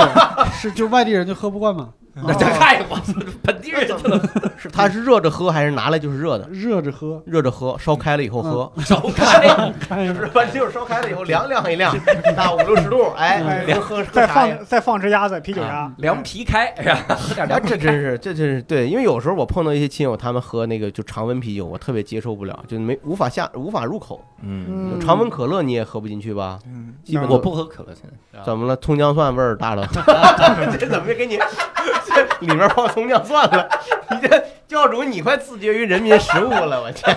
是，就外地人就喝不惯嘛，那这嗨，我本地人就能是它是热着喝还是拿来就是热的？热着喝，热着喝，烧开了以后喝， 少开。看一就是把酒烧开了以后晾晾一晾，大五六十度，哎，嗯凉喝喝再茶呀。啊放再放只鸭子，啤酒鸭，啊凉皮开，是吧喝点哎，凉这皮真开。是，这真是对，因为有时候我碰到一些亲友，他们喝那个就常温啤酒，我特别接受不了，就没无法下无法入口。嗯，嗯常温可乐你也喝不进去吧？嗯，基本嗯我都不喝可乐，现在 怎么了？葱姜蒜味儿大了， 这怎么没给 你？这里面放葱姜蒜了？你这教主，你快自绝于人民食物了，我天！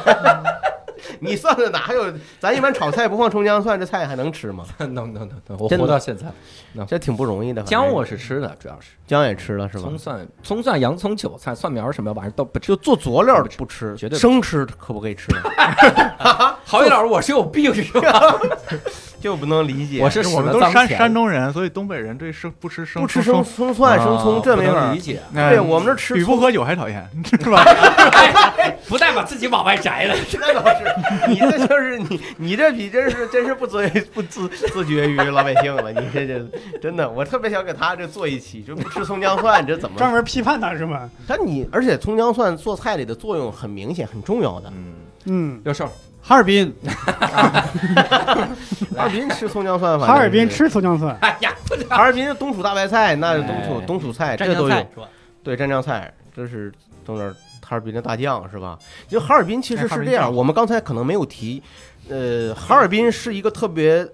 你算算哪有？咱一般炒菜不放葱姜蒜，这菜还能吃吗？能能能能，我真的活到现在。这挺不容易的。反正姜我是吃的，主要是姜也吃了是吧葱？蒜、葱蒜、洋葱、韭菜、蒜苗什么玩意儿都不吃就。做佐料不吃，绝对不吃生吃可不可以吃？郝宇老师，我是有病是吧？ 就不能理解。我是我使们了都是脏山钱啊山东人，所以东北人对生不吃生不吃生生生生蒜、生啊葱，这没不法能儿理。解，哎对我们这吃比不葱喝酒还讨 厌，是吧？ 不带把自己往外摘了。 那倒是，你这就是你，你这比真是真是不自不自自绝于老百姓了。你这这真的，我特别想给他这做一期，就不吃葱姜蒜，这怎么？专门批判他是吗？但你而且葱姜蒜做菜里的作用很明显，很重要的。嗯，嗯，刘寿，哈尔滨，哈尔滨吃葱姜蒜，反哈正尔滨是吃葱姜蒜，哎呀，不哈尔滨是东楚大白菜，那是东楚哎东楚菜，蘸这酱都有菜。是吧？对蘸酱菜，这是整点哈尔滨的大酱是吧？就哈尔滨其实哎哈尔是滨这样，酱我们刚才可能没有提，呃，哈尔滨是一个特别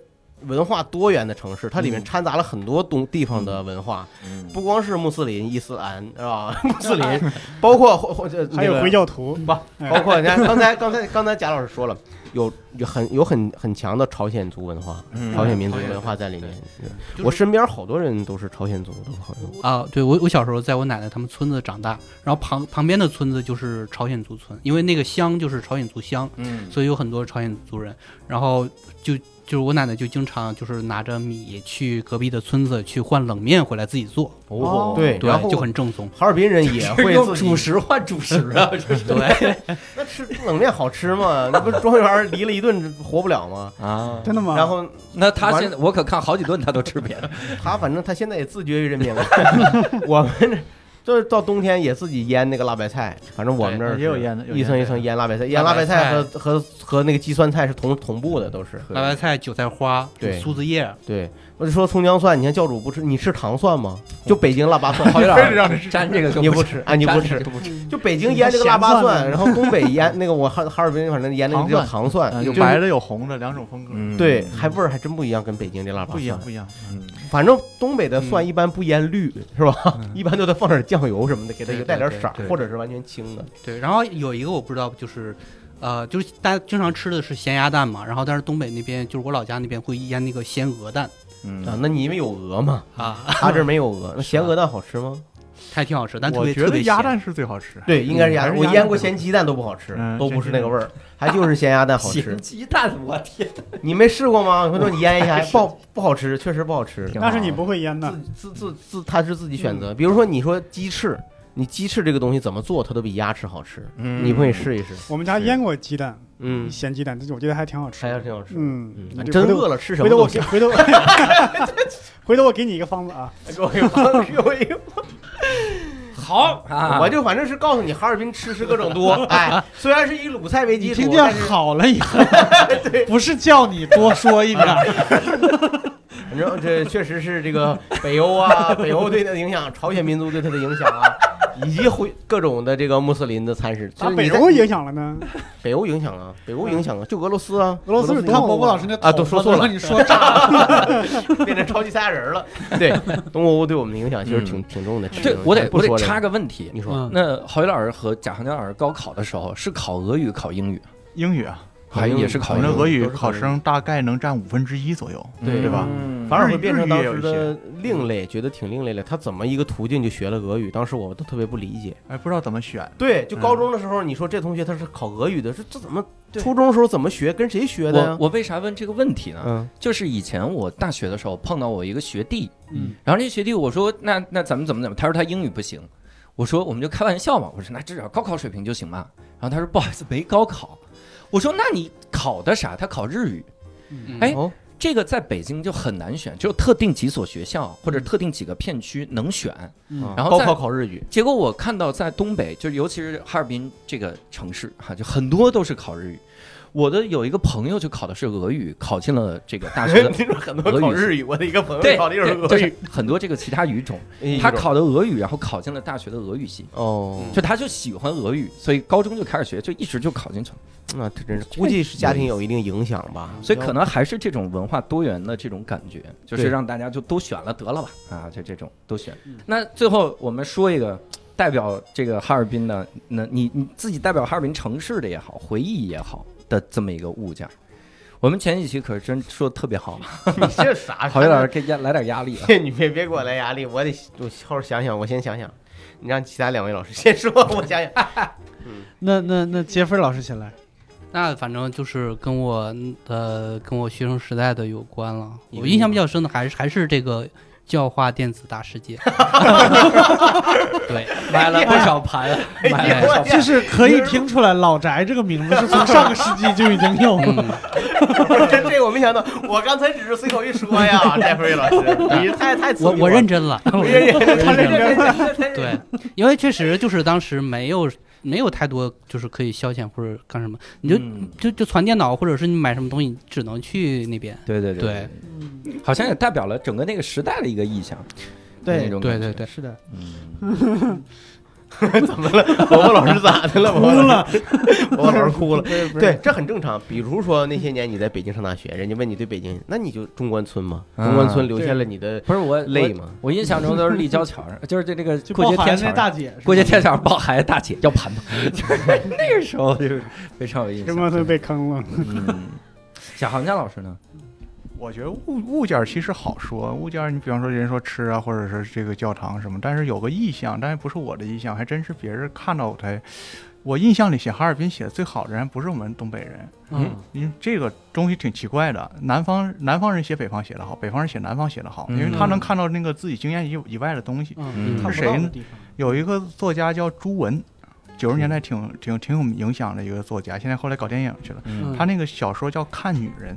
文化多元的城市，它里面掺杂了很多东地方的文化，嗯不光是穆斯林、伊斯兰是吧？ 穆斯林，包括或或者啊还有回教徒，包括你看刚才刚才刚才贾老师说了，有有很有很很强的朝鲜族文化、嗯朝鲜民族朝鲜文化在里面。就是我身边好多人都是朝鲜族的朋友，啊，对我我小时候在我奶奶他们村子长大，然后旁旁边的村子就是朝鲜族村，因为那个乡就是朝鲜族乡，嗯所以有很多朝鲜族人。然后就就是我奶奶就经常就是拿着米去隔壁的村子去换冷面回来自己做，哦对，对然，后就很正宗。哈尔滨人也是会用 自己主食换主食啊，这是对，那吃冷面好吃吗？ 那不是庄园离了一顿活不了吗？啊真的吗？然后那他现在我可看好几顿他都吃别 的，他反正他现在也自绝于人民了。我们这就是到冬天也自己腌那个辣白菜，反正我们这儿对也有是腌的有一层一腌的层腌辣白菜，腌辣白菜和和和那个鸡酸菜是同同步的，都是。辣白菜、韭菜花、对苏子叶，对，我就说葱姜蒜，你看教主不吃，你吃糖蒜吗？就北京辣 八蒜，好点非得儿。让你吃沾这个就你不不吃啊你不吃 沾这个就不吃，就北京腌这个辣八蒜，然后东北腌 那个我哈哈尔滨反正腌那个叫糖蒜，呃就有是白的有红的两种风格，嗯对，还味儿还真不一样，跟北京这腊八不一样蒜。不一样。嗯反正东北的蒜一般不腌绿，是吧？一般都得放点酱油什么的，给它对有带点色儿对对，对或者是完全清的。对，然后有一个我不知道，就是，呃，就是大家经常吃的是咸鸭蛋嘛，然后但是东北那边就是我老家那边会腌那个咸鹅蛋啊嗯，，那你们有鹅吗？啊，他这儿没有鹅，那咸鹅蛋好吃吗？ 还挺好吃，但特我别觉特得别鸭咸。蛋是最好吃，对，应该是鸭还蛋。是我鸭腌蛋过最好咸鸡蛋都不好吃，嗯都不是那个味儿，还就是咸鸭蛋好吃咸。鸡蛋，我天，你没试过吗？回头你腌一下，不好不好吃，确实不好吃。挺好那是你不会腌的，自自自自，他是自己选择。比如说，你说鸡翅，你鸡翅这个东西怎么做，它都比鸭翅好吃。嗯你不会试一试？我们家腌过鸡蛋，嗯，咸鸡蛋，这我觉得还挺好吃还的。是挺好吃。嗯，嗯，你真回头饿了吃什么啊回头都我行给。回头回头我 给你一个方 子啊，给我一个，给我一个，好啊，我就反正是告诉你，哈尔滨吃是各种多。哎，虽然是以鲁菜为基你础听，见但是好了以后，不是叫你多 说一点儿，反正这确实是这个北欧啊，北欧对它的影响，朝鲜民族对它的影响啊，以及回各种的这个穆斯林的餐食，就是把你啊北在欧影响 了呢。北欧影响啊，北欧影响啊，就俄罗斯啊，俄罗斯是你看波波老师那啊都说错了让你说炸了，变成超级赛亚人了。对，东欧对我们的影响其实挺挺重的。这我得不我得说这个插，个问题，你说嗯那郝宇老师和贾航江老师高考的时候是考俄语考英语，英语啊，还也是我考们的英俄语，语都是考生大概能占五分之一左右，对对吧？嗯反而会变成当日时嗯语也有的另类，觉得挺另类的。他怎么一个途径就学了俄语？当时我都特别不理解。哎，不知道怎么选，对，就嗯高中的时候，你说这同学他是考俄语的，这这怎么对初中的时候怎么学，跟谁学的我呀？我为啥问这个问题呢？嗯，就是以前我大学的时候碰到我一个学弟，嗯，然后这学弟我说那那咱们怎么怎么？他说他英语不行，我说我们就开玩笑嘛，我说那至少高考水平就行吧。然后他说不好意思没高考，我说那你考的啥？他考日语，嗯哎哦，这个在北京就很难选，只有特定几所学校或者特定几个片区能选。嗯然后高再考考日语，。结果我看到在东北，就是尤其是哈尔滨这个城市哈，就很多都是考日语。我的有一个朋友就考的是俄语，考进了这个大学的 说很多考日语，我的一个朋友对考的就是对，俄就语是，很多这个其他语种，哎他一种考的俄语，然后考进了大学的俄语系，哦，就他就喜欢俄语，所以高中就开始学，就一直就考进去了。 那这真是估计是家庭有一定影响吧，所以可能还是这种文化多元的这种感觉，就是对让大家就都选了得了吧，啊，就这种都选。那最后我们说一个代表这个哈尔滨的，那你你自己代表哈尔滨城市的也好，回忆也好的这么一个物件儿。我们前几期可是真说的特别 好， 你这啥？郝宇老师给压来点压力啊。 你别别给我来压力，我得我好好想想，我先想想。你让其他两位老师先说，我想想。 那那那杰芬老师先来，那反正就是跟我呃跟我学生时代的有关了。我印象比较深的还是还是这个教化电子大世界。对，买了不少盘， 买了不啊少盘。就是可以听出来“老宅”这个名字是从上个世纪就已经有了。嗯， 这个我没想到，我刚才只是随口一说呀，戴飞老师，你太太我我认真了，我哎认真，他认真，对，因为确实就是当时没有没有太多就是可以消遣或者干什么，你就、嗯就就传电脑或者是你买什么东西，你只能去那边。对对嗯对，好像也代表了整个那个时代的一个意象，那对种对感觉对对，是的，嗯，哎怎么了？我们老师咋的 了？哭了，我老师哭了。对对，这很正常。比如说那些年你在北京上大学，人家问你对北京，那你就中关村嘛，啊中关村留下了你的不是我泪我嘛。我印象中都是立交桥上，就是这这个就过包街含天那桥大上，姐，是吧过街天桥上抱孩子 大姐要盘吗？就是那个时候就是非常有印中象。关村被坑了，嗯贾行家老师呢？我觉得物物件儿其实好说，物件儿你比方说人说吃啊，或者是这个教堂什么，但是有个意向，但是不是我的意向，还真是别人看到我才。我印象里写哈尔滨写的最好的人还不是我们东北人，嗯因为这个东西挺奇怪的。南方南方人写北方写的好，北方人写南方写的好，因为他嗯能看到那个自己经验以以外的东西。嗯，看不谁到的呢地方有一个作家叫朱文，九十年代挺挺挺有影响的一个作家，现在后来搞电影去了。嗯他那个小说叫《看女人》，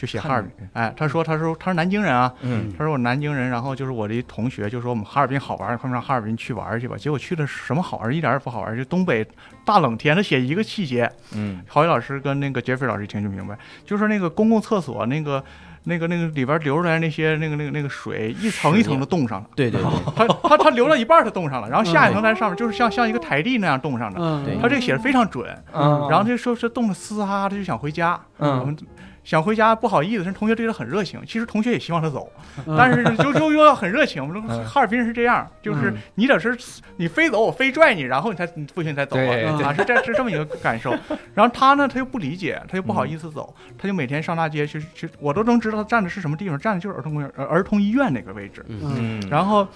就写哈尔滨看女人。哎，他说他说他是南京人啊，嗯他说我南京人，然后就是我的一同学就说我们哈尔滨好玩，快上哈尔滨去玩去吧。结果去了什么好玩，一点儿也不好玩，就东北大冷天，他写一个细节，嗯郝宇老师跟那个杰斐老师一听就明白，就是那个公共厕所那个。那个那个里边流出来那些那个那个那个水一层一层的冻上了， 对对对，它它它流到一半儿它冻上了，然后下一层在上面就是像像一个台地那样冻上的，嗯，对他这个写的非常准，嗯然后他就说是冻得嘶哈，他就想回家，嗯我们想回家不好意思，但是同学对他很热情，其实同学也希望他走，嗯但是就就又要很热情，我们 嗯说哈尔滨人是这样，就是你得是你非走我非拽你，然后你才你不行你才走对啊，对啊是这是这么一个感受。 然后他呢他又不理解，他又不好意思走，他就每天上大街去去，我都能知道他站的是什么地方，站的就是儿童公园呃儿童医院那个位置，嗯嗯嗯，然后。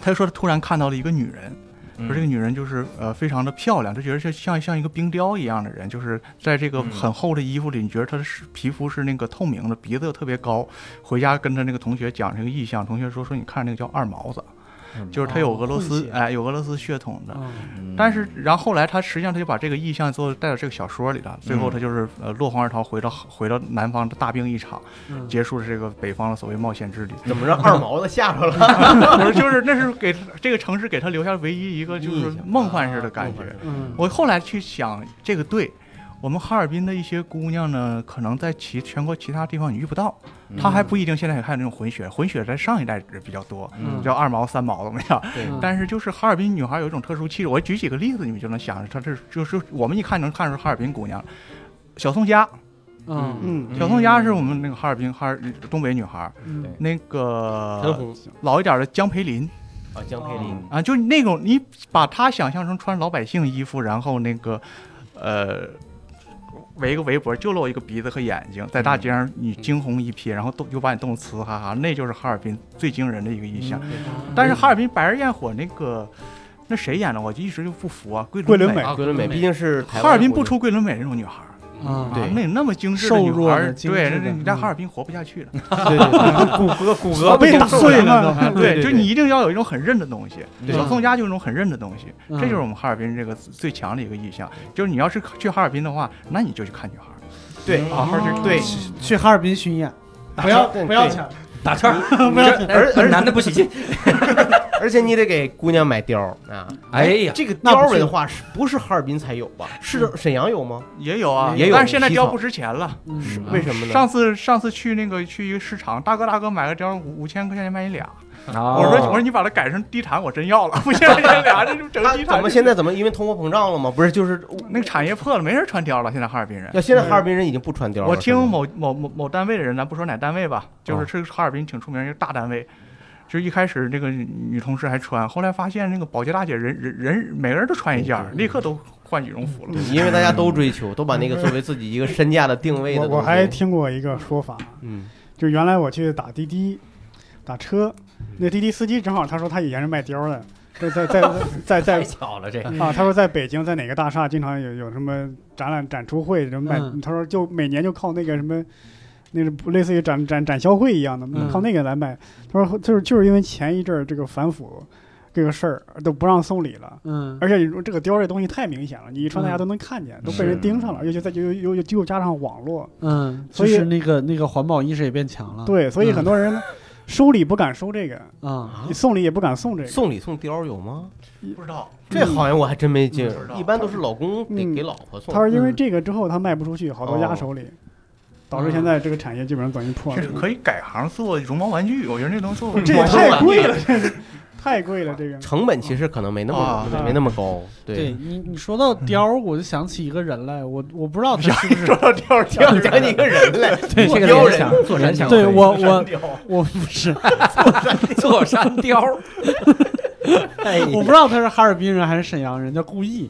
他就说，他突然看到了一个女人，嗯说这个女人就是呃非常的漂亮，就觉得像像像一个冰雕一样的人，就是在这个嗯很厚的衣服里，你觉得她的是皮肤是那个透明的，鼻子又特别高。回家跟她那个同学讲这个意象，同学说说你看那个叫二毛子，就是她有俄罗混斯血哎有俄罗斯血统的。嗯嗯但是，然后后来她实际上她就把这个意象做带到这个小说里了。最后她就是呃落荒而逃，回到回到南方的大病一场，嗯结束了这个北方的所谓冒险之旅。 怎么让二毛子吓着了？不是，就是那是给这个城市给她留下唯一一个就是印象啊梦幻式的感 觉。嗯，我后来去想，这个对我们哈尔滨的一些姑娘呢，可能在其全国其他地方你遇不到，嗯嗯她还不一定现在还有那种混血，混血在上一代人比较多，嗯叫二毛、三毛怎么样？对嗯但是就是哈尔滨女孩有一种特殊气质，我举几个例子，你们就能想，她这就是我们一看能看出哈尔滨姑娘了。小宋佳，嗯嗯小宋佳是我们那个哈尔滨哈尔东北女孩，嗯对那陈个红老一点的江培林，啊，江佩林，啊，就是那种你把她想象成穿老百姓衣服，然后那个，呃，围一个围脖，就露一个鼻子和眼睛，在大街上你惊鸿一瞥，然后冻又把你冻得呲哈哈，那就是哈尔滨最惊人的一个意象。但是哈尔滨白日焰火那个，那谁演的？我就一直就不服啊，桂桂纶纶镁啊桂纶镁，毕竟是台湾哈尔滨国不家出桂纶镁这种女孩儿。嗯啊啊对那那么精致的女瘦弱孩儿，的精致对，那的那你在嗯哈尔滨活不下去了。对对对，骨骼骨我骼被打碎了都都。对对就你一定要有一种很韧的东西。对小宋家就是一种很韧的东西，嗯这就是我们哈尔滨这个最强的一个意象。嗯就是你要是去哈尔滨的话，那你就去看女孩儿。对，好好去对去哈尔滨巡演，打不要对不要对抢，嗯打圈 儿，而而男的不许进。而且你得给姑娘买貂儿啊。哎呀，这个那不貂是文化是不是哈尔滨才有吧？是沈阳有吗？也有啊，也有但是现在皮草貂不值钱了。嗯是为什么呢？上次上次去那个去一个市场，大哥大哥买个貂五五千块钱卖你俩，我哦我说我说你把它改成地毯，我真要了，五千块钱俩，这就整他地怎毯么。现在怎么因为通货膨胀了吗？不是，就是那个产业破了，没人穿貂了。现在哈尔滨人，要现在哈尔滨人已经不穿貂了。我听是吗某某某某单位的人，咱不说哪单位吧，嗯就是这个哈尔滨挺出名一个大单位，就是一开始这个女女同事还穿，后来发现那个保洁大姐人人人每个人都穿一件嗯儿，立刻都换羽绒服了。嗯因为大家都追求，都把那个作为自己一个身价的定位的我东西。我还听过一个说法，嗯就原来我去打滴滴，打车，嗯那滴滴司机正好他说他以前是卖貂的，在在在在在太巧了，这个啊，他说在北京在哪个大厦经常有有什么展览展出会什么卖，嗯他说就每年就靠那个什么，那是类似于展展展销会一样的，嗯靠那个来卖。他说就是就是因为前一阵儿这个反腐这个事儿都不让送礼了。嗯而且你说这个貂这东西太明显了，你一穿大家嗯都能看见，都被人盯啊上了，尤其在又又又又加上网络，嗯，所就以是那个那个环保意识也变强了，对，所以很多人呢收礼不敢收这个，啊，送礼也不敢送这个。送礼送貂有吗？ 不知道，这好像我还真没见嗯不知道一般都是老公得嗯哦给老婆送他。说因为嗯这个之后他卖不出去，好多压手里，导致现在这个产业基本上等于破这了。 可以改行做绒毛玩具，我觉得那东西做这也太贵了，这是太贵了，这个成本其实可能没那么啊没没那么高，对，你你说到貂儿，我就想起一个人来，我我不知道他是不是说到貂儿这样讲一个人来，这做个貂联人想，做联想可以，对我我貂我不是， 做山 雕。哎呀，我不知道他是哈尔滨人还是沈阳人，叫顾意，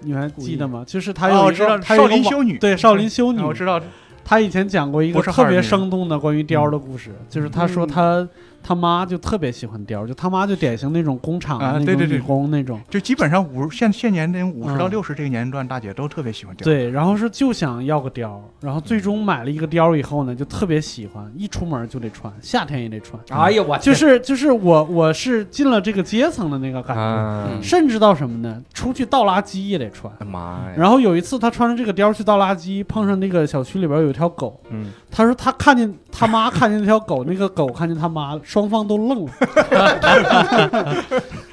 你们还记得吗？就是他有哦一知道个，他有少一个林网修女对少林修女啊，我知道，他以前讲过一个不是特哈尔别滨生动的关于貂儿嗯的故事，就是他说他他妈就特别喜欢貂儿，就他妈就典型那种工厂的啊那对种对对女工那种。就基本上五现现年龄五十到嗯六十这个年龄段，大姐都特别喜欢貂。对，然后是就想要个貂儿，然后嗯最终买了一个貂儿以后呢，就特别喜欢，一出门就得穿，夏天也得穿。哎呀，我就天是就是我我是进了这个阶层的那个感觉，啊，甚至到什么呢？出去倒垃圾也得穿。妈哎呀，然后有一次，他穿着这个貂儿去倒垃圾，碰上那个小区里边有一条狗。嗯，他说他看见他妈看见那条狗，那个狗看见他妈了，双方都愣 了。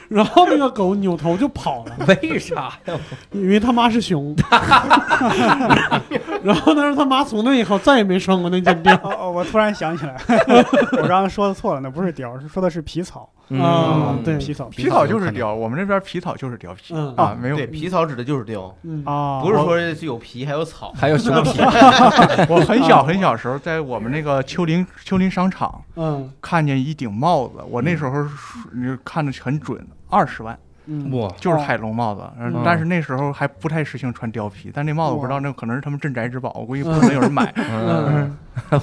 然后那个狗扭头就跑了，为啥呀？因为他妈是熊。 然后他说他妈从那以后再也没穿过那件貂。哦哦，我突然想 起来，我刚刚说的错了，那不是貂，是说的是皮草。嗯啊对皮草，皮草就是貂，我们这边皮草就是貂皮嗯啊，没有对，皮草指的就是貂，嗯啊，不是我说是有皮还有草。还有熊皮，我很小很小时候，在我们那个丘陵丘陵商场嗯看见一顶帽子，我嗯那时候数你看的很准，二十万嗯我就是海龙帽子。嗯嗯但是那时候还不太时兴穿貂皮，但那帽子我不知道，那可能是他们镇宅之宝，我估计不可能有人 买。嗯，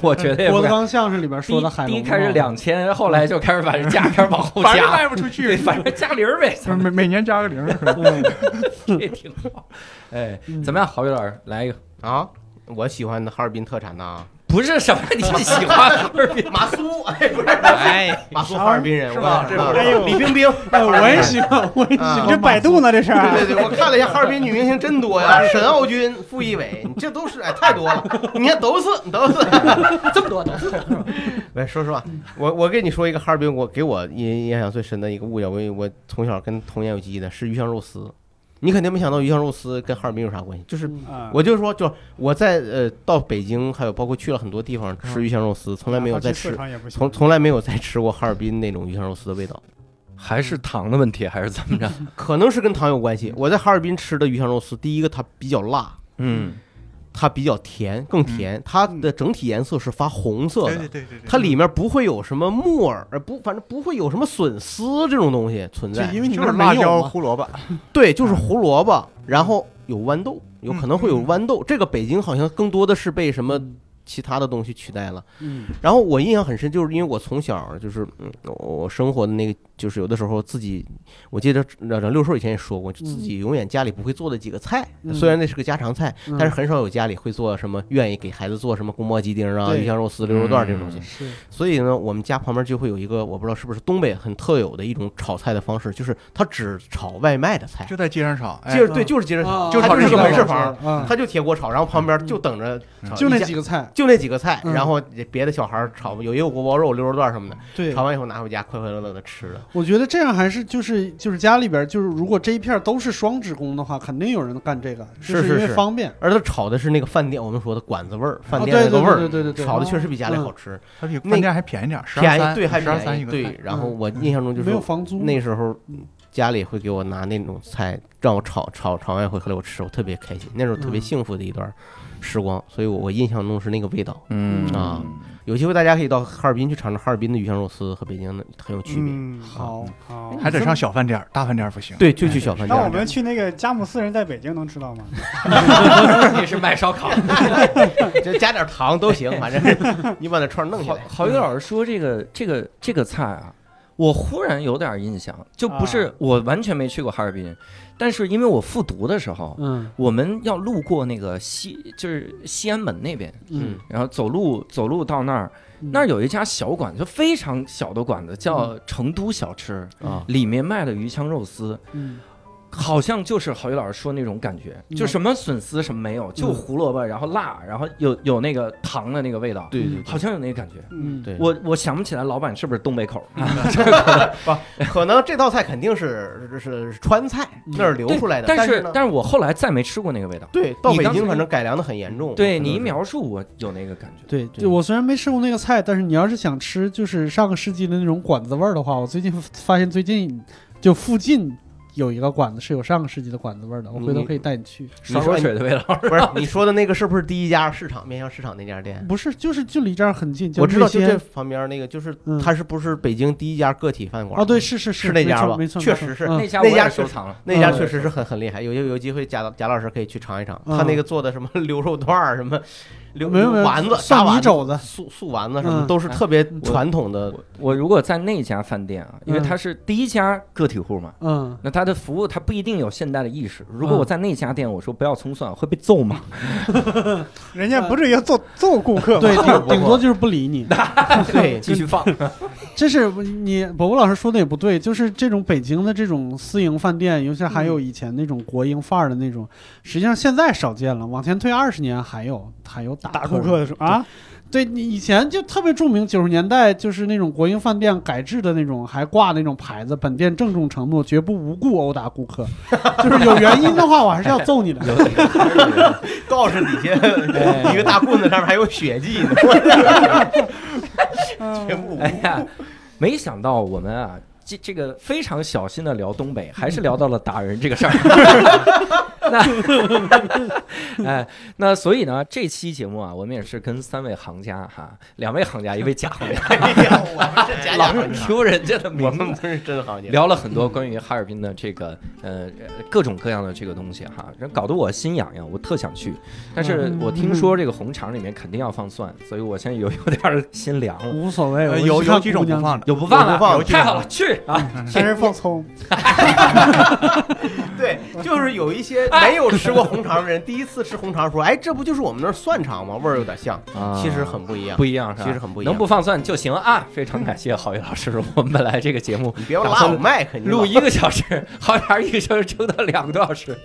我觉得也郭不德敢。纲相声里边说的海第龙啊一帽开始两千，后来就开始把这价开始往后反正卖加，不出去对，，反正加零儿 呗，每每年加个零。嗯这挺好。哎，嗯怎么样，郝宇老师来一个？啊，我喜欢的哈尔滨特产呐，不是什么你喜欢哈尔滨， 马苏，哎，不是哎，马苏，哈尔滨人，是吧我这不是哎呦李冰冰，哎，我也喜欢，我也喜啊欢。这百度呢，这是。对对对，我看了一下哈尔滨女明星真多呀，沈傲君、傅艺伟，你这都是哎太多了，你看都是都是这么多都是。喂，说实话，我我跟你说一个哈尔滨，我给我印印象最深的一个物件，我我从小跟童年有记忆的是鱼香肉丝，你肯定没想到鱼香肉丝跟哈尔滨有啥关系，就是啊我就说，就是我在呃到北京，还有包括去了很多地方吃鱼香肉丝，从来没有哪怕再啊去四吃，川也不行从从来没有再吃过哈尔滨那种鱼香肉丝的味道。还是糖的问题，还是怎么着？可能是跟糖有关嗯系。我在哈尔滨吃的鱼香肉丝，第一个它比较辣，嗯，它比较甜，更甜，它的整体颜色是发红色嗯对的对，对对对，它里面不会有什么木耳，呃不，反正不会有什么笋丝这种东西存就在。因为你就那是儿辣没有椒嘛胡萝卜，对，嗯就是胡萝卜，然后有豌豆，有可能会有豌豆。这个北京好像更多的是被什么其他的东西取代了。嗯然后我印象很深，就是因为我从小就是，嗯，我我生活的那个，就是有的时候自己，我记得呃六兽以前也说过，就自己永远家里不会做的几个菜，嗯虽然那是个家常菜，嗯但是很少有家里会做什么，愿意给孩子做什么宫保鸡丁啊、对鱼香肉丝、溜肉段这种东西。嗯是所以呢，我们家旁边就会有一个，我不知道是不是东北很特有的一种炒菜的方式，就是它只炒外卖的菜，就在街上炒。哎就是对，就是接着炒，啊就它炒就是这个个没事味儿房，啊，它就铁锅炒，然后旁边就等着炒，就一那家几个菜，就那几个菜，嗯然后也别的小孩儿炒，有也有锅包肉、溜肉段什么的，对，炒完以后拿回家快快乐乐的吃了。我觉得这样还是就是就是家里边就是如果这一片都是双职工的话，肯定有人干这个，就是是因为是方便。而它炒的是那个饭店，我们说的馆子味儿，饭哦店对那个对对味对儿，对对对，炒的确实比家里好吃，它比那饭店还便宜点儿，十二便宜三，对，还十二便三一宜个对菜。。然后我印象中就没是有房租，那时候嗯家里会给我拿那种菜让我炒炒炒完以后后来我吃，我特别开心，那时候特嗯别幸福的一段时光，所以我我印象中是那个味道。嗯啊有机会大家可以到哈尔滨去尝尝哈尔滨的鱼香肉丝和北京的很有区别。嗯，啊好，好。还得上小饭店儿，大饭店儿不行。对，就去小饭店那儿。我们去那个佳木斯人在北京能吃到吗？你是卖烧烤。 就加点糖都行，反正你把那串儿弄起郝来。嗯郝宇老师说这个这个这个菜啊，我忽然有点印象，就不是啊我完全没去过哈尔滨，但是因为我复读的时候，嗯我们要路过那个西，就是西安门那边，嗯，然后走路走路到那儿，那儿有有一家小馆，就非常小的馆子，嗯叫成都小吃，啊，里面卖的鱼香肉丝，嗯好像就是郝宇老师说那种感觉，嗯就什么笋丝什么没有，就胡萝卜，然后辣，然后有有那个糖的那个味道，对对好像有那个感觉。嗯对，我我想不起来老板是不是东北口，可能这道菜肯定是是是川菜嗯那儿流出来的，对但是是呢但是我后来再没吃过那个味道。对到你北刚京才反正改良的很严重。对可能你一是，描述，我有那个感觉。对，对就我虽然没吃过那个菜，但是你要是想吃就是上个世纪的那种馆子味儿的话，我最近发现最近就附近有一个馆子是有上个世纪的馆子味儿的，我回头可以带你去。你说水的味道， 不是你说的那个是不是第一家市场面向市场那家店？不是，就是就离这儿很近，就我知道，就就这旁边那个，就是嗯它是不是北京第一家个体饭馆？哦，对，，是是是那没家错吧没错，确没实错是嗯 那家那我家也收收藏了，那家嗯确实是很很厉害，有有有机会贾贾老师可以去尝一尝，嗯他那个做的什么溜肉段儿、什么溜没有没有丸子、炸蒜丸泥子、肘子，素素丸子什么，嗯都是特别嗯传统的。我如果在那家饭店啊，因为它是第一家个体户嘛，嗯，那它的服务它不一定有现代的意识。如果嗯我在那家店，我说不要葱蒜，会被揍吗？人家不至于揍揍顾客 吧？对，不顶不顶多就是不理你。对，继续 放，这是你伯伯老师说的也不对，就是这种北京的这种私营饭店，尤其还有以前那种国营范儿的那种，实际上现在少见了。往前推二十年还有还有打 打客顾人客的时候啊，对你以前就特别著名，九十年代就是那种国营饭店改制的那种，还挂那种牌子，本店郑重承诺绝不无故殴打顾客， 就是有原因的话，我还是要揍你的。告诉底下哎一个大棍子上面还有血迹 呢，全部哎呀，没想到我们啊，这这个非常小心的聊东北，还是聊到了打人这个事儿。那，哎，那所以呢，这期节目啊，我们也是跟三位行家哈，两位行家，一位假行家，假老假是 Q 人家的我名字们。不是真行业。聊了很多关于哈尔滨的这个呃各种各样的这个东西哈，搞得我心痒痒，我特想去，但是我听说这个红肠里面肯定要放蒜，所以我现在有有点儿心凉了。无所哎谓，我呃一有看有几种姑娘不放的，有不放有的，不放的太好了，去啊！但是放葱，对，就是有一些没有吃过红肠的人，第一次吃红肠说：“哎，这不就是我们那儿蒜肠吗？味儿有点像。”其实很不一样啊不。一样，是吧？其实很不一样能不放蒜就行啊！ 非常感谢郝宇老师，我们本来这个节 目你别拉我麦，肯定录一个小时， 好点儿一个小时撑到两个多小时。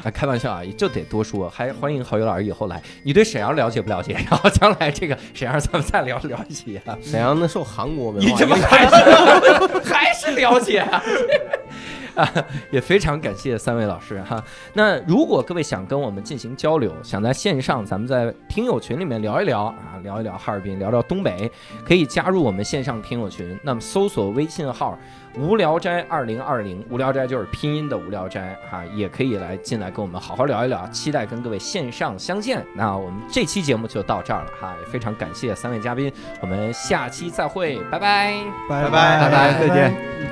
啊，开玩笑啊，就得多说。还欢迎郝宇老师以后来，你对沈阳了解不了解？ 然后将来这个沈阳咱们再聊聊一起啊。沈阳那受韩国文你化这影不响。还是 还是了解啊？ 啊，也非常感谢三位老师哈。那如果各位想跟我们进行交流，想在线上咱们在听友群里面聊一聊啊，聊一聊哈尔滨，聊聊东北，可以加入我们线上听友群。那么搜索微信号“无聊斋二零二零”，无聊斋就是拼音的无聊斋哈、也可以来进来跟我们好好聊一聊。期待跟各位线上相见。那我们这期节目就到这儿了哈、也非常感谢三位嘉宾，我们下期再会，拜拜。拜拜拜拜再见。嗯